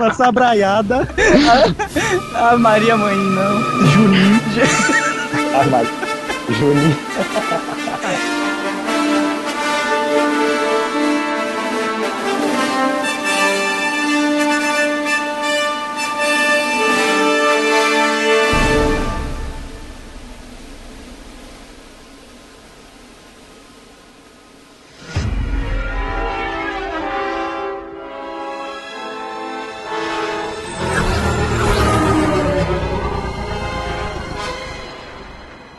Speaker 8: Uma sabraiada.
Speaker 1: ah, Maria Mãe, não.
Speaker 8: Juninho.
Speaker 13: Ah, mas. Juninho.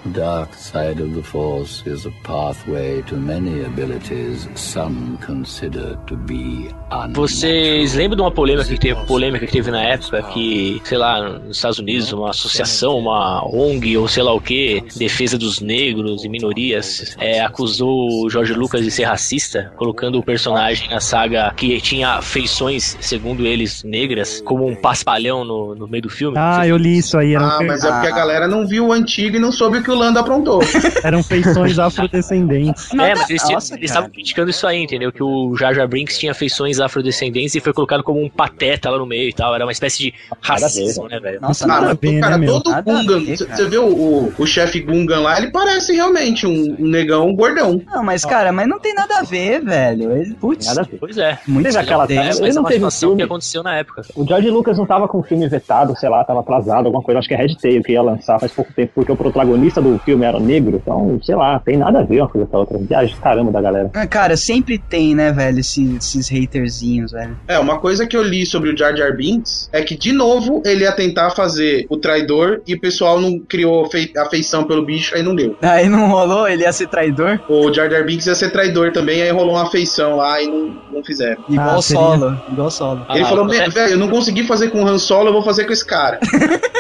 Speaker 7: Dark Side of the Force is a pathway to many abilities some consider to be un.
Speaker 4: Vocês lembram de uma polêmica que teve, polêmica que teve na época que, sei lá, nos Estados Unidos, uma associação, uma ONG ou sei lá o que, defesa dos negros e minorias, é, acusou o George Lucas de ser racista, colocando o personagem na saga que tinha feições, segundo eles, negras, como um paspalhão no, no meio do filme?
Speaker 8: Ah, eu li isso aí. Eram,
Speaker 2: Ah, mas é porque a galera não viu o antigo e não soube o que o Lando aprontou.
Speaker 8: eram feições afrodescendentes.
Speaker 4: é, mas eles tinham-
Speaker 8: Nossa,
Speaker 4: eles estavam criticando isso aí, entendeu? Que o Jar Jar Brinks tinha feições afrodescendentes e foi colocado como um pateta lá no meio e tal. Era uma espécie de racismo, né, velho?
Speaker 1: Tá
Speaker 2: Cara, cara, todo
Speaker 1: né, Nada a
Speaker 2: Gungan,
Speaker 1: ver,
Speaker 2: você-
Speaker 1: cara.
Speaker 2: você vê o, o, o chefe Gungan lá, ele parece realmente um, um negão gordão.
Speaker 1: Não, mas cara, mas não tem nada a ver, velho. Ele- Putz.
Speaker 4: Nada a ver. Pois é.
Speaker 1: Muito
Speaker 3: Teve aquela-
Speaker 1: tenso,
Speaker 3: ele
Speaker 1: mas
Speaker 3: não
Speaker 1: é uma
Speaker 3: teve
Speaker 1: situação
Speaker 3: filme.
Speaker 4: que aconteceu na época.
Speaker 3: O George Lucas não tava com o filme vetado, sei lá, tava atrasado, alguma coisa, acho que é Red Tail que ia lançar faz pouco tempo, porque o protagonista do filme era negro, então, sei lá, tem nada a ver uma coisa com a outra. Viagem do caramba da galera.
Speaker 1: Ah, Cara, sempre tem, né, velho, esses, esses haterzinhos, velho.
Speaker 2: É, uma coisa que eu li sobre o Jar Jar Binks é que, de novo, ele ia tentar fazer o traidor e o pessoal não criou fei- afeição pelo bicho, aí não deu.
Speaker 1: Aí não rolou, ele ia ser traidor.
Speaker 2: O Jar Jar Binks ia ser traidor também, aí rolou uma afeição lá e não, não fizeram.
Speaker 1: Igual
Speaker 2: o
Speaker 1: solo, igual solo.
Speaker 4: Ah,
Speaker 8: Ah,
Speaker 2: Ele
Speaker 4: é.
Speaker 2: falou,
Speaker 8: tá.
Speaker 2: "Vé- velho, eu não consegui fazer com o Han Solo, eu vou fazer com esse cara.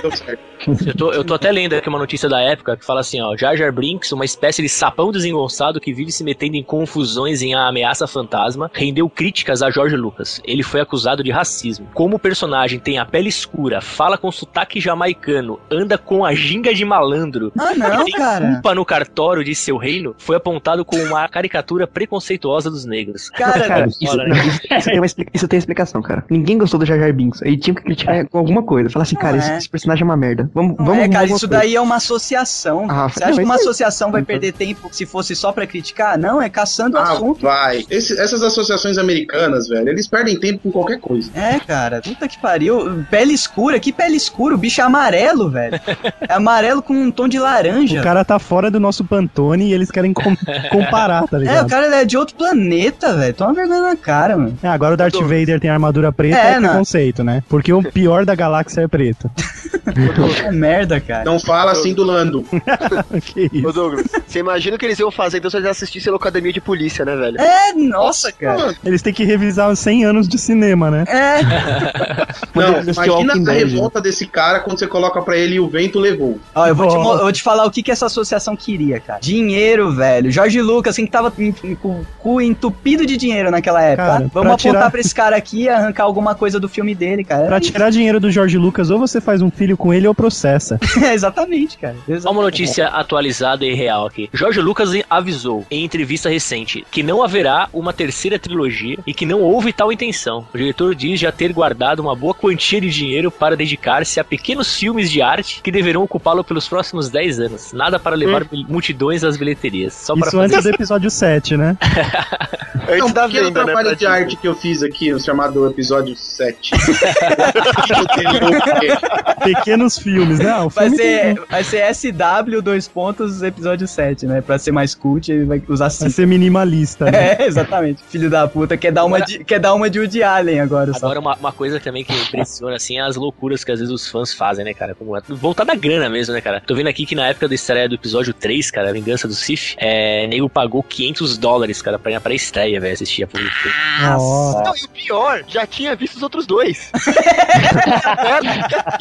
Speaker 2: Deu certo.
Speaker 4: Eu tô, eu tô até lendo aqui uma notícia da época que fala assim, ó, Jar Jar Brinks, uma espécie de sapão desengonçado que vive se metendo em confusões em A Ameaça Fantasma, rendeu críticas a George Lucas. Ele foi acusado de racismo. Como o personagem tem a pele escura, fala com sotaque jamaicano, anda com a ginga de malandro,
Speaker 1: Ah, não, cara.
Speaker 4: culpa no cartório de seu reino, foi apontado como uma caricatura preconceituosa dos negros.
Speaker 1: Cara,
Speaker 6: isso, não, isso- isso tem uma expli- isso tem explicação, cara. Ninguém gostou do Jar Jar Binks. Aí tinha que criticar com alguma coisa. Falar assim, cara, esse,
Speaker 1: é.
Speaker 6: esse personagem é uma merda. Vamos,
Speaker 1: Não
Speaker 6: vamos
Speaker 1: é,
Speaker 6: arrumar
Speaker 1: cara,
Speaker 6: alguma
Speaker 1: isso
Speaker 6: coisa."
Speaker 1: daí é uma associação.
Speaker 6: Ah,
Speaker 1: Você
Speaker 6: não,
Speaker 1: acha que
Speaker 6: isso
Speaker 1: uma
Speaker 6: aí-
Speaker 1: associação vai perder tempo se fosse só pra criticar? Não, é caçando o
Speaker 2: Ah,
Speaker 1: assunto.
Speaker 2: vai. Esse- essas associações americanas, velho, eles perdem tempo com qualquer coisa.
Speaker 1: É, cara, puta que pariu. Pele escura, que pele escura? O bicho é amarelo, velho. É amarelo com um tom de laranja.
Speaker 8: O cara tá fora do nosso Pantone e eles querem com- comparar, tá ligado?
Speaker 1: É, o cara ele é de outro planeta, velho. Toma vergonha na cara, mano.
Speaker 8: É, agora o Darth Vader tem armadura preta,
Speaker 1: É,
Speaker 8: é,
Speaker 1: não.
Speaker 8: preconceito, né? Porque o pior da galáxia é preto.
Speaker 1: É merda, cara.
Speaker 2: Não fala assim do Lando.
Speaker 8: que é isso?
Speaker 5: Ô Douglas, você imagina o que eles iam fazer então se eles assistissem a Locademia de Polícia, né, velho?
Speaker 1: É, nossa, cara. É.
Speaker 8: Eles têm que revisar os 100 anos de cinema, né?
Speaker 2: Não,
Speaker 8: Mas que Walking
Speaker 2: imagina a
Speaker 8: Dead, né?
Speaker 2: revolta desse cara quando você coloca pra ele e o vento levou.
Speaker 1: Ó, eu vou, te, mo- eu vou te falar o que, que essa associação queria, cara. Dinheiro, velho. Jorge Lucas, assim, que tava em- em- com o cu entupido de dinheiro naquela época.
Speaker 8: Cara,
Speaker 1: Ah, Vamos
Speaker 8: pra
Speaker 1: apontar
Speaker 8: tirar-
Speaker 1: pra esse cara aqui e arrancar alguma coisa do filme dele, cara.
Speaker 8: Pra tirar dinheiro do Jorge Lucas, ou você faz um filho com ele ou processa.
Speaker 1: É, exatamente, cara.
Speaker 4: Só uma notícia atualizada e real aqui. Jorge Lucas avisou em entrevista recente que não haverá uma terceira trilogia e que não houve tal intenção. O diretor diz já ter guardado uma boa quantia de dinheiro para dedicar-se a pequenos filmes de arte que deverão ocupá-lo pelos próximos 10 anos. Nada para levar multidões às bilheterias. Só para
Speaker 8: Hum. Isso
Speaker 4: fazer
Speaker 8: antes tá do episódio 7, né?
Speaker 5: Antes
Speaker 2: Não,
Speaker 5: da
Speaker 2: pequeno
Speaker 5: venda, né,
Speaker 2: trabalho de
Speaker 5: Brasil?
Speaker 2: arte que eu fiz aqui, no chamado episódio 7.
Speaker 8: Pequenos filmes, né? Ah, o
Speaker 1: Vai
Speaker 8: filme né?
Speaker 1: ser,
Speaker 8: tem-
Speaker 1: vai ser SW dois pontos, episódio 7, né? Pra ser mais cult, ele vai usar 5.
Speaker 8: Vai ser minimalista, né?
Speaker 1: É, exatamente. Filho da puta, quer dar uma de, quer dar uma de Woody Allen agora. só.
Speaker 4: Agora, uma, uma coisa também que impressiona, assim, é as loucuras que às vezes os fãs fazem, né, cara? Como é- Voltar da grana mesmo, né, cara? Tô vendo aqui que na época da estreia do episódio 3, cara, a Vingança do Sif, é, nego pagou 500 dólares, cara, pra ir pra estreia, velho, assistir a porra.
Speaker 5: Nossa. Não, e o Ah, pior, já tinha visto os outros dois. tá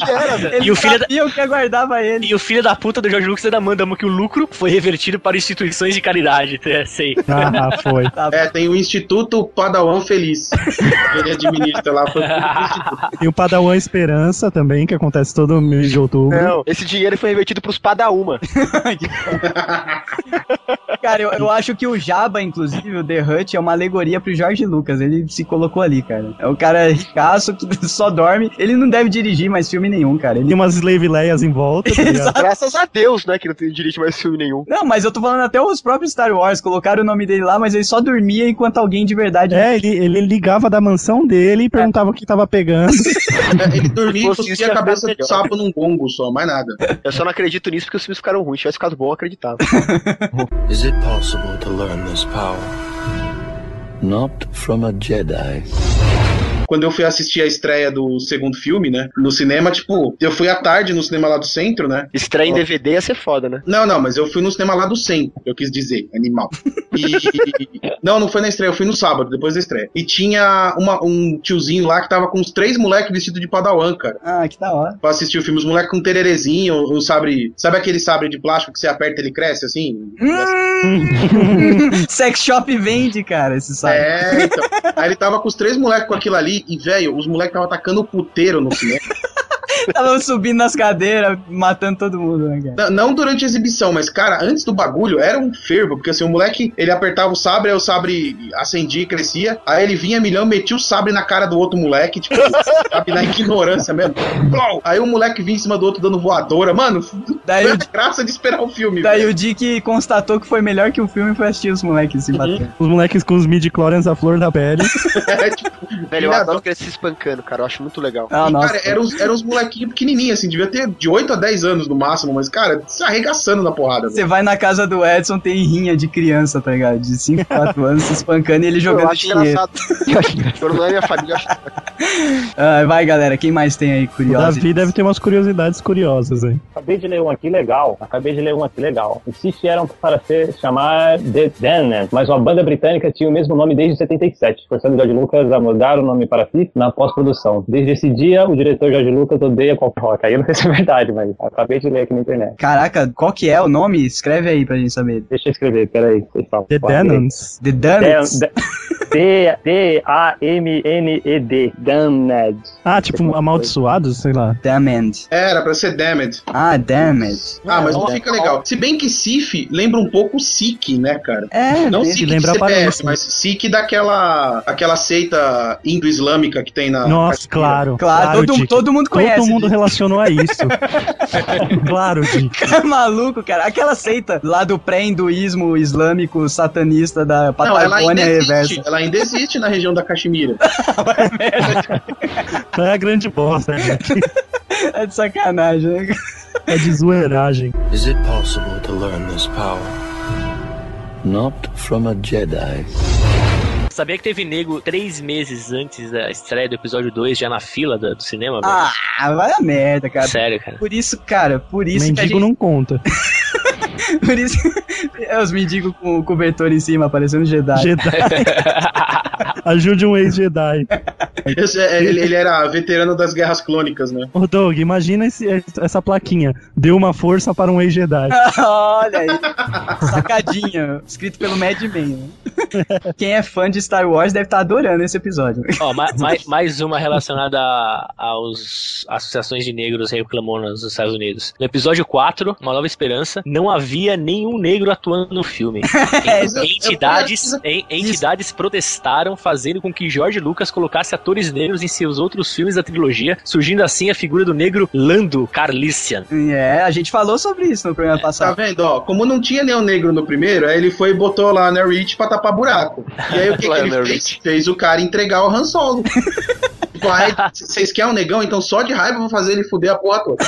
Speaker 4: E o filho da...
Speaker 1: que aguardava ele.
Speaker 4: E o filho da puta do George Lucas ainda manda que o lucro foi revertido para instituições de caridade, é, sei.
Speaker 8: Ah, foi.
Speaker 2: É, tem o Instituto Padawan Feliz. Ele administra lá. Foi tudo
Speaker 8: E o Padawan Esperança também, que acontece todo mês de outubro.
Speaker 4: É.
Speaker 5: Não, esse dinheiro foi revertido pros Padaúma.
Speaker 1: Cara, eu, eu acho que o Jabba, inclusive, o The Hut, é uma alegoria pro Jorge Lucas. Ele se colocou ali, cara. É o cara ricaço que só dorme. Ele não deve dirigir mais filme nenhum, cara. Ele...
Speaker 8: Tem umas Slave Leias em volta. tá ligado?
Speaker 5: Graças a Deus, né, que não tem direito mais filme nenhum.
Speaker 1: Não, mas eu tô falando até os próprios Star Wars. Colocaram o nome dele lá, mas ele só dormia enquanto alguém de verdade.
Speaker 8: É, ele, ele ligava da mansão dele e perguntava o que tava pegando.
Speaker 2: É, Ele dormia e
Speaker 5: Fosse isso,
Speaker 2: cuspia a
Speaker 5: ia
Speaker 2: cabeça
Speaker 5: ficar
Speaker 2: do sapo num gongo só, mais nada.
Speaker 5: Eu só não acredito nisso porque os filmes ficaram ruins. Se tivesse ficado bom, eu acreditava.
Speaker 7: Is it possible to learn this power? Not from a Jedi.
Speaker 2: Quando eu fui assistir a estreia do segundo filme, né? No cinema, tipo, eu fui à tarde no cinema lá do centro, né?
Speaker 5: Estreia em DVD ia ser foda, né?
Speaker 2: Não, não, mas eu fui no cinema lá do centro, eu quis dizer, animal. E- não, não foi na estreia, eu fui no sábado, depois da estreia. E tinha uma- um tiozinho lá que tava com uns três moleques vestidos de padawan, cara.
Speaker 1: Ah, que da hora.
Speaker 2: Pra assistir o filme, os moleques com tererezinho, um sabre. Sabe aquele sabre de plástico que você aperta e ele cresce assim?
Speaker 1: Sex Shop vende, cara, esse sabe.
Speaker 2: É, então. Aí ele tava com os três moleques com aquilo ali, e, velho, os moleques estavam atacando o puteiro no cinema.
Speaker 4: É.
Speaker 1: Tava subindo nas cadeiras, matando todo mundo, né, cara?
Speaker 2: Não, não durante a exibição, mas, cara, antes do bagulho era um fervo, porque assim, o moleque ele apertava o sabre, aí o sabre acendia e crescia, aí ele vinha milhão, metia o sabre na cara do outro moleque, tipo, sabe, na ignorância mesmo. Plau! Aí o moleque vinha em cima do outro dando voadora, mano.
Speaker 1: Daí
Speaker 2: foi
Speaker 1: o-
Speaker 2: a graça de esperar o filme.
Speaker 1: Daí
Speaker 2: velho.
Speaker 1: o Dick constatou que foi melhor que o filme foi assistir os moleques se batendo.
Speaker 8: Os moleques com os mid-chlorians à flor da pele.
Speaker 2: É, tipo,
Speaker 5: Velho, eu adoro que eles se espancando, cara. Eu acho muito legal.
Speaker 1: Ah,
Speaker 2: e,
Speaker 1: nossa.
Speaker 2: cara, eram uns, eram uns molequinhos pequenininhos, assim, devia ter de 8 a 10 anos no máximo, mas, cara, se arregaçando na porrada.
Speaker 1: Você
Speaker 2: velho.
Speaker 1: vai na casa do Edson, tem rinha de criança, tá ligado? De 5, 4 anos se espancando e ele
Speaker 5: Eu
Speaker 1: jogando
Speaker 5: acho
Speaker 1: dinheiro.
Speaker 5: engraçado. Quando não é minha família, eu acho
Speaker 1: Ah, vai, galera, quem mais tem aí
Speaker 8: O
Speaker 1: curioso?
Speaker 8: Davi deve ter umas curiosidades curiosas aí.
Speaker 3: Acabei de ler um aqui legal. Acabei de ler um aqui legal. Insistiram para se chamar The Damned, mas uma banda britânica tinha o mesmo nome desde 77, forçando George Lucas a mudar o nome para si na pós-produção. Desde esse dia, o diretor George Lucas odeia qualquer rock. Aí eu não sei se é verdade, mas acabei de ler aqui na internet.
Speaker 1: Caraca, qual que é o nome? Escreve aí pra gente saber.
Speaker 3: Deixa eu escrever, peraí. Vocês falam.
Speaker 8: The Denons.
Speaker 1: The Damned?
Speaker 3: D-A-M-N-E-D. Damned.
Speaker 8: Ah, tipo, amaldiçoados, sei lá.
Speaker 1: Damned.
Speaker 2: Era pra ser Damned.
Speaker 1: Ah, Damned.
Speaker 2: Ah, mas não
Speaker 1: É,
Speaker 2: fica legal. Se bem que Sif lembra um pouco Sikh, né, cara?
Speaker 1: É,
Speaker 2: não
Speaker 1: né?
Speaker 2: Sikh
Speaker 8: lembra
Speaker 2: de
Speaker 8: a
Speaker 2: CPF,
Speaker 8: aparência.
Speaker 2: mas Sikh daquela aquela seita indo-islâmica que tem
Speaker 1: Ah,
Speaker 2: na
Speaker 8: Nossa, claro.
Speaker 1: é. Claro, todo-
Speaker 8: Dick.
Speaker 1: todo mundo
Speaker 8: Todo
Speaker 1: conhece,
Speaker 8: mundo
Speaker 1: Dick.
Speaker 8: relacionou a isso. claro, Dick.
Speaker 1: Cara, É maluco, cara. Aquela seita lá do pré-hinduísmo islâmico satanista da
Speaker 2: Não, ela ainda
Speaker 1: Patagônia
Speaker 2: existe.
Speaker 1: reversa.
Speaker 2: Ela ainda existe na região da Caxemira.
Speaker 8: É a grande bosta, Dick.
Speaker 1: É de sacanagem, né?
Speaker 8: É de zoeiragem.
Speaker 7: Is it possible to learn this power? Not from a Jedi.
Speaker 4: Sabia que teve nego três meses antes da estreia do episódio 2, já na fila da- do, cinema, velho?
Speaker 1: Ah, vai a merda, cara.
Speaker 4: Sério, cara.
Speaker 1: Por isso, cara, por isso
Speaker 8: Mendigo
Speaker 1: que a gente...
Speaker 8: não conta.
Speaker 1: Por isso... é os mendigos com o cobertor em cima, parecendo um Jedi.
Speaker 8: Jedi. Ajude um ex-Jedi.
Speaker 2: Esse é- ele, ele era veterano das guerras clônicas, né?
Speaker 8: Ô, Doug, imagina esse- essa plaquinha. Deu uma força para um ex-Jedi.
Speaker 1: Olha aí. Sacadinha. Escrito pelo Mad Men. né? Quem é fã de Star Wars deve estar adorando esse episódio.
Speaker 4: Ó, ma- mais, mais uma relacionada a- aos associações de negros reclamonas nos Estados Unidos. No episódio 4, Uma Nova Esperança, não havia nenhum negro atuando no filme.
Speaker 2: É, eu- eu-
Speaker 4: Entidades, en- entidades protestaram, fazendo com que George Lucas colocasse atores negros em seus outros filmes da trilogia, surgindo assim a figura do negro Lando Carlician.
Speaker 1: É, a gente falou sobre isso no programa
Speaker 2: Tá
Speaker 1: passado.
Speaker 2: vendo, ó? Como não tinha nenhum negro no primeiro, aí ele foi e botou lá na Rich pra tapar buraco. E aí o que, que ele
Speaker 5: Lionel
Speaker 2: fez? Fez o cara entregar o Han Solo. vai. Vocês querem um negão, então só de raiva eu vou fazer ele fuder a porra toda.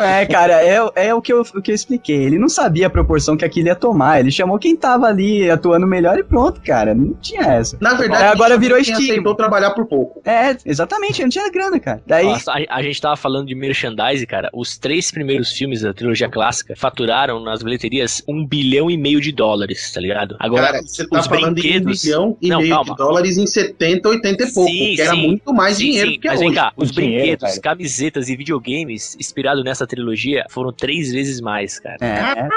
Speaker 1: É, cara, é, é o, que eu, o que eu expliquei. Ele não sabia a proporção que aquilo ia tomar. Ele chamou quem tava ali atuando melhor e pronto, cara. Não tinha essa.
Speaker 2: Na verdade,
Speaker 1: Aí É, agora virou
Speaker 2: quem aceitou
Speaker 1: estigma.
Speaker 2: então trabalhar por pouco.
Speaker 1: É, exatamente, não tinha grana, cara. Daí.
Speaker 4: Nossa, a, a gente tava falando de merchandise, cara. Os três primeiros filmes da trilogia clássica faturaram nas bilheterias um bilhão e meio de dólares, tá ligado? Agora,
Speaker 2: Cara, você tá falando de um bilhão e
Speaker 4: Não,
Speaker 2: meio
Speaker 4: calma.
Speaker 2: de dólares em 70, 80 e pouco, que era muito mais
Speaker 4: Sim,
Speaker 2: dinheiro
Speaker 4: sim.
Speaker 2: que é
Speaker 4: Mas
Speaker 2: hoje.
Speaker 4: vem cá, os brinquedos, camisetas e videogames inspirados nessa trilogia foram três vezes mais, cara.
Speaker 1: É,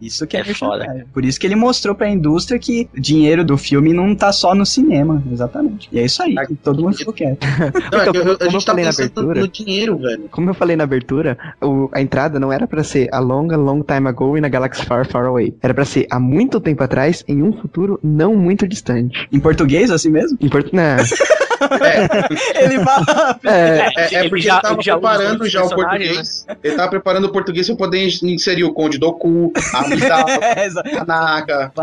Speaker 1: isso que é,
Speaker 4: É foda.
Speaker 1: merchandising. Por isso que ele mostrou pra indústria que o dinheiro do filme não tá só no cinema, exatamente. E é isso aí, que todo mundo ficou quieto.
Speaker 2: Não, é que eu- eu- a
Speaker 6: Então, como eu
Speaker 2: gente tá
Speaker 6: falei na
Speaker 2: pensando
Speaker 6: abertura-
Speaker 2: no dinheiro, velho.
Speaker 6: Como eu falei na abertura, o- a entrada não era pra ser a long, a long time ago in a galaxy far, far away. Era pra ser há muito tempo atrás, em um futuro não muito distante.
Speaker 1: Em português, assim mesmo?
Speaker 6: Em português.
Speaker 1: Ele fala.
Speaker 6: É,
Speaker 2: É, é porque ele tava preparando já né? o português. Ele tava preparando o português pra poder inserir o Conde Doku, a
Speaker 1: é,
Speaker 2: Amidala, a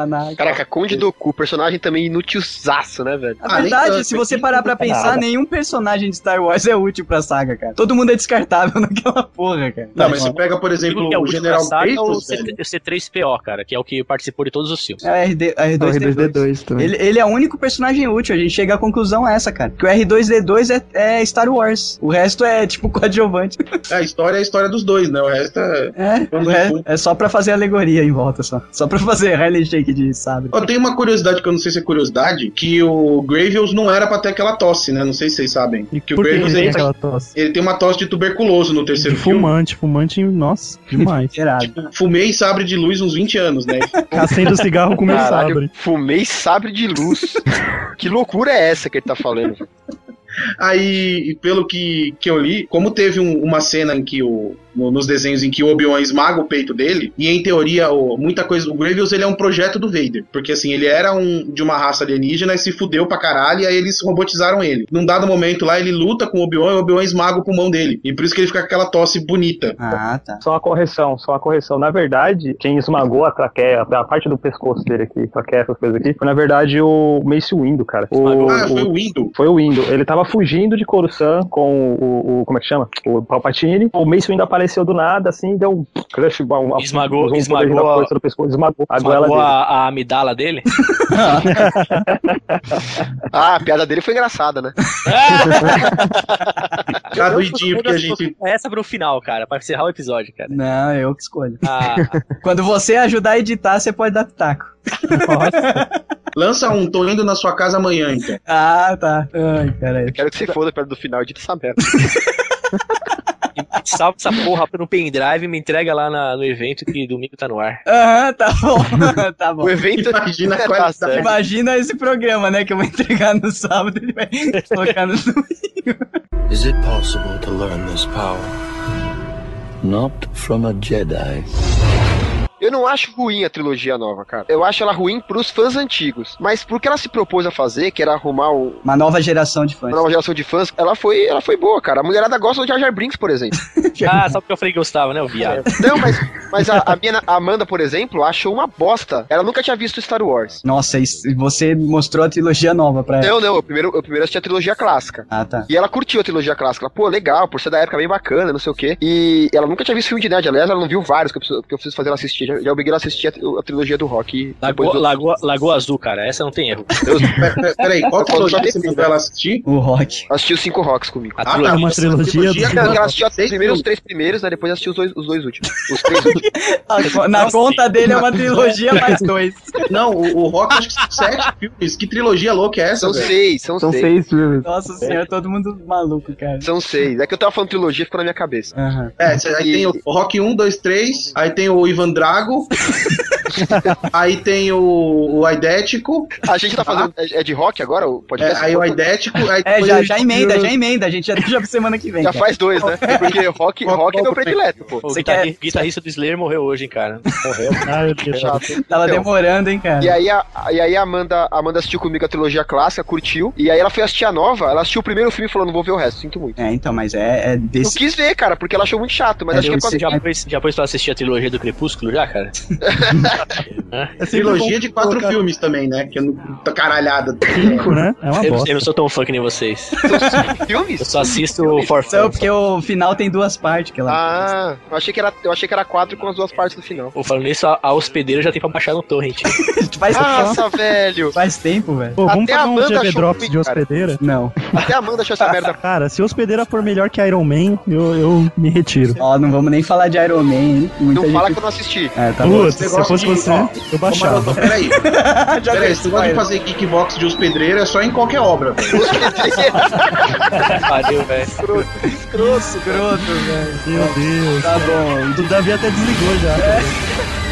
Speaker 2: Naka.
Speaker 5: Caraca, Conde Doku, personagem também inutilzaço, né, velho?
Speaker 1: Na verdade, se você parar pra pensar, nenhum personagem de Star Wars é útil pra saga, cara. Todo mundo é descartável naquela porra, cara.
Speaker 2: Não, mas você pega, por exemplo,
Speaker 4: Tudo que é
Speaker 2: o
Speaker 4: hoje
Speaker 2: General
Speaker 4: pra saga é o
Speaker 2: Grievous, velho.
Speaker 4: C- C3PO, cara, que é o que participou de todos os filmes.
Speaker 1: É, RD, R2D2. Ele, ele é o único personagem útil, a gente chega à conclusão essa, cara. Que o R2D2 é, é Star Wars. O resto é tipo coadjuvante.
Speaker 2: É, a história é a história dos dois, né? O resto é.
Speaker 1: É, o re- é só pra fazer alegoria em volta só. Só pra fazer Harley Shake de sabre.
Speaker 2: Ó, tem uma curiosidade que eu não sei se é curiosidade, que o Gravius não era pra ter aquela tosse, né? Não sei se vocês sabem. que o
Speaker 8: por que
Speaker 2: Gravius
Speaker 8: ele tem
Speaker 2: ele,
Speaker 8: aquela tosse?
Speaker 2: ele tem uma tosse de tuberculoso no terceiro filme.
Speaker 8: Fumante, fumante, nossa, demais.
Speaker 2: Fumei sabre de luz uns 20 anos, né?
Speaker 8: Acendo cigarro com meu
Speaker 5: Caralho,
Speaker 8: é sabre.
Speaker 5: Fumei sabre de luz. que loucura é essa que ele tá falando?
Speaker 2: Aí, e pelo que, que eu li, como teve um- uma cena em que o. no- nos desenhos em que o Obi-Wan esmaga o peito dele, e em teoria, o- muita coisa. O Gravius ele é um projeto do Vader. Porque assim, ele era um, de uma raça alienígena e se fudeu pra caralho, e aí eles robotizaram ele. Num dado momento lá, ele luta com o Obi-Wan e o Obi-Wan esmaga o pulmão dele. E por isso que ele fica com aquela tosse bonita.
Speaker 1: Ah, tá.
Speaker 3: Só uma correção, só uma correção. Na verdade, quem esmagou a traqueia, a parte do pescoço dele aqui, a traqueia, essas coisas aqui, foi na verdade o Mace Windu, cara. O,
Speaker 2: Ah, foi o Windu.
Speaker 3: Foi o Windu. Ele tava fugindo de Coruscant com o, o- como é que chama? O Palpatine. O Mace Windu apareceu do nada, assim, deu um crush, uma, uma
Speaker 4: Esmagou-
Speaker 3: usou um
Speaker 4: esmagou
Speaker 3: poder da
Speaker 4: a-
Speaker 3: força do pescoço, esmagou a goela
Speaker 4: Esmagou
Speaker 3: dele.
Speaker 4: a, a amidala dele?
Speaker 5: Ah, a piada dele foi engraçada, né?
Speaker 4: É.
Speaker 2: Doidinho, porque a gente.
Speaker 4: Essa pro final, cara, pra encerrar o episódio, cara.
Speaker 1: Não, é eu que escolho.
Speaker 4: Ah.
Speaker 1: Quando você ajudar a editar, você pode dar taco.
Speaker 2: Lança um, tô indo na sua casa amanhã, então.
Speaker 1: Ah, tá. Ai, caralho.
Speaker 5: Quero que você foda perto do final, edita essa merda.
Speaker 4: Salva essa porra no pendrive e me entrega lá na- no evento que domingo tá no ar.
Speaker 1: Aham, tá bom. tá bom.
Speaker 4: O evento-
Speaker 2: Imagina a qualidade.
Speaker 1: Tá certo. Imagina esse programa, né? Que eu vou entregar no sábado e vai colocar no
Speaker 18: Is it possible to learn this power?
Speaker 7: Not from a Jedi.
Speaker 5: Eu não acho ruim a trilogia nova, cara. Eu acho ela ruim pros fãs antigos. Mas pro que ela se propôs a fazer, que era arrumar o-
Speaker 1: Uma nova geração de fãs.
Speaker 5: uma nova geração de fãs, ela foi, ela foi boa, cara. A mulherada gosta do Jar Jar Brinks, por exemplo. É.
Speaker 4: Ah, só porque eu falei que gostava, né, o viado?
Speaker 5: Não, mas, mas a, a minha a Amanda, por exemplo, achou uma bosta. Ela nunca tinha visto Star Wars.
Speaker 1: Nossa, isso- você mostrou a trilogia nova pra ela.
Speaker 5: Não, não, eu primeiro, eu primeiro assisti a trilogia clássica.
Speaker 1: Ah, tá.
Speaker 5: E ela curtiu a trilogia clássica. Ela, pô, legal, por ser da época bem bacana, não sei o quê. E ela nunca tinha visto filme de nerd. Aliás, ela não viu vários que eu preciso, que eu preciso fazer ela assistir. Já, já obriguei ela a assistir a, tri- a trilogia do rock.
Speaker 4: Lagoa, Lagoa- Lagoa Azul, cara, essa não tem erro.
Speaker 2: Peraí, qual trilogia que você mandou ela assistir?
Speaker 1: O Rock.
Speaker 5: Assistiu cinco Rocks comigo.
Speaker 4: A trilogia-
Speaker 2: uma trilogia
Speaker 5: Trilogia,
Speaker 2: do-
Speaker 5: não, ela assistiu os
Speaker 2: Ah, Seis
Speaker 5: primeiros,
Speaker 2: filmes.
Speaker 5: os três primeiros, aí depois assistiu os dois, os dois últimos. Os três últimos.
Speaker 1: Na conta dele é uma trilogia mais dois.
Speaker 2: Não, o, o Rock acho que são sete filmes. Que trilogia louca é essa?
Speaker 5: São
Speaker 2: velho?
Speaker 5: seis, são,
Speaker 2: São seis
Speaker 5: filmes.
Speaker 1: Nossa senhora, todo mundo maluco, cara.
Speaker 5: São seis. É que eu tava falando trilogia, ficou na minha cabeça.
Speaker 2: É, cê- aí tem o Rock 1, 2, 3, aí tem o Ivan Drago, aí tem o, o Aidético.
Speaker 5: A gente tá fazendo. É, é de rock agora? O podcast?
Speaker 2: Ah. É, aí o Aidético. Aí
Speaker 1: É,
Speaker 2: depois
Speaker 1: já,
Speaker 2: o-
Speaker 1: já emenda, já emenda. A gente já deixa pra semana que vem.
Speaker 5: Já
Speaker 1: cara.
Speaker 5: faz dois, né? Porque rock, rock é meu predileto, pô.
Speaker 4: O guitarri- é guitarrista do Slayer morreu hoje, hein, cara. Morreu.
Speaker 5: Chato.
Speaker 1: Tava
Speaker 5: Então,
Speaker 1: demorando, hein, cara.
Speaker 5: E aí, a, e aí a Amanda, a Amanda assistiu comigo a trilogia clássica, curtiu. E aí ela foi assistir a nova, ela assistiu o primeiro filme e falou: não vou ver o resto, sinto muito.
Speaker 1: É, então, mas é, é
Speaker 5: Eu
Speaker 1: desse.
Speaker 5: quis ver, cara, porque ela achou muito chato, mas acho que é
Speaker 4: você
Speaker 5: quase.
Speaker 4: já, foi, já foi pra assistir a trilogia do Crepúsculo já, cara?
Speaker 2: É Trilogia de quatro filmes também, né? Que eu não tô caralhada. Cinco,
Speaker 8: né? É
Speaker 4: eu, eu não sou tão fã que nem vocês.
Speaker 5: Filmes?
Speaker 4: Eu só assisto o For
Speaker 1: Não, porque o final tem duas partes que ela.
Speaker 5: Ah, eu achei que era, eu achei que era quatro com as duas partes do final.
Speaker 4: Pô, falando nisso, a, a hospedeira já tem pra baixar no torrent.
Speaker 5: é
Speaker 1: Faz
Speaker 5: Nossa, velho.
Speaker 1: Faz tempo, velho.
Speaker 8: Pô, vamos
Speaker 5: Até
Speaker 8: fazer
Speaker 5: a
Speaker 8: um
Speaker 5: banda
Speaker 8: GV
Speaker 5: achou
Speaker 8: Drops
Speaker 5: ruim,
Speaker 8: de hospedeira?
Speaker 1: Não.
Speaker 5: Até a Amanda achou essa merda.
Speaker 8: Cara, se hospedeira for melhor que Iron Man, eu, eu me retiro.
Speaker 1: Ó, não vamos nem falar de Iron Man, hein? Muita
Speaker 5: Não
Speaker 1: gente-
Speaker 5: fala que eu não assisti.
Speaker 1: É, tá bom.
Speaker 8: Putz, se eu fosse você, eu baixava.
Speaker 2: Peraí.
Speaker 1: Já
Speaker 2: Peraí,
Speaker 1: dei
Speaker 2: esse negócio de
Speaker 1: spoiler.
Speaker 2: fazer kickbox de os pedreiros é só em qualquer obra. velho.
Speaker 4: Valeu, velho.
Speaker 5: Escroto,
Speaker 1: Groto, velho.
Speaker 8: Meu Deus.
Speaker 1: Tá bom.
Speaker 8: O Davi até desligou já.